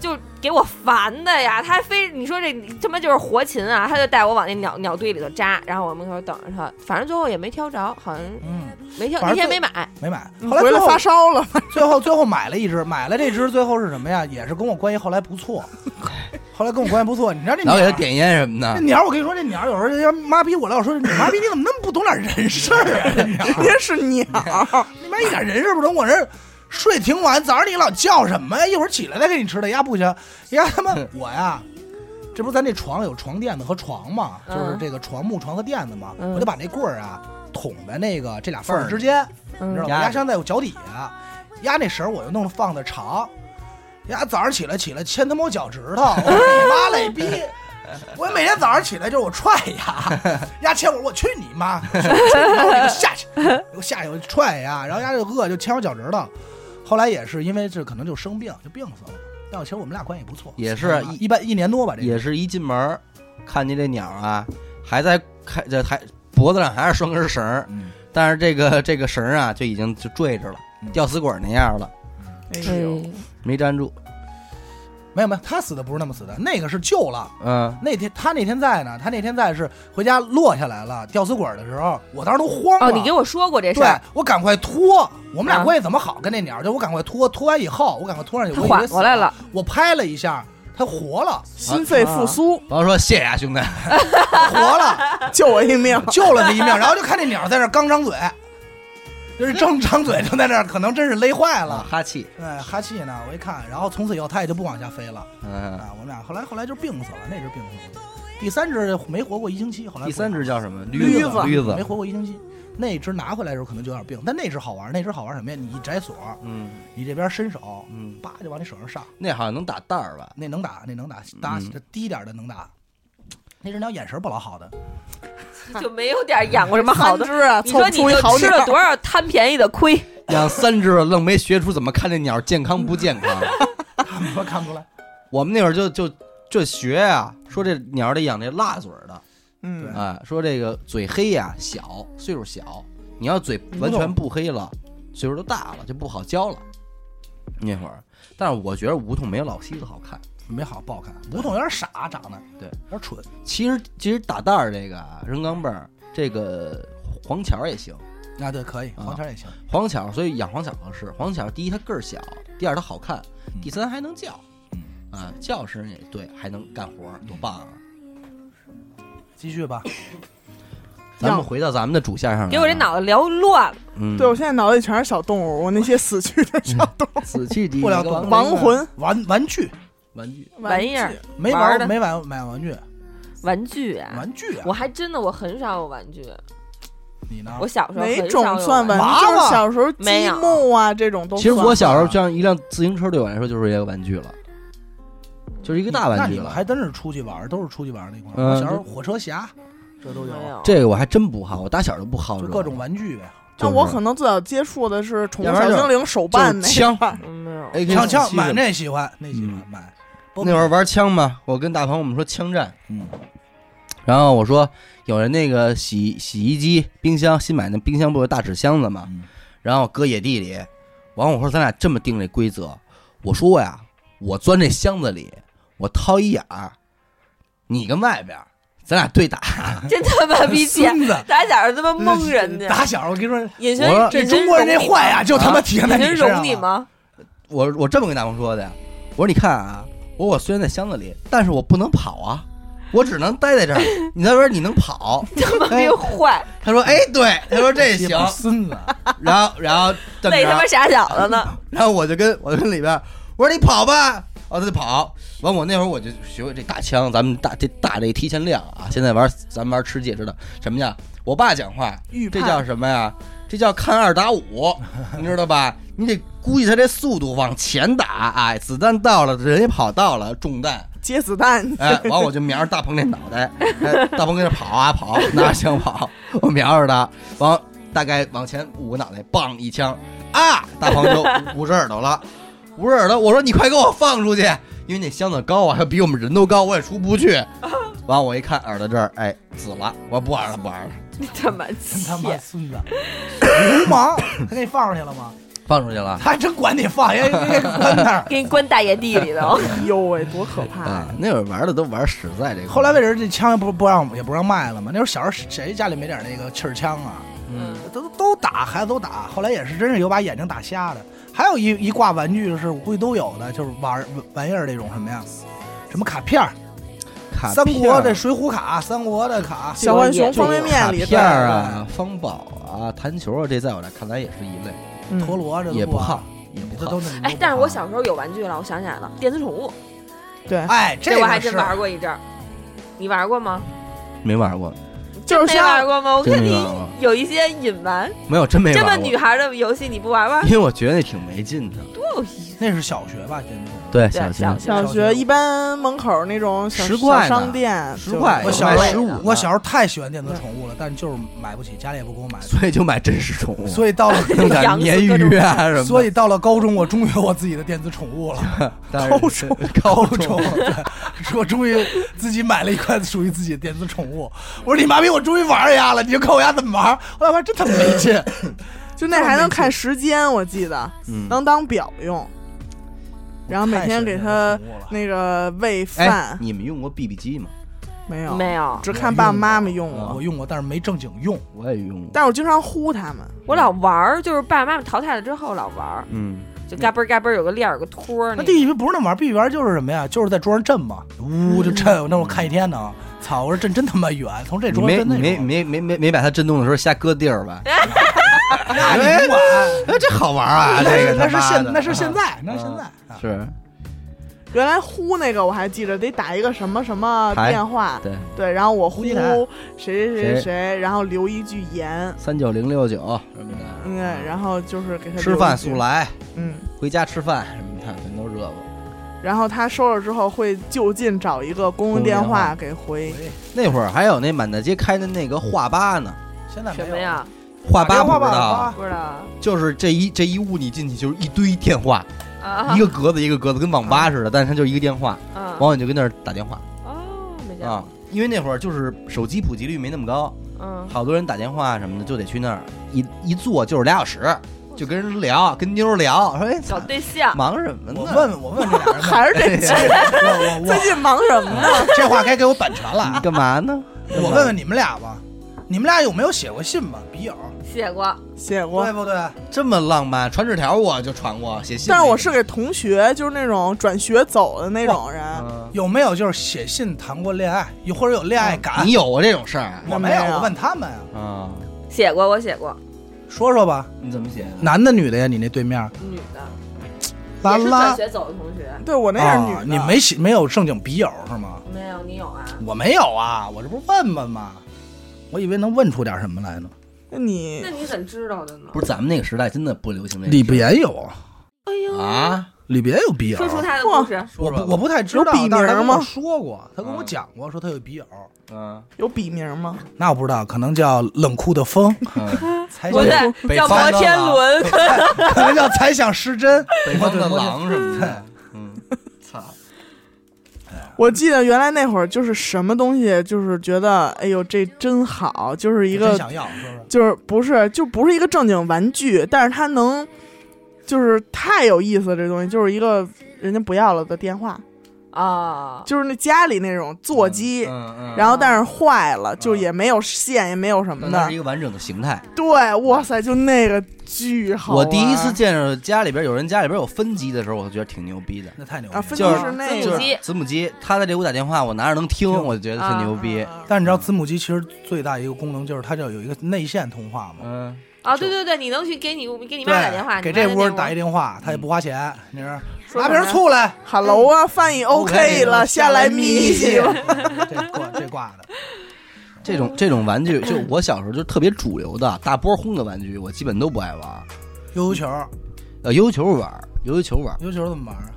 S5: 就给我烦的呀！他还非你说这他妈就是活禽啊！他就带我往那鸟鸟堆里头扎，然后我门口等着他，反正最后也没挑着，好像
S6: 嗯
S5: 没挑，
S6: 反正
S5: 那天
S6: 最
S5: 没买。
S6: 没买。
S4: 嗯
S6: 后来
S4: 回
S6: 最
S4: 来
S6: 后
S4: 发烧
S5: 啊
S4: 了，
S6: 最后最后买了一只，买了这只最后是什么呀？也是跟我关系后来 不错，后来跟我关系不错。你知道这
S3: 然后
S6: 鸟
S3: 给他
S6: 儿。
S3: 点烟什么
S6: 这
S3: 的。
S6: 鸟儿，我跟你说，这鸟儿有时候要妈逼我了，我说你妈逼你怎么那么不懂点人事儿啊？这鸟儿，
S4: 别是鸟，
S5: 哎
S6: 你妈一点人事不懂，我这睡挺晚，早上你老叫什么呀？一会儿起来再给你吃的，呀不行，呀他妈我呀，这不是咱这床有床垫子和床嘛，就
S5: 嗯
S6: 是这个床木床和垫子嘛，
S5: 嗯
S6: 我就把那棍儿啊捅在那个这俩
S3: 缝
S6: 缝儿
S3: 儿
S6: 之间，你知
S5: 嗯
S6: 道，
S3: 压
S6: 吗？
S3: 着
S6: 压伤在我脚底下，压那绳儿我又弄得放的长，压早上起来起来牵他妈我脚趾 头，我说你妈嘞逼！我每天早上起来就是我踹牙， 牙牵我，我去你妈！去你妈我给你下 去，给我下去，我就踹牙，然后牙就饿，就牵我脚趾头。后来也是因为这可能就生病，就病死了。但其实我们俩关系不错，
S3: 也是
S6: 一一般一年多吧，这个
S3: 也是一进门儿，看见这鸟啊，还在开这还脖子上还是拴根绳儿，
S6: 嗯，
S3: 但是这个 这个绳儿啊就已经就坠着了
S6: 嗯，
S3: 吊死鬼儿那样了，
S4: 哎呦，
S5: 嗯
S3: 没粘住。
S6: 没有没有，他死的不是那么死的，那个是救了。
S3: 嗯，
S6: 那天他那天在呢，他那天在是回家落下来了，吊死鬼儿的时候，我当时都慌了。
S5: 哦，你给我说过这事
S6: 对
S5: 儿，
S6: 我赶快拖，我们俩
S5: 啊
S6: 关系怎么好？跟那鸟儿就我赶快拖，拖完以后我赶快拖上去，
S5: 他
S6: 我以为
S5: 缓
S6: 死
S5: 过来了，
S6: 我拍了一下，他 活了，
S4: 心肺复苏，
S3: 我要说谢谢啊，兄弟，
S6: 活了，
S5: 啊
S4: 救我一命。
S6: 救了他一命。然后就看那鸟儿在那儿刚张嘴，就是正张嘴就在那儿，可能真是勒坏
S3: 啊
S6: 了，
S3: 哈气。
S6: 哎，哈气呢。我一看，然后从此以后他也就不往下飞了
S3: 嗯，
S6: 啊。我们俩后来后来就病死了，那只病死了。第三只没活过一星期，后来
S3: 第三
S6: 只。
S3: 只叫什么？
S4: 驴
S3: 子
S4: 子，
S3: 驴
S6: 没
S3: 子。
S6: 活过一星期。那只拿回来的时候可能就有点病，但那只好玩，那只好玩什么呀？你一摘锁，
S3: 嗯
S6: 你这边伸手，
S3: 嗯，
S6: 叭就往你手上上，
S3: 那好像能打蛋儿吧？
S6: 那能打，那能打，打
S3: 嗯
S6: 低点儿的能打。那只鸟眼神不老好的，
S5: 就没有点养过什么
S4: 三
S5: 好的。
S4: 只啊，
S5: 你
S4: 凑不
S5: 说你
S4: 出一好
S5: 就吃
S4: 鸟
S5: 了多少贪便宜 的亏？
S3: 养三只了，愣没学出怎么看这鸟健康不健康。
S6: 看不出来看不出来。
S3: 我们那会儿就就就学啊，说这鸟得养这辣嘴儿的，
S4: 嗯，
S3: 哎，说这个嘴黑呀、小，岁数小，你要嘴完全不黑了，岁数都大了就不好教了。那会儿，但是我觉得梧桐没有老西子好看。
S6: 没好不好看，梧桐有点傻，长得
S3: 对
S6: 有点蠢。
S3: 其实其实打蛋儿这个啊，扔钢镚儿，这个黄桥也行，
S6: 啊，对，可以，
S3: 啊
S6: 黄天也行。
S3: 黄桥，所以养黄桥合适。黄桥第一它个儿小，第二它好看，
S6: 嗯
S3: 第三还能叫，
S6: 嗯
S3: 啊，叫声也对，还能干活儿，多棒啊！
S6: 继续吧，
S3: 咱们回到咱们的主线上来啊，
S5: 给我这脑子聊乱了，
S3: 嗯，
S4: 对我现在脑子里全是小动物，我那些死去的小动物，
S3: 死去的
S6: 不了
S3: 一个
S6: 懂
S4: 亡魂
S6: 玩玩具
S3: 玩具，
S5: 玩意儿
S4: 具
S6: 没
S5: 玩儿
S6: 玩
S5: 的
S6: 没玩买玩具，
S5: 玩具啊！
S6: 玩具啊啊
S5: 我，还真的我很少有玩具，
S6: 你呢
S5: 我？小时候
S4: 哪
S5: 很
S4: 种
S5: 少有
S4: 算
S5: 具
S4: 玩具？
S6: 娃
S4: 就
S6: 娃
S4: 是小时候
S5: 没
S4: 积
S5: 有
S4: 木啊这种都
S3: 其
S4: 算。
S3: 实我小时候像一辆自行车，对我来说就是一个玩具了，就是一个大
S6: 嗯那
S3: 玩具
S6: 你们
S3: 了。
S6: 还真是出去玩儿，都是出去玩儿那块儿。
S3: 嗯
S6: 我小时候
S3: 就
S6: 火车侠，啊这都有，
S5: 没有。
S3: 这个我还真不好，我打小就不好
S6: 就
S3: 这
S6: 各种玩具呗。
S4: 那
S3: 就是
S4: 我可能最早接触的是《宠物
S3: 要不然
S4: 小
S3: 就
S4: 精灵》手办
S3: 就
S4: 那
S3: 是枪
S4: 块儿
S6: 哎
S5: 嗯没有。
S3: AK
S6: 枪枪
S3: 47
S6: 买那喜欢，那喜
S3: 嗯
S6: 欢买。不
S3: 那会儿玩枪嘛，我跟大鹏我们说枪战，
S6: 嗯，
S3: 然后我说有人那个洗洗衣机、冰箱新买那冰箱不有大纸箱子嘛
S6: 嗯，
S3: 然后搁野地里，完我说咱俩这么定这规则，我说呀，我钻这箱子里，我掏一眼儿，你跟外边儿，咱俩对打，
S5: 真他妈逼贱，
S6: 孙子，
S5: 打小他妈蒙人家。
S6: 打小我跟你说，
S5: 尹轩
S3: 我，
S6: 这中国人这坏啊呀，就他妈体现在
S5: 尹
S6: 你
S5: 轩
S6: 身上
S5: 容
S6: 了
S5: 你？吗？
S3: 我我这么跟大鹏说的，我说你看啊，我说我虽然在箱子里，但是我不能跑啊，我只能待在这儿。你那边你能跑？
S5: 他妈
S3: 哎
S5: 逼坏，
S6: 啊
S3: 他说哎，对，他说 这
S6: 这
S3: 行
S6: 帮。孙 子，
S3: 然后然后
S6: 啊哎
S3: 这么
S5: 累他妈
S3: 着，
S5: 傻小子 呢。
S3: 然后我就跟我就跟里边，我说你跑吧，哦他就跑。完我那会儿我就学会这大枪，咱们大这大这提前量啊。现在玩咱们玩吃鸡也知道什么叫我爸讲话，
S4: 预
S3: 这
S4: 判
S3: 叫什么呀？这叫看二 打五，你知道吧？你得估计他这速度往前打，哎，子弹到了，人也跑到了，中弹，
S4: 接子弹，
S3: 哎，完我就瞄着大鹏那脑袋，哎，大鹏跟着跑啊跑，拿着枪跑，我瞄着他，完大概往前捂个脑袋，梆一枪，啊，大鹏就捂着耳朵了，捂着耳朵，我说你快给我放出去，因为那箱子高啊，它比我们人都高，我也出不去。完我一看耳朵这儿，哎，紫了，我不玩了不玩了，
S5: 他妈
S6: 真他妈
S5: 贱，
S6: 孙子，流氓，他给你放出去了吗？
S3: 放出去了。
S6: 他还真管你放，也也关那儿。
S5: 给你关大野地里头。
S4: 哎呦喂，多可怕
S3: 啊
S4: 啊！，
S3: 那会儿玩的都玩实在这个。
S6: 后来为什么这枪不不让也不让卖了嘛？那时候小时候谁谁家里没点那个气儿枪啊？
S3: 嗯，
S6: 都都打，孩子都打。后来也是真是有把眼睛打瞎的。还有一一挂玩具是我估计都有的，就是玩玩意儿那种什么呀，什么卡片儿，
S5: 嗯
S3: 卡
S6: 三
S3: 片
S6: 国
S3: 儿
S6: 的水浒卡，三国的卡，
S4: 小浣熊方便面里
S3: 卡
S4: 的
S3: 片儿啊、方宝啊、弹球啊，这在我这看来也是一类，
S4: 嗯
S6: 陀螺这都
S3: 也不
S6: 不
S3: 好
S6: 好，，
S3: 也不
S6: 啊这
S3: 好
S6: 都。那么
S5: 哎，但是我小时候有玩具了，我想起来了，电子宠物，
S4: 对，
S6: 哎，这
S5: 我
S6: 个
S5: 还真
S6: 是
S5: 玩过一阵儿。你玩过吗？
S3: 没玩过，
S4: 就是
S5: 没玩
S4: 像
S5: 过吗？我
S3: 真
S5: 看
S3: 没
S5: 你
S3: 玩过，
S5: 有一些隐瞒，
S3: 没有真没
S5: 这么
S3: 玩过
S5: 女，孩的游戏你不玩玩
S3: 因？为我觉得那挺没劲的。
S5: 多有意思！
S6: 那是小学吧，真是。
S3: 对，
S5: 对
S3: 小心
S5: 小
S4: 小学一般门口那种小
S3: 十块
S4: 小
S3: 呢
S4: 商店，
S3: 十
S4: 就
S3: 块
S6: 我
S3: 有
S6: 小
S3: 卖
S6: 时
S3: 十
S6: 候
S3: 五呢，
S6: 我小时候太喜欢电子宠物了，但就是买不起，家里也不给我买，
S3: 所以就买真实宠物，
S6: 所以到了。
S3: 弄点
S5: 养死
S3: 鲶
S5: 各种
S3: 鱼啊什么的。
S6: 所以到了高中，我终于有我自己的电子宠物 了。
S3: 但是
S6: 高中，
S3: 高
S6: 高
S3: 中
S6: 中，对，我终于自己买了一块属于自己的电子宠物。我说你妈逼，我终于玩儿丫了，你就看我丫怎么玩儿。后来发现真他妈没劲，
S4: 就那还能看时间，我记得
S3: 嗯，
S4: 能当表用，然后每天给它那个喂
S3: 哎
S4: 饭，，
S3: 你们用过 BB 机吗？
S4: 没有
S5: 没有，
S4: 只看爸爸妈妈用
S3: 我
S4: 过，
S6: 我用过，但是没正经用。
S3: 我也用过，
S4: 但是我经常呼他们，
S5: 我老玩儿，就是爸爸妈妈淘汰了之后老玩儿，
S3: 嗯，
S5: 就嘎嘣儿嘎嘣儿有个链儿有个托儿
S6: 那
S5: 那
S6: 地皮不是那么玩儿，地皮玩儿就是什么呀？就是在桌上震嘛，呜就震。
S5: 嗯
S6: 那我看一天呢，操！我说震真他妈远，从这
S3: 你
S6: 桌上
S3: 没
S6: 震那
S3: 你
S6: 桌
S3: 没没没没没把它震动的时候瞎搁地儿 吧？
S6: 那你不管，
S3: 哎，这好玩啊！
S6: 那
S3: 这
S6: 是
S3: 个
S6: 那是
S3: 他妈的嗯
S6: 现那是现在，那是
S5: 嗯
S6: 现在啊。
S3: 是
S4: 原来呼那个我还记着，得打一个什么什么
S3: 台
S4: 电话，
S3: 对
S4: 对，然后我呼
S3: 呼机台
S4: 谁谁
S3: 谁
S4: 谁谁，然后留一句言，
S3: 三九零六九什么的。
S4: 嗯，然后就是给他
S3: 吃饭
S4: 留一
S3: 速
S4: 句，
S3: 来，
S4: 嗯，
S3: 回家吃饭什么的，全都热乎。
S4: 然后他收了之后会就近找一个公
S3: 公用
S4: 用电
S3: 电话
S4: 话给回，
S3: 那会儿还有那满大街开的那个画吧呢，
S6: 现在没
S5: 什
S6: 有
S5: 么？呀？
S3: 画吧不
S6: 打电话
S3: 知
S6: 吧
S3: 道
S6: 打
S3: 啊，
S6: 吧
S5: 不知道啊
S3: 就是这一这一屋你进去就是一堆电话，
S5: 啊
S3: 一个格子一个格子，跟网
S6: 啊
S3: 吧似的，但是它就是一个电话，
S5: 啊
S3: 往往你就跟那儿打电话
S5: 哦，没见
S3: 啊
S5: 过。。
S3: 因为那会儿就是手机普及率没那么高，
S5: 嗯，
S3: 好多人打电话什么的就得去那儿一一坐就是俩小时，就跟人聊，跟妞儿聊，说哎，
S5: 搞
S3: 操
S5: 对象，
S3: 忙什么呢？
S6: 我问问，我问这俩人吧，
S4: 还是这
S3: 哎呀
S6: 我我
S4: 最近忙什么 呢？
S6: 我这话该给我版权了
S3: 你
S6: 啊。
S3: 干嘛 呢？
S6: 我问问你们俩吧，你们俩有没有写过信吧？笔友，
S5: 写过，
S4: 写过
S6: 对，不对？
S3: 这么浪漫，传纸条我就传过，写信
S4: 但
S3: 没有。
S4: 是我是给同学，就是那种转学走的那种人，
S3: 嗯
S6: 有没有就是写信谈过恋爱，有或者有恋
S5: 嗯
S6: 爱感
S3: 你？有过这种事儿
S6: 我没
S4: 我
S6: 有，
S4: 没有
S6: 我问他们呀，
S3: 啊？
S5: 写过，我写过，
S6: 说说吧，
S3: 你怎么写的？
S6: 男的女的呀？你那对面
S5: 女的，也是
S6: 拉
S5: 转
S6: 拉
S5: 学走的同学，
S4: 对我那是女的，
S6: 啊，你没写没有正经笔友是吗？
S5: 没有，你有啊？
S6: 我没有啊，我这不是问问吗？我以为能问出点什么来呢。
S4: 那你
S5: 那你怎么知道的呢？
S3: 不是咱们那个时代真的不流行这个
S6: 李不言有，
S5: 哎呦，
S3: 啊？哎
S6: 李不言有笔友
S5: 说。出他的故事，
S6: 我不我不太知道
S4: 有笔，名
S6: 但是他跟我
S4: 吗
S6: 说过，他跟我
S3: 嗯
S6: 讲过，说他有笔友。
S3: 嗯，
S4: 有笔名吗？
S6: 那我不知道，可能叫冷酷 的风，
S3: 嗯
S6: 才
S5: 不
S6: 想
S5: 对，
S3: 北
S5: 叫
S3: 方
S5: 摩
S3: 的
S5: 天
S3: 狼
S5: 轮，
S6: 可能叫才想失真。
S3: 北方的狼什么的，嗯，操，
S4: 我记得原来那会儿就是什么东西，就是觉得哎呦这真好，就是一
S6: 真
S4: 个
S6: 想要，是不是？
S4: 就是不是就不是一个正经玩具，但是它能就是太有意思了，这东西就是一个人家不要了的电话，
S5: 啊，
S4: 就是那家里那种座机。
S3: 嗯嗯
S4: 然后，但是坏了，就也没有线，也没有什么
S3: 但它
S4: 的
S3: 是一。个完整的形态。
S4: 对，哇塞，就那个巨好啊
S3: 我
S4: 玩。
S3: 第一次见着家里边有人家里边有分机的时候，我就觉得挺牛逼的。
S6: 那太牛逼
S4: 啊，
S6: 了。
S4: 分
S3: 就
S4: 机
S3: 是
S4: 是那个
S5: 子
S3: 就
S5: 母机
S3: 是子母机，他在这屋打电话，我拿着能听，
S6: 听
S3: 我就觉得挺牛逼。
S4: 啊
S6: 但是你知道子母机其实最大一个功能就是它叫有一个内线通话嘛，
S3: 嗯，
S5: 啊，对对对，你能去给你给你
S6: 对
S5: 妈打电话，嗯
S6: 给
S5: 你妈
S6: 这
S5: 在
S6: 屋
S5: 那
S6: 打一电话，他也不花钱，你是
S4: 说
S6: 拿
S4: 什
S6: 瓶
S4: 么
S6: 醋来，
S4: Hello 啊，翻译 OK 了，下来眯一
S6: 戏
S4: 吸
S3: 嗯
S4: 吧。。
S6: 这挂这挂的，
S3: 这种这种玩具，就我小时候就特别主流的大波轰的玩具，我基本都不爱玩。
S6: 悠悠球，
S3: 呃，悠悠球玩儿，悠悠球玩儿，
S6: 悠悠球怎么玩啊？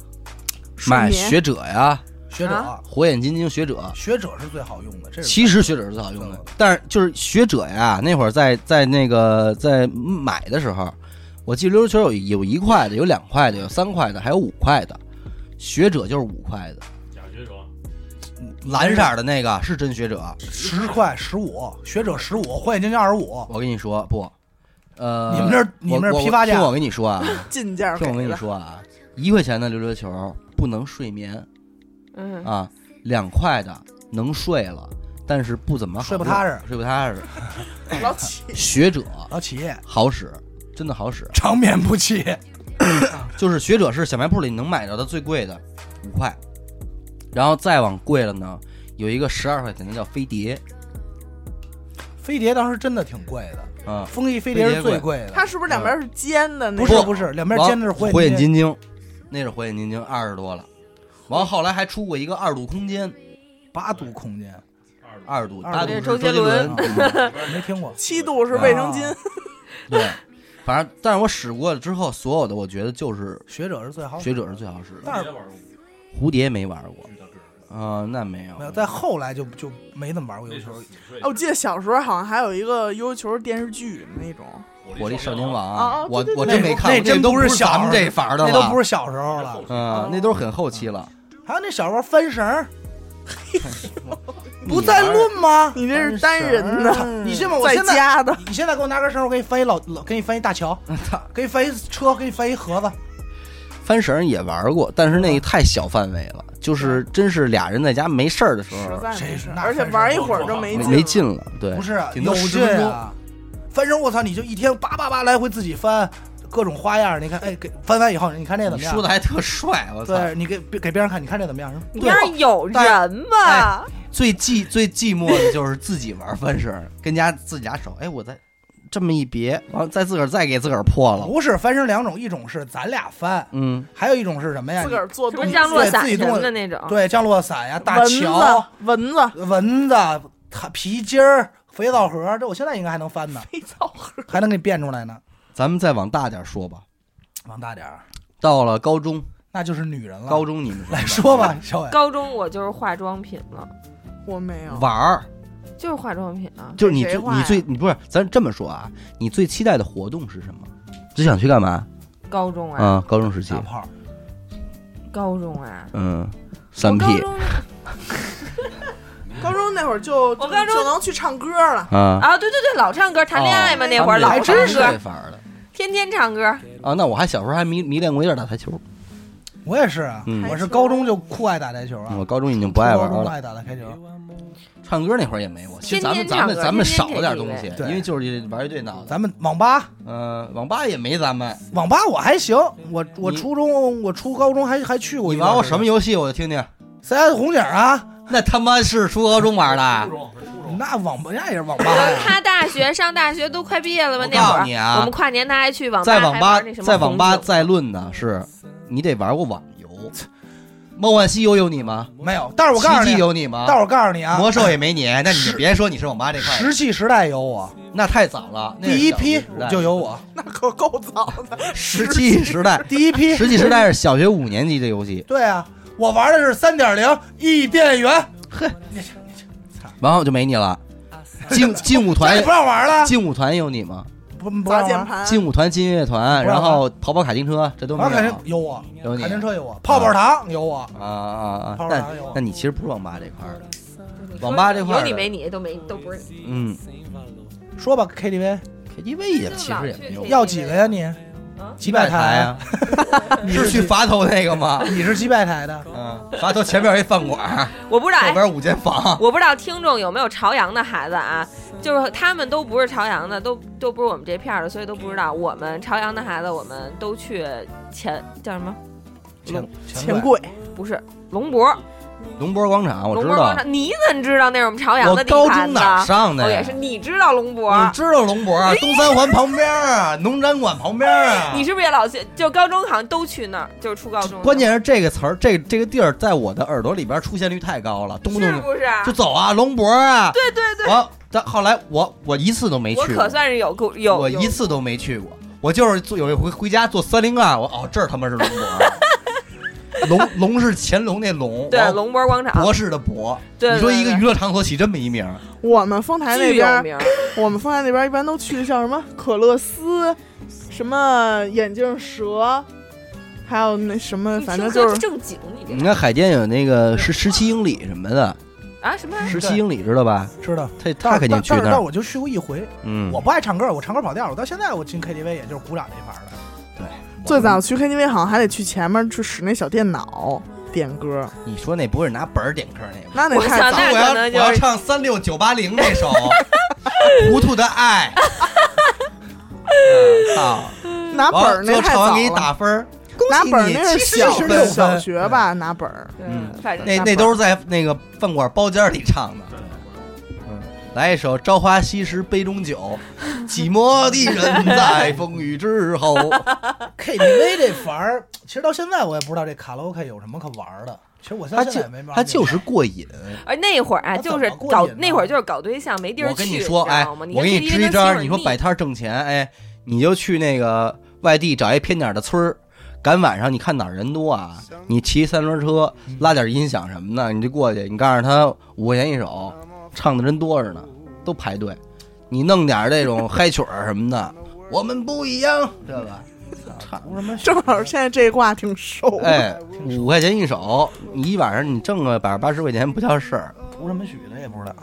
S3: 买
S4: 睡眠
S3: 学者呀，
S6: 学者
S5: 啊，
S3: 火眼金睛学者。
S6: 学者是最好用的，这是
S3: 其实学者是最好用的，但是就是学者呀，那会儿在在那个在买的时候，我记得溜溜球有有一块的，有两块的，有三块的，还有五块的，学者就是五块的，
S7: 假学者，
S3: 蓝色儿的那个是真学者。
S6: 十块十五，学者十五，火眼金睛二十五。
S3: 我跟你说不，呃，
S6: 你们这儿你们这儿
S3: 我我
S6: 批发价
S3: 听我跟你说 啊，
S4: 进价
S3: 听我
S4: 给
S3: 跟你
S4: 的，
S3: 说啊，一块钱的溜溜球不能睡眠
S5: 嗯，
S3: 啊，两块的能睡了，但是不怎么好
S6: 睡不踏实
S3: 用睡不踏 实。
S4: 老 起
S3: 学者
S6: 老起，
S3: 好使，真的好使，啊
S6: 长眠不起。
S3: 就是学者是小卖部里能买着的最贵的五块，然后再往贵了呢，有一个十二块钱的叫飞碟
S6: 飞碟当时真的挺贵的，
S3: 啊，
S6: 风翼飞碟是最贵的。
S4: 它是不是两边是尖的那
S6: 不
S4: 种？
S6: 是不是，两边
S3: 往
S6: 尖的是火
S3: 火眼
S6: 睛。
S3: 金睛，那是火眼金睛二十多了，完后来还出过一个二度空间。
S6: 八度空间，
S7: 二十
S3: 二度，
S6: 二
S3: 大
S6: 度
S3: 度
S6: 是
S3: 是
S5: 周杰
S3: 杰
S5: 伦
S3: 嗯
S6: 没听过。
S4: 七度是卫生巾
S6: 啊，
S3: 对，反正但是我使过了之后，所有的我觉得就是
S6: 学者是最好，
S3: 学者是最好使的，
S6: 但
S7: 大
S6: 是
S7: 玩过，
S3: 蝴蝶没玩过
S7: 遇到这儿
S3: 啊、那没有
S6: 没有，在后来就就没怎么玩过
S7: 那
S6: 悠悠
S7: 是
S6: 球。
S7: 死睡
S4: 哎，我记得小时候好像还有一个悠悠球电视剧那种，
S3: 火力少年
S7: 王，
S3: 王
S4: 哦哦
S3: 我
S4: 对对
S3: 我
S4: 对
S3: 真没看过，
S6: 那真
S3: 这都
S6: 不是小
S3: 咱们
S6: 时候
S3: 这法儿的了，
S6: 那都不是小时候了，
S3: 嗯，那都是很后期
S6: 哦
S3: 了，
S6: 还有那小时候翻绳儿，不
S3: 你
S6: 再
S3: 玩儿
S6: 论吗？
S4: 你这是单人的，
S6: 你信吗？我
S4: 在
S6: 现在
S4: 家的，
S6: 你现在给我拿根绳儿，我给你翻一老老，给你翻一 大桥，给你翻一车，给你翻一盒子。
S3: 翻绳也玩过，但是那个
S6: 嗯
S3: 太小范围了，就是真是俩人在家没事儿的时
S4: 实
S3: 候
S4: 在
S6: 谁
S4: 没
S6: 是
S4: 事儿，
S6: 那
S4: 而且玩一会儿就
S3: 没
S4: 没
S3: 没劲了，对，
S6: 不是
S3: 顶
S6: 有
S3: 多十
S6: 劲
S3: 分钟。
S6: 啊！翻身，我操，你就一天叭叭叭来回自己翻，各种花样儿。你看，哎，给翻完以后，你看这怎
S3: 你
S6: 么
S3: 说
S6: 样？
S3: 的还特帅，我操！
S6: 对你给给别人看，你看这怎么样？
S5: 你
S3: 对
S5: 边上有人吧？
S3: 最寂最寂寞的就是自己玩翻身儿，跟家自己俩手，哎，我再这么一别，完了再自个儿再给自个儿破了，
S6: 不是翻身两种，一种是咱俩翻，
S3: 嗯，
S6: 还有一种是什么呀
S4: 自？个儿做
S5: 什
S4: 东
S5: 么
S4: 西
S5: 降落伞
S6: 自己
S5: 什
S6: 动
S5: 么的那种，
S6: 对，降落伞呀、大
S4: 蚊
S6: 桥
S4: 子、蚊子、
S6: 蚊子、它皮筋儿、肥皂盒，这我现在应该还能 翻呢，
S4: 肥皂盒，
S6: 还能给你变出来呢。
S3: 咱们再往大点儿说吧。
S6: 往大点儿，
S3: 到了高中，
S6: 那就是女人了。
S3: 高中你们
S6: 啊来说吧，，小伟，
S5: 高中我就是化妆品了，
S4: 我没有。
S3: 玩儿
S5: 就是化妆品啊。
S3: 就是你
S4: 给
S3: 最
S4: 谁画呀
S3: 你最你不是咱这么说啊？你最期待的活动是什么？最想去干嘛？
S5: 高中啊，
S3: 啊，高中时期
S6: 打，炮，
S5: 高中啊，
S3: 嗯，三
S5: 我
S3: P
S5: 高中
S4: 高中那会儿就
S5: 我
S4: 就
S5: 高中
S4: 就能去唱歌了，
S3: 啊，
S5: 啊，对对对，老唱歌，谈恋爱嘛，那会儿
S3: 三 P
S5: 老
S3: 哦还
S5: 唱
S3: 真是这
S5: 歌，
S3: 法儿的
S5: 天天唱歌。
S3: 啊。那我还小时候还迷迷恋过一阵打台球，
S6: 我也是啊，
S3: 嗯
S6: 我是高中就酷爱打台球啊
S3: 我，高中已经不爱玩
S6: 初高中
S3: 了。
S6: 爱打台球。
S3: 唱歌那会儿也没我，其实咱们
S5: 天天
S3: 咱们
S5: 唱歌天天这
S3: 咱们少点东
S5: 几
S3: 西
S5: 位，
S6: 对
S3: 因为就是玩乐队闹的。
S6: 咱们网吧，
S3: 嗯，网吧也没咱们。
S6: 网吧我还行，我我
S3: 你
S6: 初中我初高中还还去过
S3: 你
S6: 一段
S3: 玩
S6: 时
S3: 过
S6: 间。
S3: 什么游戏？我就听听。
S6: CS 红警啊，
S3: 那他妈是初高中玩 的。
S6: 那网吧那也是网吧呀。
S5: 他大学上大学都快毕业了吧？
S3: 我
S5: 那
S3: 告诉
S5: 会儿
S3: 你啊
S5: 我们跨年他还去网吧，
S3: 在网吧
S5: 啊还玩那什么
S3: 在网吧
S5: 红酒嗯
S3: 再论呢，是你得玩过网游，《梦幻西游》有你吗？
S6: 没有，但是我告诉
S3: 奇迹
S6: 你，啊
S3: 有你吗
S6: 但？是我告诉你啊，
S3: 魔兽也没你，那你
S6: 是
S3: 就别说你是网吧这块儿
S6: 石器时代有我，
S3: 那太早了。那是
S6: 第一
S3: 小学
S6: 批
S3: 时代
S6: 就有我，
S4: 那可够早的。
S3: 石器时代，
S6: 第一批
S3: 石器时代是小学五年级的游戏，
S6: 对啊，我玩的是三点零异电源，
S3: 然后就没你了。劲劲舞
S6: 这
S3: 团
S6: 也不让玩了，啊
S3: 劲舞团有你吗？
S6: 不不
S4: 砸
S6: 让
S4: 键
S6: 玩。
S4: 盘，
S3: 劲舞团、劲乐团，
S6: 不啊
S3: 然
S6: 让玩
S3: 后跑跑卡丁车，这都没
S6: 啊，肯
S3: 有
S6: 定有我，
S3: 有你
S6: 卡丁车有我，泡泡糖有我，
S3: 啊啊啊！
S6: 泡泡
S3: 但
S6: 糖有我
S3: 那你其实不是网吧这块儿的，
S5: 你说
S3: 网吧这块儿
S5: 有
S3: 的
S5: 你没你都没都不是你，
S3: 嗯
S6: 说吧 KTV
S3: ，KTV 也其实也没有
S5: 对
S6: 要几个呀你？
S3: 几
S6: 几
S3: 百
S6: 百
S3: 台
S6: 台
S3: 啊
S6: 啊，你
S3: 是去
S6: 几
S3: 垡头那个吗？
S6: 你是几百台的？
S3: 嗯，垡头前面有一饭馆，
S5: 我不知道
S3: 后
S5: 哎，
S3: 边五间房。
S5: 我不知道听众有没有朝阳的孩子啊，就是他们都不是朝阳的，都都不是我们这片儿的，所以都不知道。我们朝阳的孩子，我们都去前叫什么？
S6: 钱
S4: 钱
S6: 柜
S4: 柜，
S5: 不是龙博，
S3: 龙博广场，我
S5: 龙
S3: 知
S5: 博
S3: 道
S5: 广，场。你怎么知道那是我们朝阳
S3: 我
S5: 的地
S3: 高
S5: 盘
S3: 中
S5: 子？
S3: 哪儿上
S5: 哦，
S3: 的呀
S5: 也是，？你知道龙博？
S3: 你知道龙博啊，东三环旁边儿啊，农展馆旁边儿啊。
S5: 哎你是不是也老去？就高中好像都去那儿，就是初高中的。
S3: 关键是这个词儿，这这个地儿在我的耳朵里边出现率太高了，动不
S5: 是
S3: 动
S5: 不是？
S3: 就走啊，龙博啊。
S5: 对对对，
S3: 我但后来我我一次都没
S5: 我
S3: 去过
S5: 可，算是有够有
S3: 我
S5: 有
S3: 一次都没去过。我就是坐有一回回家坐三零二，我哦这儿他妈是龙 博啊，龙龙是乾隆那龙，
S5: 对
S3: 然后
S5: 龙博广
S4: 啊
S5: 场，
S3: 博士的博。
S5: 对对
S3: 你说一个
S5: 对
S3: 娱乐场所起这么一名儿，
S4: 我们丰台那
S5: 巨有
S4: 边，
S5: 名儿。
S4: 我们丰台那边一般都去像什么可乐丝，什么眼镜蛇，还有那什么，
S5: 你
S4: 反
S5: 听
S4: 正
S5: 歌
S4: 就
S5: 就是正经，你
S3: 你
S5: 这
S3: 看海淀有那个十十七英里什么的，
S5: 啊什么玩意儿？
S3: 十七英里知道吧？
S6: 知道，
S3: 他他肯定去
S6: 但是但
S3: 那
S6: 是
S3: 儿。
S6: 我就去过一回，
S3: 嗯
S6: 我，不爱唱歌，我唱歌跑调，我到现在我进 KTV 也就是鼓掌这一盘的。
S4: 最早去 KTV 好像还得去前面去使那小电脑点歌，
S3: 你说那不是拿本儿点歌那个？
S4: 那得
S5: 我
S4: 太
S5: 想
S4: 早
S5: 那
S4: 了。
S3: 我
S5: 可
S3: 要
S5: 能
S3: 我
S5: 就是
S3: 要唱三六九八零那首 《糊涂的爱》 嗯，操！
S4: 拿本儿那
S3: 完最后
S4: 太
S3: 唱
S4: 早
S3: 完
S4: 了。
S3: 给你打分儿，
S4: 拿
S3: 恭喜
S4: 本儿
S3: 你
S4: 那是
S3: 76
S4: 小
S3: 分。
S4: 小学吧，拿本儿。
S5: 对
S3: 嗯
S5: 反正
S3: 那
S5: 大
S3: 那
S5: 伙儿
S3: 都是在那个饭馆包间里唱的。嗯，来一首《朝花夕拾杯中酒》， 寂寞的人在风雨之后。
S6: KTV 这玩儿，其实到现在我也不知道这卡拉 OK 有什么可玩儿的。其实我
S3: 他
S6: 到现
S3: 就
S6: 在也没玩儿。
S3: 他就是过瘾。
S5: 而那会儿啊，
S6: 那怎
S5: 就
S6: 么
S5: 是
S6: 过
S5: 搞
S6: 瘾呢
S5: 那会儿就是搞对象，没地儿去，
S3: 我跟你说，哎，
S5: 知道吗
S3: 我给你支一招儿，你说
S5: 摊，
S3: 摆摊儿挣钱，哎，你就去那个外地找一偏点儿的村儿，赶晚上你看哪儿人多啊，你骑三轮车拉点音响什么的，你就过去，你告诉他五块钱一首，唱的人多着呢，都排队，你弄点儿这种嗨曲儿什么的，我们不一样，对吧？唱，
S6: 什么
S4: 正好现在这一挂挺瘦，
S3: 哎，五块钱一首，你一晚上你挣个百分之八十块钱不叫事儿，
S6: 图什么许的也不知道。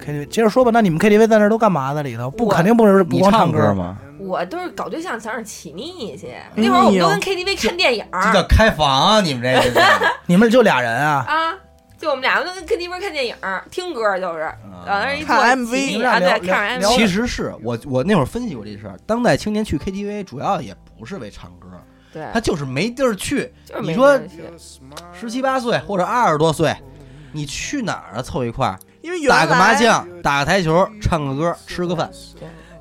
S6: KTV 接着说吧，那你们 KTV 在那儿都干嘛在里头？不
S5: 我
S6: 肯定不是不
S3: 你
S6: 光
S3: 唱
S6: 歌？
S3: 吗？
S5: 我都是搞对象想让起腻去。那会儿我们都跟 KTV 看电影儿
S3: 这叫开房啊，你们 这个叫。
S6: 你们就俩人啊？
S5: 啊，就我们俩都跟 KTV 看电影儿，听歌就是往那儿一坐
S4: 看
S5: 起腻
S4: MV
S5: 啊，对，
S6: 聊聊
S5: 看
S6: 聊
S5: MV。
S3: 其实是我我那会儿分析过这事儿，当代青年去 KTV 主要也不是为唱歌，
S5: 对，
S3: 他就是没地儿去。
S5: 哎就是
S3: 你
S5: 没
S3: 说
S5: 人去
S3: 十七八岁或者二十多岁，你去哪儿啊？凑一块儿
S4: 因为原
S3: 打个麻
S4: 来
S3: 将，打个台球，唱个歌，吃个饭。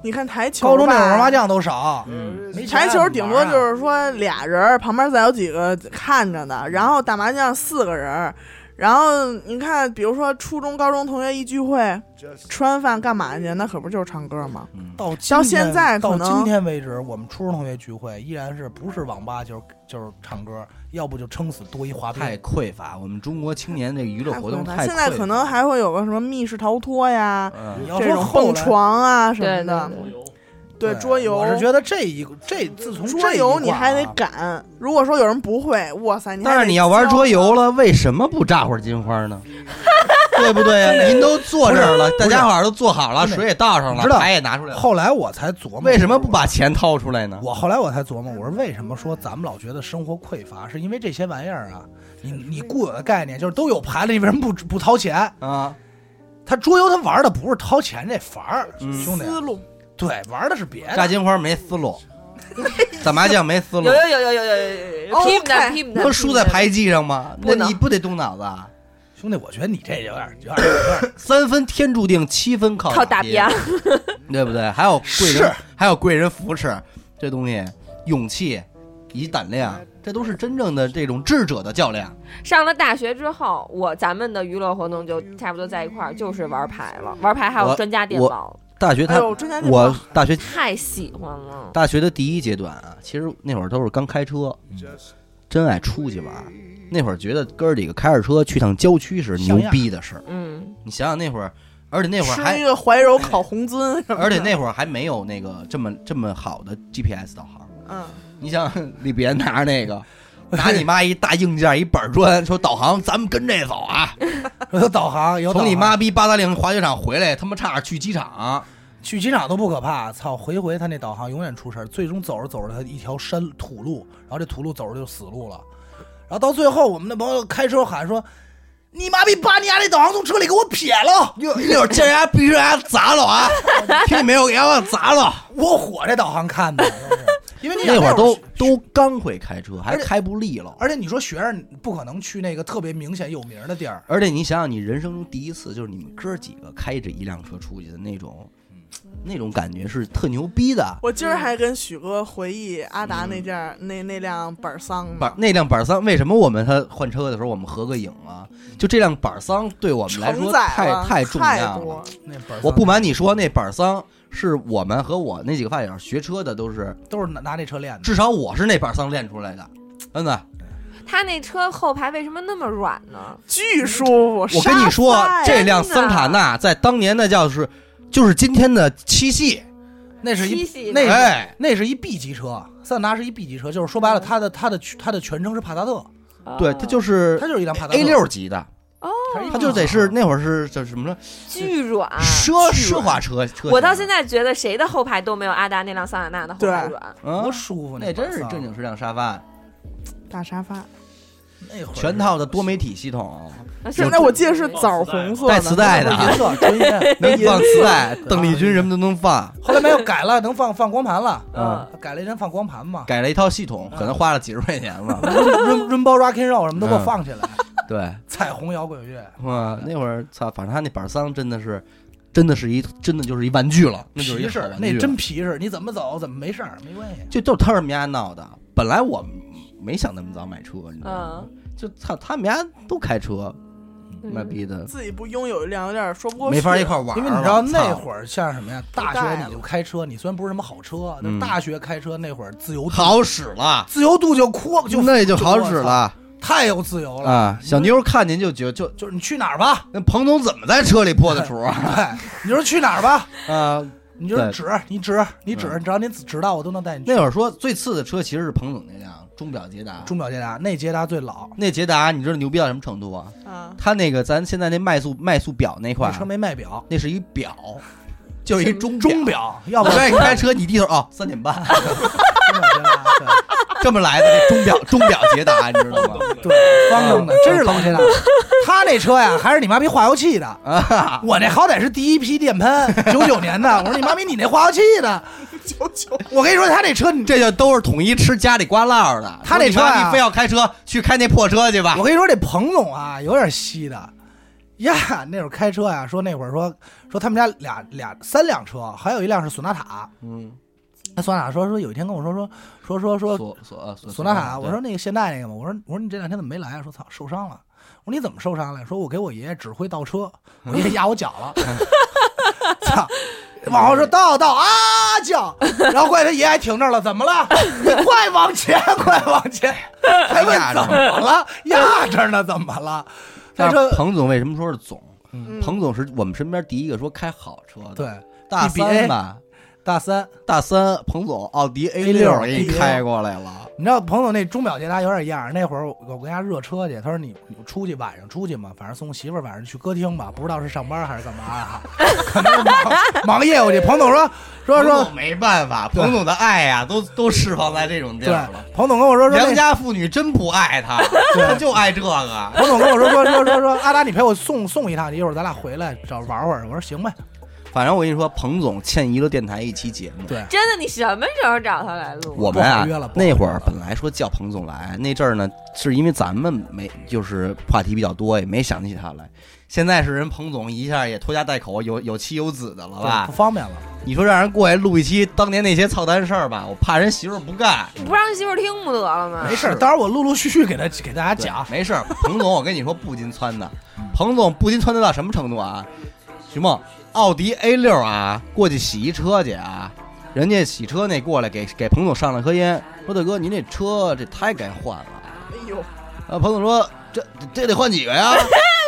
S4: 你看台球吧，
S6: 高中那会儿玩麻将都少，没钱
S4: 台嗯球顶多就
S6: 玩啊
S4: 是说俩人儿旁边再有几个看着的，然后打麻将四个人儿，然后你看，比如说初中、高中同学一聚会，吃完饭干嘛去？那可不就是唱歌吗？
S6: 到今天
S4: 到现在
S6: 到
S4: 可能
S6: 今天为止，我们初中同学聚会依然是不是网吧就是就是唱歌，要不就撑死多一滑
S3: 太
S6: 冰。
S3: 匮乏，我们中国青年这个娱乐
S4: 太
S3: 活
S4: 匮
S3: 动
S4: 乏
S3: 太匮乏。
S4: 现在可能还会有个什么密室逃脱呀，
S3: 嗯
S6: 你要
S4: 这
S6: 说
S4: 种
S6: 后
S4: 蹦
S6: 来
S4: 床啊什么
S5: 对
S4: 的，
S5: 对对
S4: 对桌游。
S6: 我是觉得这一这自从这
S4: 桌
S6: 一
S4: 游你
S6: 挂啊
S4: 还得赶，如果说有人不会，哇塞！你还
S3: 但是
S4: 得
S3: 你要玩
S4: 教
S3: 桌游了，为什么不炸会儿金花呢？对不对呀？您都坐这儿了，大家伙儿都坐好了，
S6: 不是
S3: 水也倒上了
S6: 知，道
S3: 牌也拿出来了，
S6: 后来我才琢磨，
S3: 为什么不把钱掏出来呢？
S6: 我后来我才琢磨，我说为什么说咱们老觉得生活匮乏，是因为这些玩意儿啊，你你固有的概念就是都有牌了，你为什么不不掏钱？
S3: 啊，
S6: 他桌游他玩的不是掏钱这法儿，
S3: 嗯
S6: 兄弟，
S4: 思路，
S6: 对，玩的是别
S3: 炸
S6: 的。
S3: 金花没思路，打麻将没思路
S5: 有，有有有有有有有，
S4: 哦
S5: 批评他
S4: 看
S5: 批评他，
S3: 能输在牌技上吗？那
S5: 不能
S3: 你不得动脑子啊？
S6: 兄弟，我觉得你这有点有点有点，
S3: 三分天注定，七分靠
S5: 靠
S3: 打
S5: 打边，
S3: 对不对？还有贵人
S6: 是，
S3: 还有贵人扶持，这东西，勇气以及胆量，这都是真正的这种智者的较量。
S5: 上了大学之后，我咱们的娱乐活动就差不多在一块儿，就是玩牌了，玩牌还
S3: 我
S5: 有专家电
S3: 我
S5: 报，
S3: 大学
S4: 哎
S3: 他，
S4: 呦，真的
S3: 我大学
S5: 太喜欢了。
S3: 大学的第一阶段啊，其实那会儿都是刚开车，真爱出去玩儿。那会儿觉得哥儿几个开着车去趟郊区是牛
S6: 像样
S3: 逼的事儿。
S5: 嗯，
S3: 你想想那会儿，而且那会儿
S4: 吃一
S3: 还，哎
S4: 个怀柔烤红鳟 什么的，
S3: 而且那会儿还没有那个这么这么好的 GPS 导航。
S4: 嗯，
S3: 你想李别拿着那 个，拿你妈一大硬件一板砖，说导航，咱们跟这走 啊！
S6: 有导航，有导
S3: 从
S6: 航
S3: 你妈逼八达岭滑雪场回来，他妈差点去机 场。
S6: 去机场都不可怕，操，回回他那导航永远出事儿，最终走着走着他一条山土路，然后这土路走着就死路了，然后到最后我们的朋友开车喊说：“你妈逼把你家那导航从车里给我撇了，
S3: 一一会儿见人家必须让人家砸了 啊！听见没有？给俺往砸了！
S6: 我火这导航看的，真是因为你想
S3: 那会儿都
S6: 学
S3: 都刚会开车，还
S6: 而且
S3: 开不利落。
S6: 而且你说学生不可能去那个特别明显有名的地儿，
S3: 而且你想想，你人生中第一次就是你们哥几个开着一辆车出去的那种，那种感觉是特牛逼的。
S4: 我今儿还跟许哥回忆阿达
S3: 嗯
S4: 那件儿、那那辆板儿桑
S3: 板
S4: 呢，
S3: 那辆板桑为什么我们他换车的时候我们合个影啊？就这辆板桑对我们来
S4: 承
S3: 说
S4: 载
S3: 太
S4: 了太
S3: 太重要了
S4: 多。。
S6: 那本儿
S3: 我不瞒你说，那板桑是我们和我那几个发小学车的都是，
S6: 都是拿拿那车练的，
S3: 至少我是那板桑练出来的。真的，
S5: 他那车后排为什么那么软呢？
S4: 巨舒服。
S3: 我跟你说
S4: 沙，发呀
S3: 这辆桑塔纳在当年那叫是，就是今天的七系。
S6: 那是
S5: 七
S6: 一
S5: 系
S6: 那是
S3: 哎
S6: 那是一 B 级车，桑塔纳是一 B 级车，就是说白了，
S3: 嗯
S6: 它的它的它的全称是帕萨特，
S3: 对，它就是
S6: 它就是一辆帕萨特
S3: A 六级的，它
S6: 它
S3: 就得
S6: 啊
S3: 是那会儿是叫什么呢？
S5: 巨软。
S3: 奢奢华车车型。
S5: 啊我到现在觉得谁的后排都没有阿达那辆桑塔纳的后排
S4: 对
S5: 软。
S3: 啊
S6: 多舒服，
S3: 那真是
S6: 板桑
S3: 正经是辆沙发，
S4: 大沙发，
S6: 那会儿
S3: 全套的多媒体系统，
S4: 现在我记得是枣红色的，
S3: 带磁带的，啊
S6: 银色纯 银，
S3: 能放磁带，
S6: 对
S3: 邓丽君什么都能放。
S6: 后来没有改了，能放放光盘了，
S3: 嗯，
S6: 改了一阵放光盘嘛。
S3: 改了一套系统，可能花了几十块钱吧。
S6: run run 包 rock and roll 什么都
S3: 嗯
S6: 给我放起来，
S3: 对，
S6: 彩虹摇滚乐，
S3: 哇，那会儿操，反正他那板桑真的是，真的是一，真的就是一玩具了，那就是一
S6: 皮
S3: 好
S6: 实
S3: 玩，具
S6: 那
S3: 了
S6: 真皮实，你怎么走怎么没事儿，没关系。
S3: 就就他们家闹的。本来我没想那么早买车，你知道吗？
S5: 嗯，
S3: 就操，他们家都开车，
S5: 嗯
S3: 妈逼的，
S4: 自己不拥有一辆有点说不过去，
S3: 没法一块玩儿了。啊
S6: 因为你知道那
S3: 操
S6: 会儿像什么呀？大学你就开车，你虽然不是什么好车，但
S3: 嗯
S6: 大学开车那会儿自由度
S3: 好使了，
S6: 自由度就阔就
S3: 那也就好使，了
S6: 就太有自由了。
S3: 啊！小妞看见就觉得就
S6: 就是你去哪儿吧，
S3: 那彭总怎么在车里破的厨啊？
S6: 对，你就说去哪儿吧，
S3: 啊，
S6: 你就是
S3: 对嗯
S6: 指你指你指，只要你指到我都能带你去
S3: 那。会儿说最次的车其实是彭总那辆钟表捷达，
S6: 钟表捷达，那捷达最老，
S3: 那捷达你知道牛逼到什么程度啊？
S4: 啊，
S3: 它那个咱现在那迈速迈速表那块
S6: 那
S3: 儿，
S6: 车没卖表，
S3: 那是一表，就是一钟
S6: 钟
S3: 表。
S6: 表，要不
S3: 我
S6: 然
S3: 愿意开车，你低头哦，三点半，
S6: 钟表捷达，
S3: 这么来的这钟表钟表捷达，你知道吗？
S6: 对对，方正
S3: 嗯
S6: 的，真是老捷达。他那车呀，还是你妈逼化油器的，
S3: 啊，
S6: 我那好歹是第一批电喷，九九年的。我说你妈逼，你那化油器的，
S4: 九九
S6: 我跟你说，他那车，你
S3: 这就都是统一吃家里瓜烙的。
S6: 他那车
S3: 说你妈
S6: 啊
S3: 逼非要开车去开那破车去吧
S6: 我。跟你说，这彭总啊，有点稀的。呀， 那会儿开车呀，说那会儿说说他们家俩俩三辆车，还有一辆是索纳塔。
S3: 嗯，
S6: 那索纳塔说说有一天跟我说说说说说
S3: 索索索
S6: 索纳塔，我说那个现代那个嘛，我说我说你这两天怎么没来啊？说操受伤了。我说你怎么受伤了？说我给我爷爷指挥倒 车，我爷爷压我脚了。操！往后说倒倒啊叫，然后怪他爷还停这儿了，怎么了？你快往前，快往 前！还问
S3: 压着
S6: 怎么了？压着呢，怎么了？他
S3: 但
S6: 说
S3: 是彭总为什么说是总？
S6: 嗯
S3: 彭总是我们身边第一个说开好车的，
S6: 对，
S3: 大
S6: BBA
S3: 三吧，
S6: 大三，
S3: 大三彭总奥迪 A 六
S6: A6
S3: 给你开过来了，
S6: 你知道彭总那钟表捷达有点样儿。那会儿我我跟家热车去，他说你你出去晚上出去嘛，反正送媳妇儿晚上去歌厅吧，不知道是上班还是干嘛啊， 可能是忙忙业务去。彭总说说
S3: 彭
S6: 说
S3: 总，没办法，彭总的爱呀，都都释放在这种地
S6: 对
S3: 儿了。，
S6: 彭总跟我说说
S3: 良
S6: 那
S3: 家妇女真不爱他，他就爱这个。
S6: 彭总跟我说说说说说阿达，你陪我送送一趟去，一会儿咱俩回来找玩会儿。我说行呗，
S3: 反正我跟你说，彭总欠娱乐电台一期节目。
S6: 对，
S5: 真的，你什么时候找他来录？
S3: 我们啊
S6: 不好约了不好
S3: 那
S6: 约了
S3: 会儿本来说叫彭总来，那阵儿呢是因为咱们没就是话题比较多，也没想起他来。现在是人彭总一下也拖家带口，有有妻有子的了吧
S6: 不？方便了。
S3: 你说让人过来录一期当年那些操蛋事儿吧，我怕人媳妇儿不干。
S5: 不让媳妇儿听不得了吗
S6: 没？事儿，
S3: 是
S6: 到时候我陆陆续续给他给大家
S3: 对
S6: 讲。
S3: 没事儿，彭总，我跟你说不禁撺的，彭总不禁撺掇到什么程度啊？徐梦，奥迪 A 六啊，过去洗一车去啊，人家洗车那过来给给彭总上了颗烟，说大哥您这车这胎该换了。呃
S4: 哎呦，
S3: 啊，彭总说这这得换几个呀？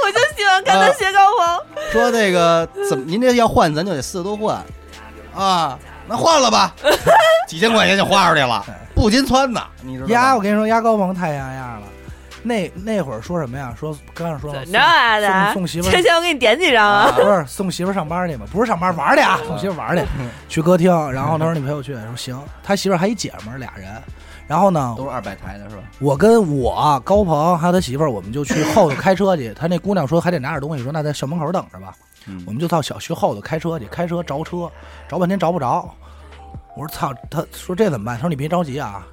S5: 我就喜欢看他学高仿。
S3: 说那个怎么您这要换，咱就得四个都换啊，那换 了吧，几千块钱就花出去了，不禁穿的，你知道
S6: 压，
S3: 吗
S6: 我？跟你说，压高鹏太压压了。那那会儿说什么呀？说刚才说了
S5: 怎么着啊，
S6: 呃送
S5: 的？
S6: 送送媳妇
S5: 之前我给你点几张啊。
S6: 不是送媳妇儿上班去嘛，不是上班玩儿去啊，送媳妇儿玩儿去，去歌厅。然后他说你陪我去，说行。他媳妇儿还一姐们儿俩人。然后呢
S3: 都，是二百台的是吧？
S6: 我跟我高鹏还有他媳妇儿，我们就去后头开车去。他那姑娘说还得拿点东西，说那在校门口等着吧。
S3: 嗯
S6: 我们就到小区后头开车去，开车着车，找半天找不着。我说操，他说这怎么办？他说你别着急啊，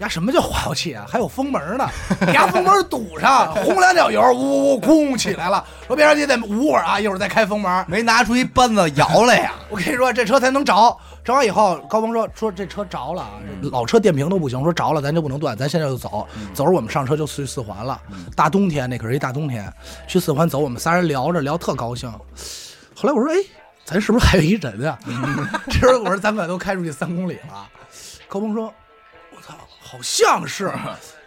S6: 呀什么叫化油器啊？还有风门呢，呀风门堵上，轰两脚油，呜呜呜，轰起来了。说别着急，再捂会儿啊，一会儿再开风门。
S3: 没拿出一扳子摇来呀，
S6: 我跟你说，这车才能着。着完以后，高鹏说说这车着了，啊老车电瓶都不行，说着了咱就不能断，咱现在就走。走着我们上车就去四环了，大冬天那可是一大冬天，去四环走，我们仨人聊着聊特高兴。后来我说，哎，咱是不是还有一人啊？ 这时候我说咱们都开出去三公里了。高鹏说，我操，好像是。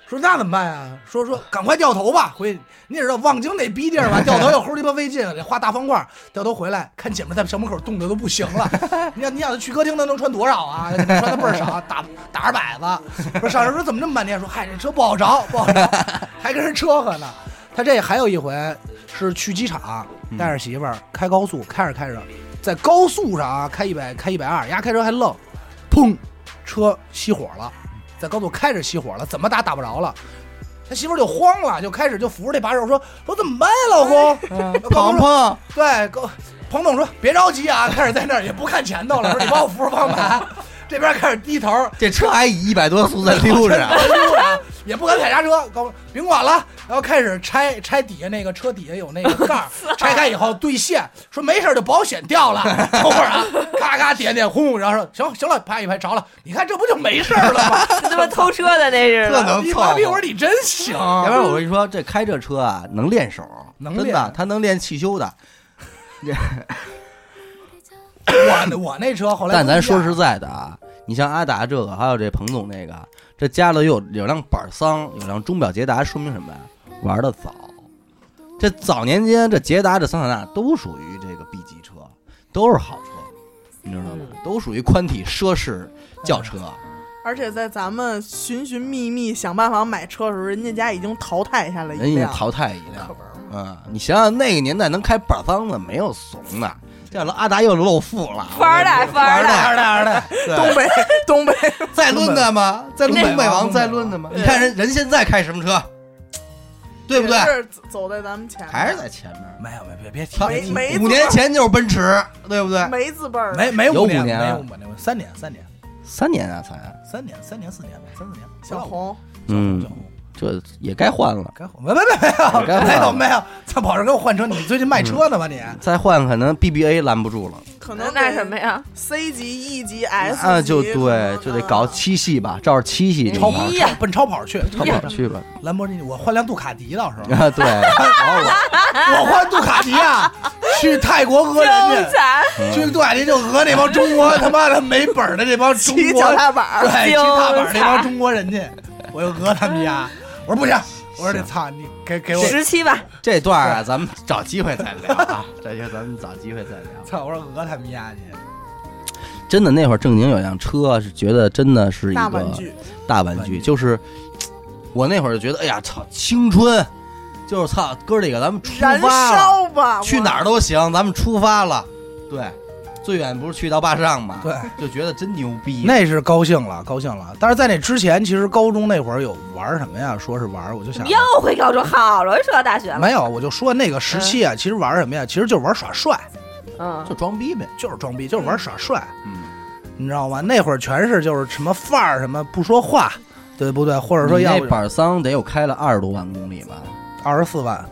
S6: 说那怎么办呀？说说赶快掉头吧，回你也知道望京那逼地儿吧，掉头有齁鸡巴费劲，得画大方块，掉头回来看姐们在小门口冻得都不行了。你让你让她去歌厅，她能穿多少啊？穿的倍儿少，打打二百子。说上人说怎么这么半天？说嗨，这车不好着，不好着，还跟人车和呢。他这还有一回是去机场，
S3: 嗯
S6: 带着媳妇儿开高速，开着开着，在高速上啊开一百开一百二，丫开车还愣，砰，车熄火了。在高速开着熄火了，怎么打打不着了。他媳妇儿就慌了，就开始就扶着这把手说说怎么办呀，老公？
S3: 鹏鹏，
S6: 对，高彭总说别着急啊，开始在那儿也不看前头了，说你帮我扶着帮忙。 这边开始低头，
S3: 这车还以一百 多速在溜着啊，
S6: 溜着， 也不敢踩刹车，高甭管了。然后开始拆拆底下那个车底下有那个盖儿，拆开以后兑现，说没事儿，就保险掉了。等会儿啊，咔咔点点轰，然后说行行了，拍一拍着了。你看这不就没事儿了 吗？
S5: 他妈偷车的那是
S3: 这
S5: 吧，
S3: 能
S6: 你
S3: 凑
S6: 妈
S3: 合
S6: 逼，我说你真行。
S3: 要不然我跟你说，这开这车啊，能练手，
S6: 能
S3: 真的
S6: 练，
S3: 他能练汽修的。
S6: 我我那车后来，
S3: 但咱说实，在的啊，你像阿达这个，还有这彭总那个，这家里有有辆板桑，有辆钟表捷达，说明什么呀？玩的早。这早年间，这捷达、这桑塔纳都属于这个 B 级车，都是好车，你知道吗？都属于宽体奢侈轿车。
S4: 而且在咱们寻寻觅觅想办法买车的时候，人家家已经淘汰下了一
S3: 人已经
S4: 辆。
S3: 淘汰一辆。嗯，你想想那个年代能开板桑的没有怂的，这阿达又露富了，
S5: 富二代
S3: 富二
S5: 富
S3: 二代，二代，
S4: 东
S3: 对，
S4: 北，东北，
S3: 再论的吗？再论东北王，再论的吗？
S4: 对
S3: 你看人人现在开什么车，对不对？
S4: 是走在咱们前面，
S3: 还是在前面。
S6: 没有没有别别提
S3: 他
S4: 没
S6: 提
S4: 没
S3: 五年前就是奔驰，对不对？
S4: 梅字辈儿，
S6: 没没
S3: 有
S6: 五
S3: 五
S6: 年
S3: 年
S6: 没
S3: 了
S6: 有五年三年三年
S3: 三年啊，才，
S6: 三年三年四年吧，三四年
S4: 小红，
S3: 嗯
S6: 小，红
S3: 这也该换了，
S6: 该红没没没
S3: 也该
S6: 有没
S3: 换
S6: 有
S3: 了，
S6: 没有，操跑这给我换车，你最近卖车呢吧你？
S3: 再换可能 BBA 拦不住了，
S4: 可能
S5: 那
S4: 得
S5: 什么呀？
S4: C 级、E 级、S 级
S3: 啊，就
S4: 可能啊
S3: 对，就得搞七系吧，照着七系这
S5: 哎
S3: 个
S6: 超
S3: 牌
S6: 跑
S5: 呀
S6: 超奔超跑去，
S3: 超跑去吧，
S6: 兰博基尼，我换辆杜卡迪到时 候，
S3: 啊，对，然后我。
S6: 我换杜卡迪啊，去泰国讹人
S5: 真
S6: 去。
S5: 惨！
S6: 去杜卡迪就讹那帮中 国他妈的没本儿的那帮中
S4: 骑
S6: 国
S4: 脚踏板 儿，
S6: 对，去
S5: 精
S6: 踏板那帮
S5: 彩
S6: 中国人去，我又讹他们家，我说不行，我说你操，你给给我，
S5: 十七吧，
S3: 这段儿啊，咱们 找机会再聊啊， 这些咱们找机会再聊。
S6: 操，我说讹他们家去，
S3: 真的，那会儿正经有辆车，是觉得真的是一个
S4: 大玩具，
S3: 大玩
S6: 玩具
S3: 具，就是我那会儿就觉得，哎呀，操，青春，就是操，哥几个咱们出
S4: 燃
S3: 发了，
S4: 烧啊吧，
S3: 去哪儿
S4: 都
S3: 都行，咱们出发了。对，最远不是去到坝上吗？
S6: 对，
S3: 就觉得真牛逼。
S6: 那是高兴了，高兴了。但是在那之前，其实高中那会儿有玩什么呀？说是玩，我就想
S5: 又回高中，好容易说到大学了。
S6: 没有，我就说那个时期啊，其实玩什么呀？其实就是玩耍帅，
S5: 嗯
S3: 就，装逼呗。
S6: 就是装逼，就是玩耍帅，
S3: 嗯，
S6: 你知道吗？那会儿全是就是什么范儿，什么不说话，对不对？或者说
S3: 你
S6: 要
S3: 那板桑得有开了二十多万公里吧，
S6: 二十四万，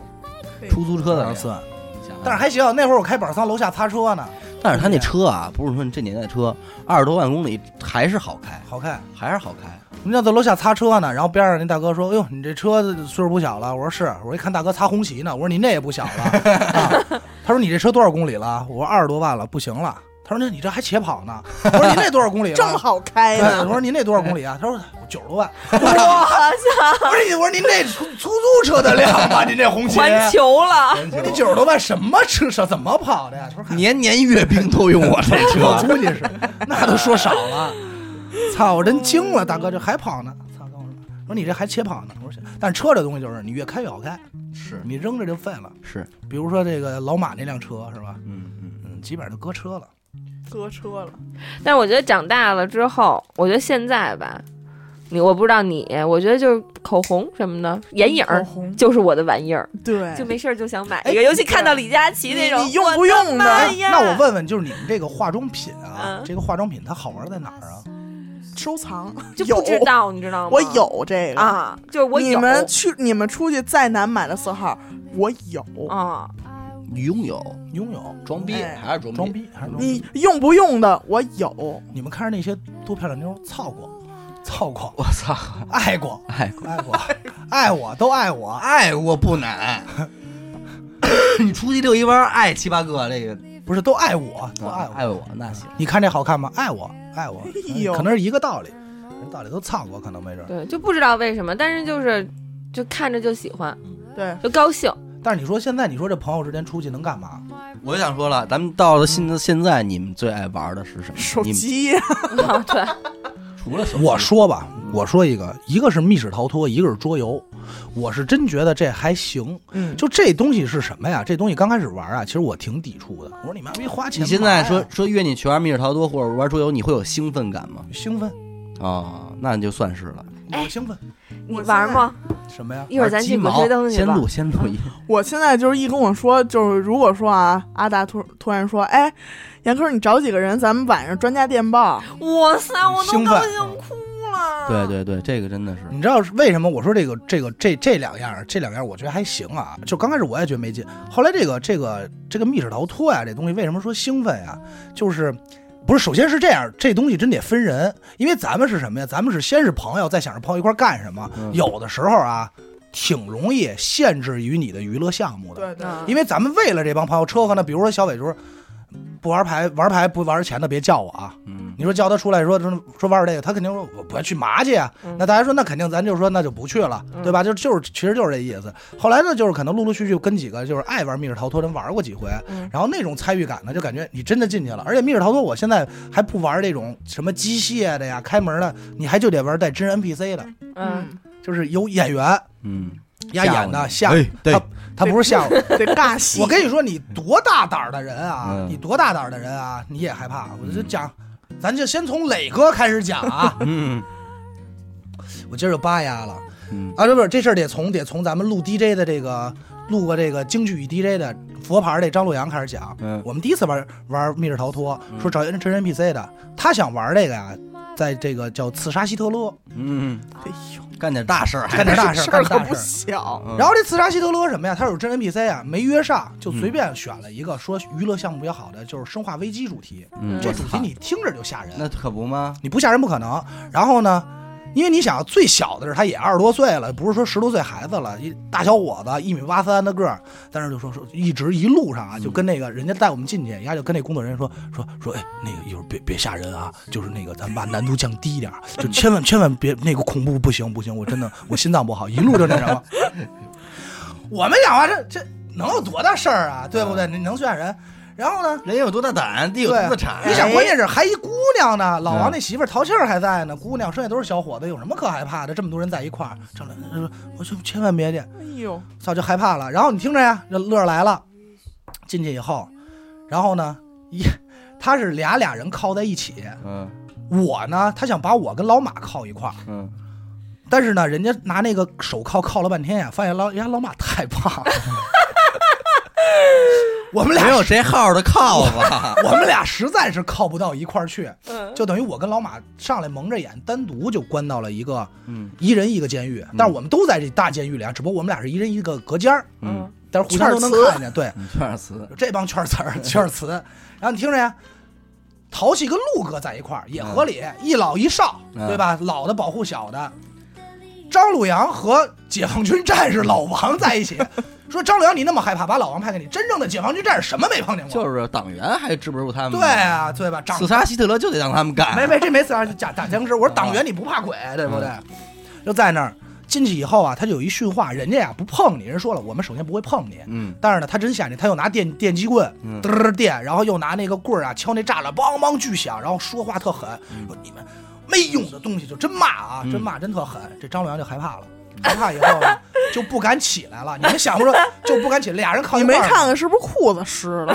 S3: 出租车的
S6: 二
S3: 那
S6: 十四
S3: 个，
S6: 万。
S3: 你想想
S6: 但是还行，那会儿我开板桑楼下擦车呢，
S3: 但是他那车啊，不是说你这年代车，二十多万公里还是好开，
S6: 好看。
S3: 还是好开。
S6: 我们要在楼下擦车呢，然后边上那大哥说：“哎呦，你这车岁数不小了。”我说：“是。”我说：“一看大哥擦红旗呢。”我说：“您这也不小了。啊” 他说：“你这车多少公里了？”我说：“二十多万了，不 行了。”他说：“那你这还且跑呢？”我说：“您这多少公里了？”
S4: 正好开
S6: 对，我
S4: 呢，
S3: 哎
S6: 说：“您这多少公里啊？”他说：“我九十多万。
S5: 我操，
S6: 不是，我说您这出出租车的量吧，您这红旗，
S5: 环
S6: 我
S5: 球了，
S6: 说你九十多万什么吃什怎么跑的呀？他说 看
S3: 年年阅兵都用我这
S6: 我
S3: 车，
S6: 估计是，那都说少了。操，我真惊了，大哥，这还跑呢？操，跟我说，说你这还且跑呢？我说行，但是车这东西就是你越开越好开，
S3: 是
S6: 你扔着就废了。
S3: 是，
S6: 比如说这个老马那辆车是吧？
S3: 嗯嗯，
S6: 嗯，基本上就搁车了。
S4: 搁车了，
S5: 但我觉得长大了之后，我觉得现在吧，你我不知道你，我觉得就是口红什么的，眼影
S4: 口
S5: 儿
S4: 红，
S5: 就是我的玩意儿，
S4: 对，
S5: 就没事儿就想买
S6: 哎
S5: 一个，尤其看到李佳琦那种，
S4: 你你用
S5: 我的
S4: 不用呢
S5: 妈
S6: 哎，
S5: 呀
S6: 那我问问，就是你们这个化妆品啊
S5: 嗯，
S6: 这个化妆品它好玩在哪儿啊？
S4: 收藏，
S5: 就
S4: 有
S5: 不知道，你知道吗？
S4: 我有这个，
S5: 啊，就是我有
S4: 你们去你们出去再难买的色号，我有。
S5: 啊，
S3: 嗯拥有
S6: 拥有
S3: 装逼
S4: 哎
S3: 还是装
S6: 装
S3: 逼？
S6: 逼还是装逼？
S4: 你用不用的，我有。
S6: 你们看着那些多漂亮妞儿，操过，操过，
S3: 我操，
S6: 爱过，
S3: 爱
S6: 过，爱过，爱我都爱我，
S3: 爱我不 难。你出去遛一弯，爱七八个，这个
S6: 不是都爱我，都爱我。
S3: 爱我那行。
S6: 你看这好看吗？爱我，爱我
S4: 哎，呦
S6: 可能是一个道理，人道理都操过，可能没准儿。
S5: 对，就不知道为什么，但是就是就看着就喜欢，
S4: 对，
S5: 就高兴。
S6: 但是你说现在，你说这朋友之间出去能干嘛？
S3: 我就想说了，咱们到了现在现在，你们最爱玩的是什么？
S4: 手
S3: 你们
S4: 机
S5: 啊，对，
S3: 除了手机
S6: 我说吧，我说一个，一个是密室逃脱，一个是桌游。我是真觉得这还行，
S4: 嗯
S6: 就这东西是什么呀？这东西刚开始玩啊，其实我挺抵触的。我说你妈逼花钱
S3: 你
S6: 买啊，
S3: 现在说说约你去玩密室逃脱或者玩桌游，你会有兴奋感吗？
S6: 兴奋，
S3: 啊，那你就算是了。
S5: 哎
S6: 我兴奋
S5: 你
S4: 我
S5: 玩吗？
S6: 什么呀？
S5: 一会儿咱去
S3: 鸡
S5: 鬼
S3: 毛
S5: 吹灯去
S3: 先
S5: 吧。
S3: 录先录一，
S4: 我现在就是一跟我说，就是如果说啊，阿达突突然说，哎，严科，你找几个人，咱们晚上专家电报，
S5: 哇塞，我都
S6: 兴
S5: 高
S6: 奋
S5: 兴哭了。
S3: 对，对对，这个真的是
S6: 你知道为什么我说这个这个这这两样儿这两样儿我觉得还行啊？就刚开始我也觉得没劲，后来这个这个这个密室逃脱啊呀、这东西为什么说兴奋呀、就是不是首先是这样，这东西真得分人，因为咱们是什么呀？咱们是先是朋友，再想着朋友一块儿干什么。
S3: 嗯
S6: 有的时候啊，挺容易限制于你的娱乐项目的，
S4: 对对，
S5: 啊
S6: 因为咱们为了这帮朋友车和呢，比如说小伟就说不玩牌玩牌不玩钱的别叫我啊，
S3: 嗯
S6: 你说叫他出来说说玩玩这个，他肯定说我不要去麻去啊。
S5: 嗯
S6: 那大家说那肯定咱就说那就不去了，对吧？就就是其实就是这意思。后来呢，就是可能陆陆续续跟几个就是爱玩密室逃脱的人玩过几回，
S5: 嗯
S6: 然后那种参与感呢，就感觉你真的进去了。而且密室逃脱我现在还不玩这种什么机械的呀、开门的，你还就得玩带真 NPC 的，
S5: 嗯，
S6: 就是有演员
S3: 嗯，
S6: 压演的
S3: 吓
S6: 吓
S3: 唬你，哎
S6: 他他不是吓 唬。
S4: 得尬戏。
S6: 我跟你说，你多大胆儿的人啊
S3: 嗯！
S6: 你多大胆儿的人啊！你也害怕？我就讲，咱就先从磊哥开始讲啊。
S3: 对，嗯
S6: 我今儿就扒丫了
S3: 嗯
S6: 啊！不是，这事儿得从得从咱们录 DJ 的这个录过这个京剧与 DJ 的佛牌儿这张洛阳开始讲。
S3: 嗯，
S6: 我们第一次玩玩密室逃脱，说找人真人 PC 的，他想玩这个呀，在这个叫刺杀希特勒，
S3: 嗯，
S4: 哎呦，
S3: 干点大事儿，
S6: 干点大事儿，
S4: 事
S6: 干
S4: 儿
S6: 点
S4: 可
S6: 大
S4: 不
S6: 事儿。
S4: 小。
S3: 嗯
S6: 然后这刺杀希特勒什么呀？他有真人 PC 啊，没约上，就随便选了一个说娱乐项目比较好的，就是《生化危机》主题。
S3: 嗯
S6: 这
S3: 我
S6: 主题
S3: 操
S6: 你听着就吓人，
S3: 那可不吗？
S6: 你不吓人不可能。然后呢，因为你想最小的是他也二十多岁了，不是说十多岁孩子了，一大小伙子一米八三的个儿，但是就说说一直一路上啊，就跟那个人家带我们进去，人家就跟那工作人员说说说，哎，那个一会儿别别吓人啊，就是那个咱们把难度降低一点儿，就千万千万别那个恐怖不行不行，我真的我心脏不好，一路就那什么。我们讲话这这能有多大事儿啊，对不对？你能吓人？然后呢，
S3: 人有多大胆，地有多
S6: 对，
S3: 大产，啊
S6: 你想，关键是还一姑娘呢，老
S3: 嗯
S6: 王那媳妇儿淘气儿还在呢，姑娘剩下都是小伙子，有什么可害怕的？这么多人在一块儿，整的，呃我就千万别去，
S4: 哎呦，
S6: 操，就害怕了。然后你听着呀，这乐儿来了，进去以后，然后呢，一他是俩俩人靠在一起，
S3: 嗯
S6: 我呢，他想把我跟老马靠一块儿，
S3: 嗯，
S6: 但是呢，人家拿那个手铐铐了半天呀，发现老人家老马太胖了，我们俩
S3: 没有谁号的靠 吧？
S6: 我们俩实在是靠不到一块儿去，
S5: 嗯
S6: 就等于我跟老马上来蒙着眼，单独就关到了一个
S3: 嗯
S6: 一人一个监狱，但是我们都在这大监狱里啊，只不过我们俩是一人一个隔间儿，
S3: 嗯，
S6: 但是互相都能看见。对，
S3: 你圈词，
S6: 这帮圈词 儿圈词，然后你听着呀，淘气跟陆哥在一块儿也合理，一老一少，
S3: 嗯
S6: 对吧？老的保护小的，张鲁阳和解放军战士老王在一起，说张良，你那么害怕，把老王派给你，真正的解放军战士什么没碰见过？
S3: 就是党员还治不住他们呢，
S6: 对啊，对吧？长
S3: 刺杀希特勒就得让他们干，啊
S6: 没没这没事儿，打打僵尸。我说党员你不怕鬼对不对？
S4: 嗯
S6: 就在那儿进去以后啊，他就有一训话，人家呀不碰你，人说了，我们首先不会碰你，
S3: 嗯，
S6: 但是呢，他真吓你，他又拿电电击棍
S3: 嗯
S6: 嘚儿电，然后又拿那个棍儿啊敲那栅栏，梆梆巨响，然后说话特狠，
S4: 嗯
S6: 说你们没用的东西就真骂啊，真骂真特狠。这张良就害怕了，害怕以后呢就不敢起来了。你们想不说就不敢起来，俩人靠
S4: 你
S6: 一
S4: 没
S6: 块儿
S4: 看看是不是裤子湿 了？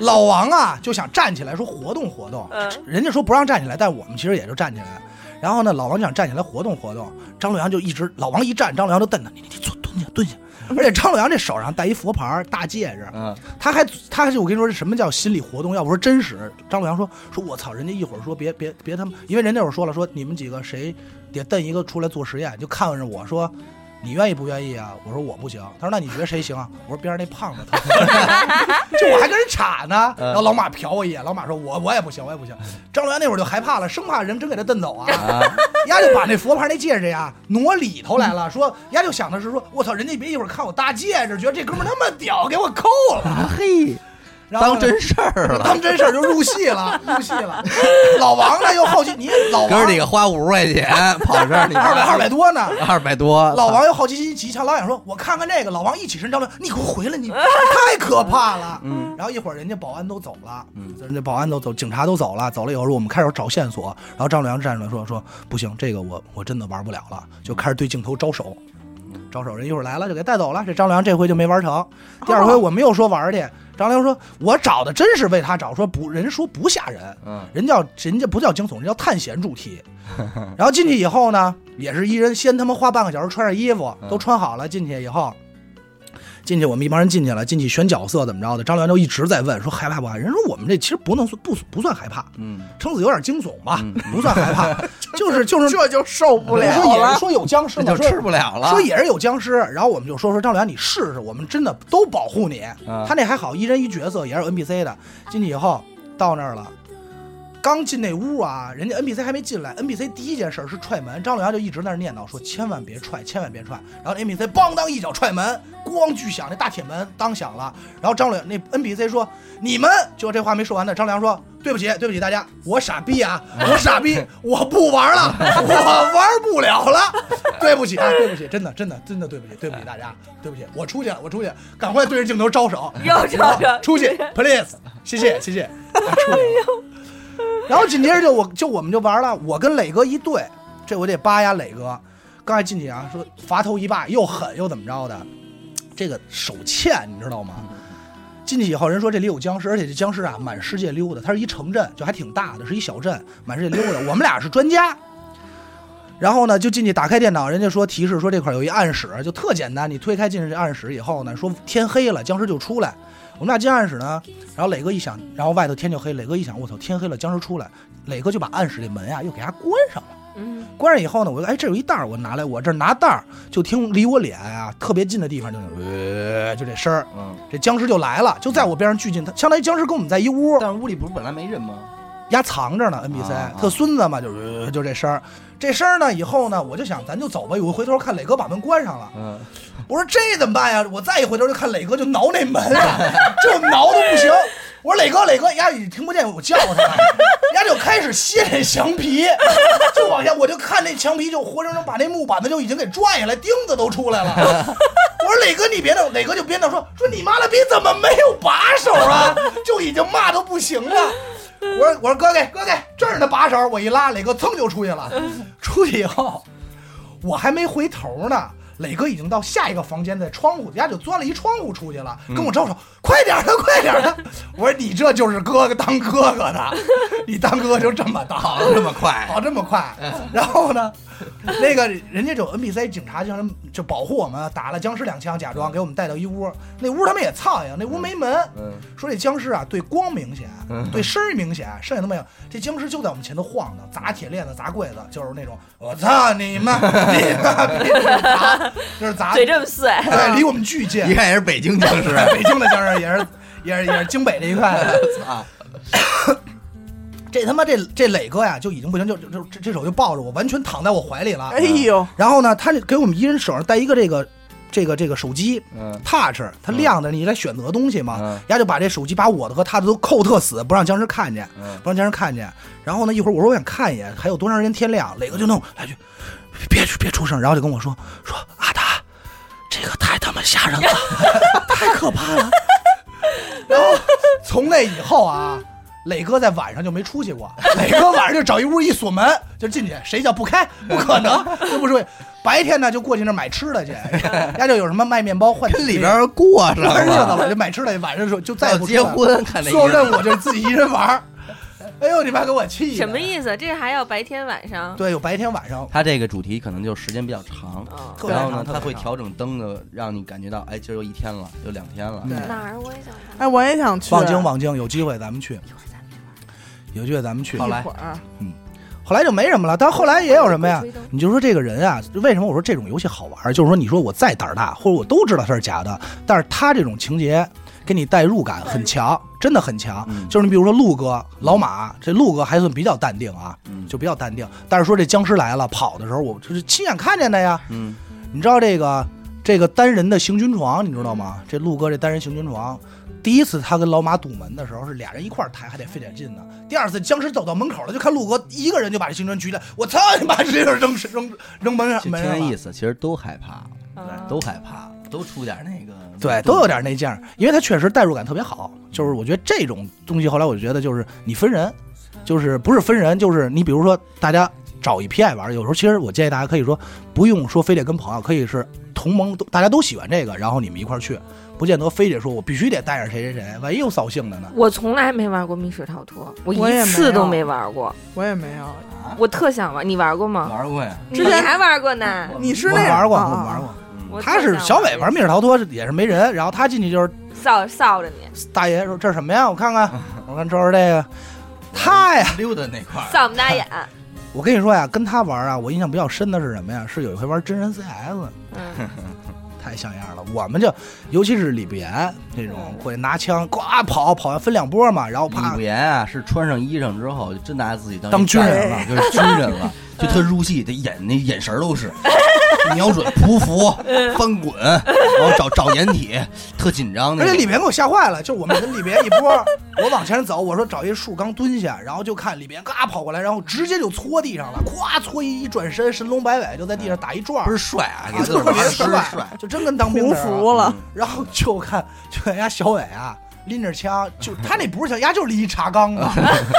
S6: 老王啊，就想站起来说活动活动，
S5: 嗯
S6: 人家说不让站起来，但我们其实也就站起来。然后呢，老王就想站起来活动活动，张洛阳就一直，老王一站，张洛阳就瞪他，你你你坐蹲下蹲下。而且张洛阳这手上戴一佛牌儿大戒指，
S3: 嗯，
S6: 他还他还我跟你说是什么叫心理活动？要不说真实，张洛阳说说我操，人家一会儿说别别别他们，因为人那会儿说了说你们几个谁得瞪一个出来做实验，就看着我说。你愿意不愿意啊？我说我不行。他说那你觉得谁行啊？我说边上那胖子他行，就我还跟人岔呢。
S3: 嗯
S6: 然后老马瞟我一眼，老马说我我也不行，我也不行。张洛阳那会儿就害怕了，生怕人真给他瞪 走啊。
S3: 啊，
S6: 丫就把那佛牌那戒指呀挪里头来了，说丫就想的是说，我操，人家别一会儿看我搭戒指，觉得这哥们儿那么屌，给我扣了，
S3: 啊嘿，
S6: 然后
S3: 当
S6: 呢
S3: 真事儿了，
S6: 当真事儿就入戏了，入戏了。老王呢又好奇，你老
S3: 哥
S6: 王
S3: 儿几个花五十块钱跑这儿，你
S6: 二百二百多呢。
S3: 二百多，
S6: 老王又好奇心极强，老想说：“我看看这个。”老王一起身，张亮，你给我回来！你太可怕了。
S3: 嗯，
S6: 然后一会儿人家保安都走了，
S3: 嗯
S6: 人家保安都走，警察都走了，走了以后说我们开始找线索。然后张良站出来说：“说不行，这个我我真的玩不了了。”就开始对镜头招手，招手。人一会儿来了就给带走了。这张良这回就没玩成。第二回我们又说玩去，张良说：“我找的真是为他找，说不人说不吓人，
S3: 嗯，
S6: 人叫人家不叫惊悚，人叫探险主题。然后进去以后呢，也是一人先他妈花半个小时穿上衣服，
S3: 嗯
S6: 都穿好了进去以后，进去我们一帮人进去了，进去选角色怎么着的，张良就一直在问说害怕不害怕？人说我们这其实不能算不不算害怕，
S3: 嗯，
S6: 撑死有点惊悚吧
S3: 嗯，
S6: 不算 害怕，就是就是
S4: 这就受不
S6: 我
S4: 了
S6: 说也
S4: 了
S6: 是。说有僵尸
S3: 这
S6: 嘛，
S3: 就
S6: 说
S3: 吃不了了，
S6: 说也是有僵尸，然后我们就说说张良，你试试，我们真的都保护你。
S3: 啊
S6: 他那还好，一人一角色，也是有 NPC 的。进去以后到那儿了，刚进那屋啊，人家 NPC 还没进来，NPC 第一件事是踹门，张良就一直在那儿念叨说千万别踹，千万别踹。然后那 NPC 咣当一脚踹门，咣巨响，那大铁门当响了。然后张良那 NPC 说你们就这话没说完呢，张良说。对不起，对不起大家，我傻逼啊， 我傻逼，我不玩了，我玩不了了，对不起啊，对不起，真的，真的，真的对不起，对不起大家，对不起，我出去了，我出去了，赶快对着镜头招手，
S5: 又招手
S6: 出去，please，谢谢，谢谢，啊出去了。然后紧接着就我就我们就玩了，我跟磊哥一对，这我得扒呀磊哥，刚才进去啊，说伐头一霸，又狠又怎么着的，这个手欠你知道吗？进去以后，人说这里有僵尸，而且这僵尸啊满世界溜达，它是一城镇，就还挺大的，是一小镇，满世界溜达。我们俩是专家，然后呢就进去打开电脑，人家说提示说这块有一暗室，就特简单，你推开进去这暗室以后呢，说天黑了，僵尸就出来。我们俩进暗室呢，然后磊哥一想，然后外头天就黑，磊哥一想，我操，天黑了，僵尸出来，磊哥就把暗室这门呀、又给它关上了。
S5: 嗯，
S6: 关上以后呢，我就哎这有一袋儿，我拿来，我这儿拿袋儿，就听离我脸啊特别近的地方就那呃就这声儿，
S3: 嗯，
S6: 这僵尸就来了，就在我边上巨近，他相当于僵尸跟我们在一屋，
S3: 但是屋里不是本来没人吗？
S6: 压藏着呢 NPC，、
S3: 啊啊
S6: 他孙子嘛，就是、呃就这声儿，这声儿呢以后呢，我就想咱就走吧，我回头看磊哥把门关上了，
S3: 嗯，
S6: 我说这怎么办呀？我再一回头就看磊哥就挠那门啊，就挠的不行。我说磊哥，磊哥，丫你听不见我叫他了，丫就开始掀这墙皮，就往下，我就看那墙皮就活生生把那木板子就已经给拽下来，钉子都出来了。我说磊哥，你别弄，磊哥就别弄，说说你妈了逼怎么没有把手啊？就已经骂都不行了。我说我说哥给哥给这儿呢把手，我一拉，磊哥噌就出去了。出去以后，我还没回头呢，磊哥已经到下一个房间，在窗户，家就钻了一窗户出去了，跟我招手，快点儿的，快点儿的。我说你这就是哥哥当哥哥的，你当哥哥就这么当，
S3: 跑得这么快
S6: 跑这么快。
S3: 嗯
S6: 然后呢，那个人家有 NPC 警察就让他们就保护我们，打了僵尸两枪，假装给我们带到一屋，那屋他们也苍蝇，那屋没门。
S3: 嗯
S6: 说这僵尸啊，对光明显，对声儿明显，剩下都没有。这僵尸就在我们前头晃荡，砸铁链子，砸柜子，就是那种我操你 妈，你妈逼，就是砸，就是砸，
S5: 嘴这么碎，
S6: 对，离我们巨近
S3: 一。看也是北京啊僵 尸，
S6: 北京的僵尸也是，也是，也是京北这一块的。 啊
S3: 操，
S6: 这他妈这这磊哥呀，就已经不行，就就就这这手就抱着我，完全躺在我怀里了。
S4: 哎呦，
S6: 然后呢，他就给我们一人手上戴一个这个这个这个手机
S3: 嗯
S6: touch，它
S3: 嗯
S6: 亮的，你在选择东西嘛，
S3: 嗯
S6: 丫就把这手机把我的和他的都扣特死，不让僵尸看见，
S3: 嗯，
S6: 不让僵尸看见。然后呢，一会儿我说我想看一眼，还有多长时间天亮？磊哥就弄来句，别别出声，然后就跟我说说阿达，这个太他妈吓人了，太可怕了。 然后从那以后啊，磊哥在晚上就没出去过。磊哥晚上就找一屋一锁门就进去，谁叫不开？不可能，这不是。白天呢就过去那儿买吃的去，家就有什么卖面包换
S3: 跟里边过上
S6: 玩热闹
S3: 了，
S6: 了，就买吃的，晚上就就再
S3: 再
S6: 也
S3: 有
S6: 不
S3: 结
S6: 出来了
S3: 婚看这
S6: 所有
S3: 意思
S6: 任务就是自己一人玩儿。哎呦，你妈给我气的！
S5: 什么意思？这还要白天晚上？
S6: 对，有白天晚上，
S3: 他这个主题可能就时间比较长，
S5: 哦，
S6: 特别
S3: 然后
S6: 长，
S3: 呢，
S6: 特别
S3: 他会
S6: 长。
S3: 调整灯的，让你感觉到，哎，今儿又一天了，又两天了。
S6: 对
S5: 哪儿我也想
S4: 哎，
S5: 看。
S4: 我也想去。
S6: 望
S3: 啊
S6: 京，望京，有机会咱们去，有机会咱们去。
S3: 好
S4: 一
S3: 来
S4: 会儿啊
S6: 后来就没什么了，但后来也有什么呀
S5: 追灯？
S6: 你就说这个人啊，为什么我说这种游戏好玩儿？就是说，你说我再胆儿大，或者我都知道它是假的，但是他这种情节给你代入感很强，真的很强。
S3: 嗯
S6: 就是你比如说陆哥、老马，这陆哥还算比较淡定啊，
S3: 嗯
S6: 就比较淡定。但是说这僵尸来了，跑的时候我就是亲眼看见的呀。
S3: 嗯
S6: 你知道这个这个单人的行军床，你知道吗？这陆哥这单人行军床，第一次他跟老马堵门的时候是俩人一块儿抬，还得费点劲呢。第二次僵尸走到门口了，就看陆哥一个人就把这行军举起来，我操你妈，直接就扔扔扔门上
S3: 就
S6: 门
S3: 听这
S6: 上了
S3: 意。思，其实都害怕，
S5: 啊
S3: 对，都害怕，都出点那个，
S6: 对，都有点那劲儿，因为他确实代入感特别好。就是我觉得这种东西，后来我就觉得就是你分人，就是不是分人，就是你比如说大家找一批爱玩儿，有时候其实我建议大家可以说不用说非得跟朋友，可以是同盟，都大家都喜欢这个，然后你们一块儿去，不见得非得说我必须得带上谁谁谁，万一又扫兴的呢？
S5: 我从来没玩过密室逃脱，我
S4: 我也没
S5: 一次都
S4: 有
S5: 没玩过。
S4: 我也没有。
S5: 我特想玩，你玩过吗？
S3: 玩过呀。
S4: 之前
S5: 你还玩过呢。
S4: 你是
S6: 我
S4: 那
S6: 玩过，
S4: 啊
S6: 我
S4: 啊
S6: 玩过。
S5: 我
S6: 他
S5: 特
S6: 是
S5: 想
S6: 小伟玩密室逃脱是也是没人，然后他进去就是
S5: 扫扫着你，
S6: 大爷说这是什么呀？我看看，我看瞅瞅这个，他呀。
S3: 溜达那块儿，
S5: 扫我们大眼。
S6: 我跟你说呀，跟他玩啊，我印象比较深的是什么呀？是有一回玩真人 CS，
S5: 嗯，
S6: 太像样了。我们就，尤其是李不言这种，会拿枪呱跑，跑完分两波嘛，然后
S3: 李
S6: 啪
S3: 不，言啊，是穿上衣裳之后，就真拿自己当
S6: 哦当
S3: 一
S6: 军
S3: 战
S6: 人
S3: 了，就是军人 了，就特入戏，这眼那眼神儿都是 瞄准、匍 匐、翻滚，然后找找掩体，特紧张那
S6: 而且李
S3: 种。
S6: 别给我吓坏了。就我们跟李别一波，我往前走，我说找一树刚蹲下，然后就看李别嘎跑过来，然后直接就搓地上了，咵搓一一转身，神龙摆尾就在地上打一转
S3: 倍
S6: 儿
S3: 儿，帅啊，
S6: 啊
S3: 给自
S6: 就
S3: 个儿
S6: 特
S3: 玩
S6: 别
S3: 儿倍儿
S6: 帅
S3: 帅，，
S6: 就真跟当兵
S4: 胡
S6: 的似的
S4: 服了，
S6: 然后就看就看人家小伟啊，拎着枪，就他那不是枪，人家就是一茶 缸子，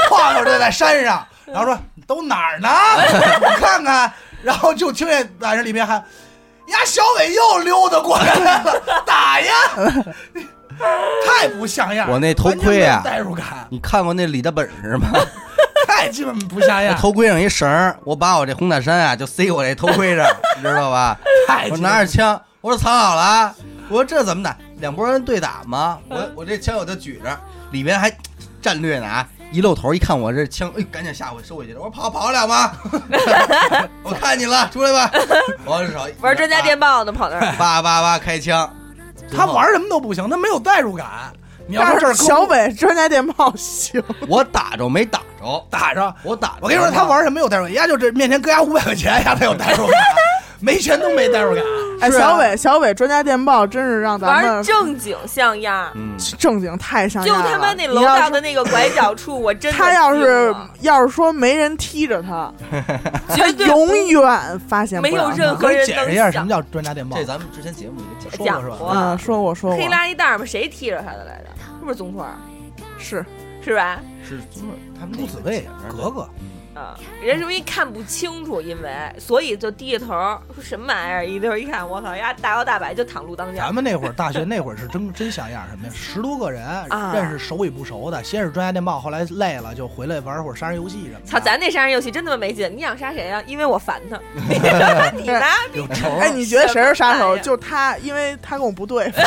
S6: 跨过就在山上，然后说都哪儿呢？ 我看看，然后就听见晚上里面喊，呀，小伟又溜达过来了，打呀！太不像样了，
S3: 我那头盔啊
S6: 完全没有代入感
S3: 你看过那李大本事 吗？
S6: 太基本不像样，
S3: 头盔上一绳儿，我把我这红塔山啊就塞我这头盔上，你知道吧？
S6: 太
S3: 我
S6: 基本
S3: 拿着枪，我说藏好了啊，我说这怎么打？两拨人对打吗？我我这枪我就举着，里面还战略呢啊！一露头一看我这枪，哎，赶紧吓我收回去了。我说跑跑得了吗？ 我看你了，出来吧！我 手
S5: 玩专家电报呢，跑那 儿。
S3: 叭叭叭开枪，
S6: 他玩什么都不行，他没有代入感。你要
S4: 但
S6: 说这儿
S4: 是
S6: 跟我
S4: 小伟专家电报行，
S3: 我打着没打着，
S6: 打着，
S3: 我打着
S6: 我跟你说，他玩什么有代入感？人家就这面前搁家五百块钱，丫他有代入感，啊没钱都没代入感。
S4: 哎，
S6: 是啊
S4: 小，伟，小伟专家电报真是让咱
S5: 玩
S4: 们
S5: 正经像样，
S3: 嗯，
S4: 正经太上
S5: 就
S4: 样了。
S5: 他妈那
S4: 你
S5: 楼
S4: 要
S5: 道
S4: 是
S5: 的那个拐角处，我真的
S4: 他要
S5: 惊
S4: 是
S5: 了
S4: 要是说没人踢着他，
S5: 绝对
S4: 永远发现不
S5: 没有
S4: 了
S5: 任
S4: 他
S5: 何
S6: 我给你
S5: 人
S6: 解释一
S5: 能
S6: 下
S5: 想
S6: 什么叫专家电报
S3: 这。咱们之前节目里面讲
S6: 说
S5: 讲
S6: 过是吧
S5: 过
S4: 啊，说我说我
S5: 黑拉一袋儿嘛，谁踢着他的来着？是不是宗托儿？
S4: 是
S5: 是吧？
S3: 是他们
S6: 无所谓，
S3: 啊
S6: 格格，
S5: 啊，人是不是一看不清楚，因为所以就低着头儿说什么玩意儿，一溜儿一看，我靠，丫大摇大摆就躺路当
S6: 咱
S5: 间。
S6: 们那会儿大学那会儿是真真像样，什么呀？十多个人
S5: 啊
S6: 认识熟与不熟的，先是专家电报，后来累了就回来玩会儿杀人游戏什么的。
S5: 操，咱那杀人游戏真他妈没劲！你想杀谁呀、因为我烦他。你呢？
S6: 有仇。
S4: 哎，你觉得谁是杀
S5: 什么玩
S4: 手？
S5: 意儿
S4: 就他，因为他跟我不 对付。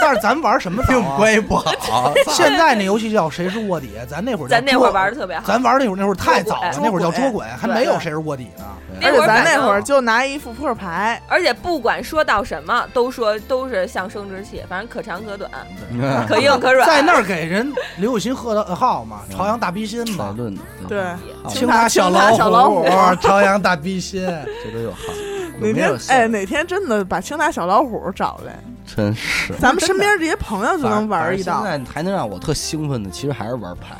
S6: 但是咱玩什么早啊？
S3: 关 系不 好，
S6: 现在那游戏叫谁是卧底？咱那会儿叫
S5: 咱那会儿
S6: 捉
S5: 玩的特别好。
S6: 咱玩那会儿那会儿太早了，
S5: 捉
S4: 鬼
S6: 那会儿叫捉
S4: 捉
S6: 鬼，还
S5: 对啊
S6: 没有谁是卧底呢。
S4: 而
S5: 那
S4: 且
S5: 会儿
S4: 咱
S5: 反
S4: 那
S5: 正
S4: 会儿就拿一副扑克牌，
S5: 而且不管说到什么，都说都是像生殖器，反正可长可短，
S3: 嗯
S5: 可硬可软。
S6: 在那儿给人刘雨欣喝的号嘛，朝阳大逼心嘛
S3: 讨，
S6: 哦
S3: 论的，
S4: 对，
S6: 青
S4: 塔
S6: 小
S4: 青塔小老
S6: 虎
S4: 虎，
S6: 朝阳大逼心。
S3: 这都有好。
S4: 哪
S3: 有没
S4: 天
S3: 有事儿？
S4: 哎，哪天真的把青塔小老虎找来，
S3: 真是。
S4: 咱们身边这些朋友就能玩一道
S3: 反。正现在还能让我特兴奋的，其实还是玩牌。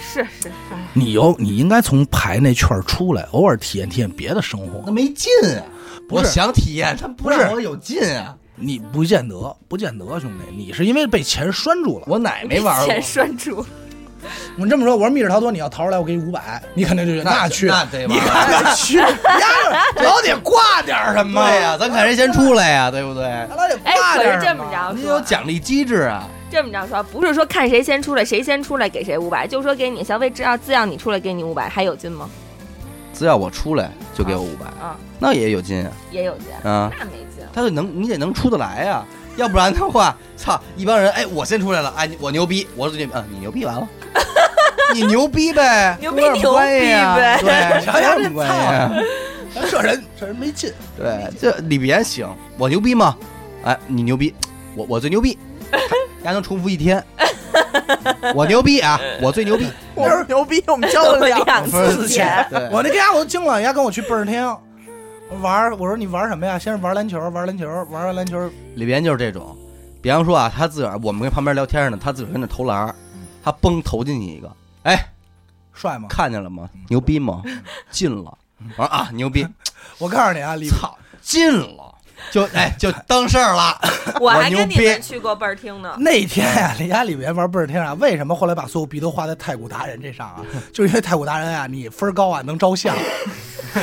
S5: 是是是，
S6: 你有你应该从牌那圈儿出来，偶尔体验体验别的生活
S3: 那。没劲啊！
S6: 不
S3: 我
S6: 是
S3: 想体验，他不
S6: 不是
S3: 让我有劲啊！
S6: 你不见得，不见得，兄弟，你是因为被钱拴住了。
S3: 我奶哎没玩过
S5: 钱，拴住，
S6: 我这么说，我说密室逃脱，你要逃出来，我给你五百，你肯定就去
S3: 那
S6: 去，
S3: 那得玩
S6: 你看看去，呀， 老得挂点儿什么
S3: 对啊呀、，咱看谁先出来呀、对不对？
S6: 老得
S5: 哎，
S6: 挂
S5: 可
S6: 点儿
S5: 是
S6: 什
S5: 这么着
S3: 你有
S5: 说，
S3: 奖励机制啊！
S5: 这么着说，不是说看谁先出来，谁先出来给谁五百，就说给你小薇，只要只要你出来给你五百，还有劲吗？
S3: 只要我出来就给我五百、
S5: 啊，
S3: 那也有劲啊！
S5: 也有劲，
S3: 啊，
S5: 那没劲。
S3: 他得能，你得能出得来呀、要不然的话，操，一帮人，哎，我先出来了，哎，你我牛逼，我是你，嗯，你牛逼 完了，你牛逼呗，
S5: 牛逼
S3: 有点关系
S5: 牛
S3: 啊
S5: 逼呗
S3: 对，
S6: 哎瞧瞧
S3: 有
S6: 这
S3: 点关系啊
S6: 这人这人没劲，
S3: 对，这李碧岩行，我牛逼吗？哎，你牛逼，我我最牛逼， 还能重复一 天，我牛逼啊，我最牛逼，
S4: 我们牛逼，我们交了两
S5: 两次钱，
S3: 对，
S6: 我那天我都惊了，人家跟我去倍儿厅玩儿，我说你玩什么呀？先是玩篮球，玩篮球，玩完篮球，
S3: 里边就是这种，比方说啊，他自个儿我们跟旁边聊天呢，他自个儿跟那投篮儿，他嘣投进去一个，哎，
S6: 帅吗？
S3: 看见了吗？牛逼吗？进了，我说啊，牛逼，
S6: 我告诉你啊，李
S3: 操，进了，就哎就当事儿了，
S5: 我还
S3: 牛
S5: 跟你
S3: 逼
S5: 们去过倍儿厅呢。
S6: 那天呀、李家里边玩倍儿天啊，为什么后来把所有币都花在太古达人这上啊？就是因为太古达人啊，你分儿高啊，能照相。呀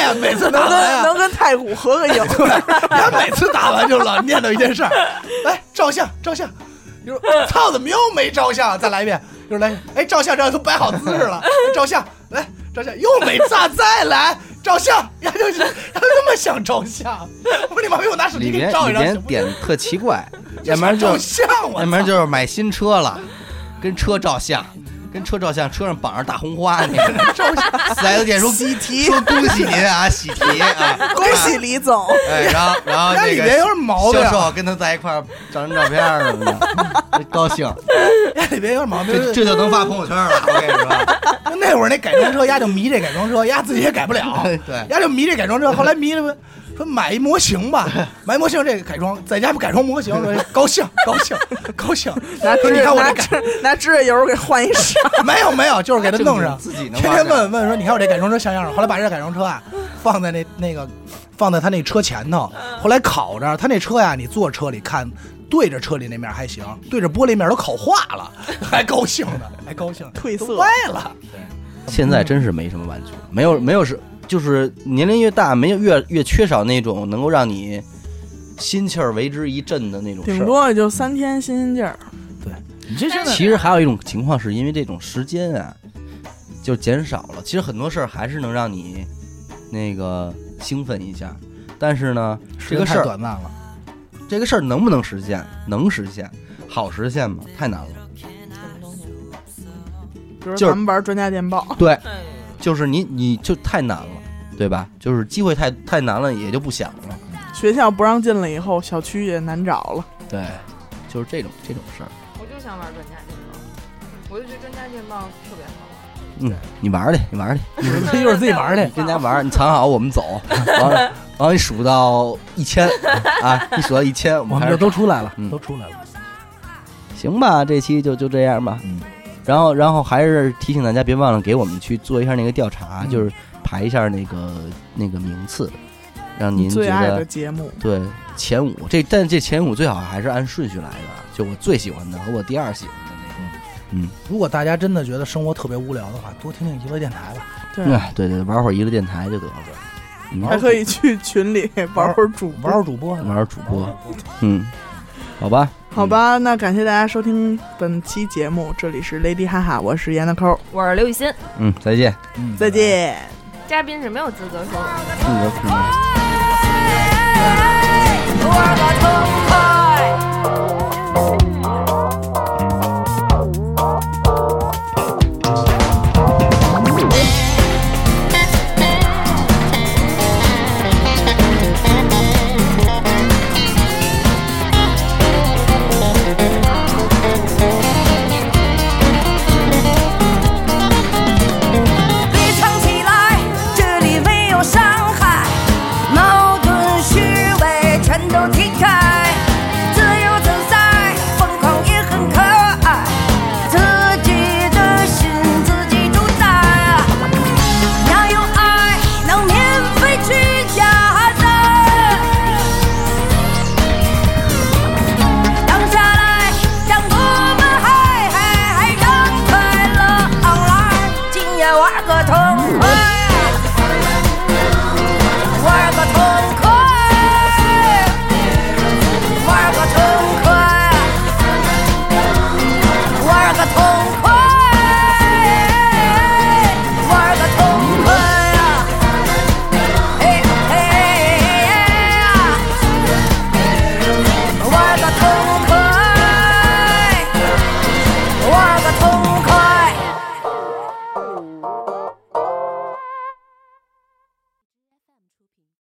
S6: 呀，每 次打
S4: 能跟
S6: 完呀、
S4: 能跟太古合个 影，
S6: 他每次打完就老念叨一件事儿，哎，照相照相，就说操，怎么又没照相啊？再来一遍，又来，哎，照相照相都摆好姿势了，哎照相来照相又没照，再来照相，呀就是他那么想照相，我说你妈逼，我拿手机
S3: 里
S6: 给
S3: 边
S6: 你照
S3: 里
S6: 一张
S3: 边
S6: 行不行，
S3: 点特奇 怪，要不然就
S6: 照相， 啊我
S3: 要不然
S6: 操
S3: 就是买新车了，跟车照相，跟车照相，车上绑着大红花 那个，四 S 店说喜提， 说恭喜您啊，喜提 啊，
S4: 恭喜李总。
S3: 哎，然后然后
S6: 那
S3: 那
S6: 里边
S3: 个
S6: 有点毛病啊
S3: 销，售跟他在一块儿照张照片儿什 么的，高兴，
S6: 那里边有点毛病。
S3: 这
S6: 就
S3: 这就能发朋友圈了，我跟你说，
S6: 就啊那会儿那改装车，丫就迷这改装车，丫自己也改不了，
S3: 对
S6: 丫就迷这改装车。后来迷了，说买一模型吧，买一模型这个改装，在家不改装模型，说高兴高兴高 兴。
S4: 拿
S6: 说
S4: 指
S6: 你看我
S4: 拿
S6: 这改，
S4: 指拿指甲油给换一身，
S6: 没有没有，就是给他弄上。
S3: 自己能
S6: 天天问问说，你看我这改装车像样吗？后来把这改装车啊放在那那个放在他那车前头，后来烤着他那车呀，你坐车里看。对着车里那面还行，对着玻璃面都烤化了， 还高兴呢，还高兴，
S4: 褪色
S6: 都歪了。
S3: 现在真是没什么玩具，没有没有是就是年龄越大，没有越越缺少那种能够让你心气儿为之一振的那种事
S4: 顶
S3: 儿。
S4: 多也就三天新鲜劲儿。
S6: 你这现在
S3: 其实还有一种情况，是因为这种时间啊，就减少了。其实很多事儿还是能让你那个兴奋一下，但是呢，这个事
S6: 太
S3: 儿
S6: 短暂了。
S3: 这个事儿能不能实现？能实现，好实现吗？太难了。
S4: 比如
S3: 就是
S4: 咱们玩专家电报，
S3: 对，
S5: 哎
S3: 就是你你就太难了，对吧？就是机会太太难了，也就不想了。
S4: 学校不让进了以后，小区也难找了。
S3: 对，就是这种这种事儿。
S5: 我就想玩专家电报，我就觉得专家电报特别好玩。
S3: 嗯，你玩儿去，你玩 儿去，
S6: 一会儿自己玩儿去
S3: 你跟家玩儿，你藏好，我们走。完了，完了，你数到一千啊，一数到一千，我
S6: 我
S3: 们
S6: 们
S3: 开
S6: 这
S3: 始
S6: 都出来了，
S3: 嗯
S6: 都出来了。
S3: 行吧，这期就就这样吧。
S6: 嗯
S3: 然后，然后还是提醒大家，别忘了给我们去做一下那个调查，
S6: 嗯
S3: 就是排一下那个那个名次，让
S4: 你
S3: 您觉
S4: 最爱
S3: 得
S4: 的节目，
S3: 对前五。这但这前五最好还是按顺序来的，就我最喜欢的和我第二喜欢的
S6: 如果大家真的觉得生活特别无聊的话，多听听娱乐电台吧。
S4: 对
S3: 那，个。哎，对对，玩会儿娱乐电台就得了。嗯
S4: 还可以去群里玩会儿主播
S6: 玩。玩主播，
S3: 玩会儿主播，嗯，好吧，
S4: 好吧，那感谢大家收听本期节目，这里是 Lady 哈哈，我是闫德抠，
S5: 我是刘雨欣，
S3: 嗯，再见。
S6: 嗯
S4: 再。见。
S5: 嘉宾是没有资格说的。
S3: 嗯有可能
S7: 别唱起来，这里没有伤挖个桶。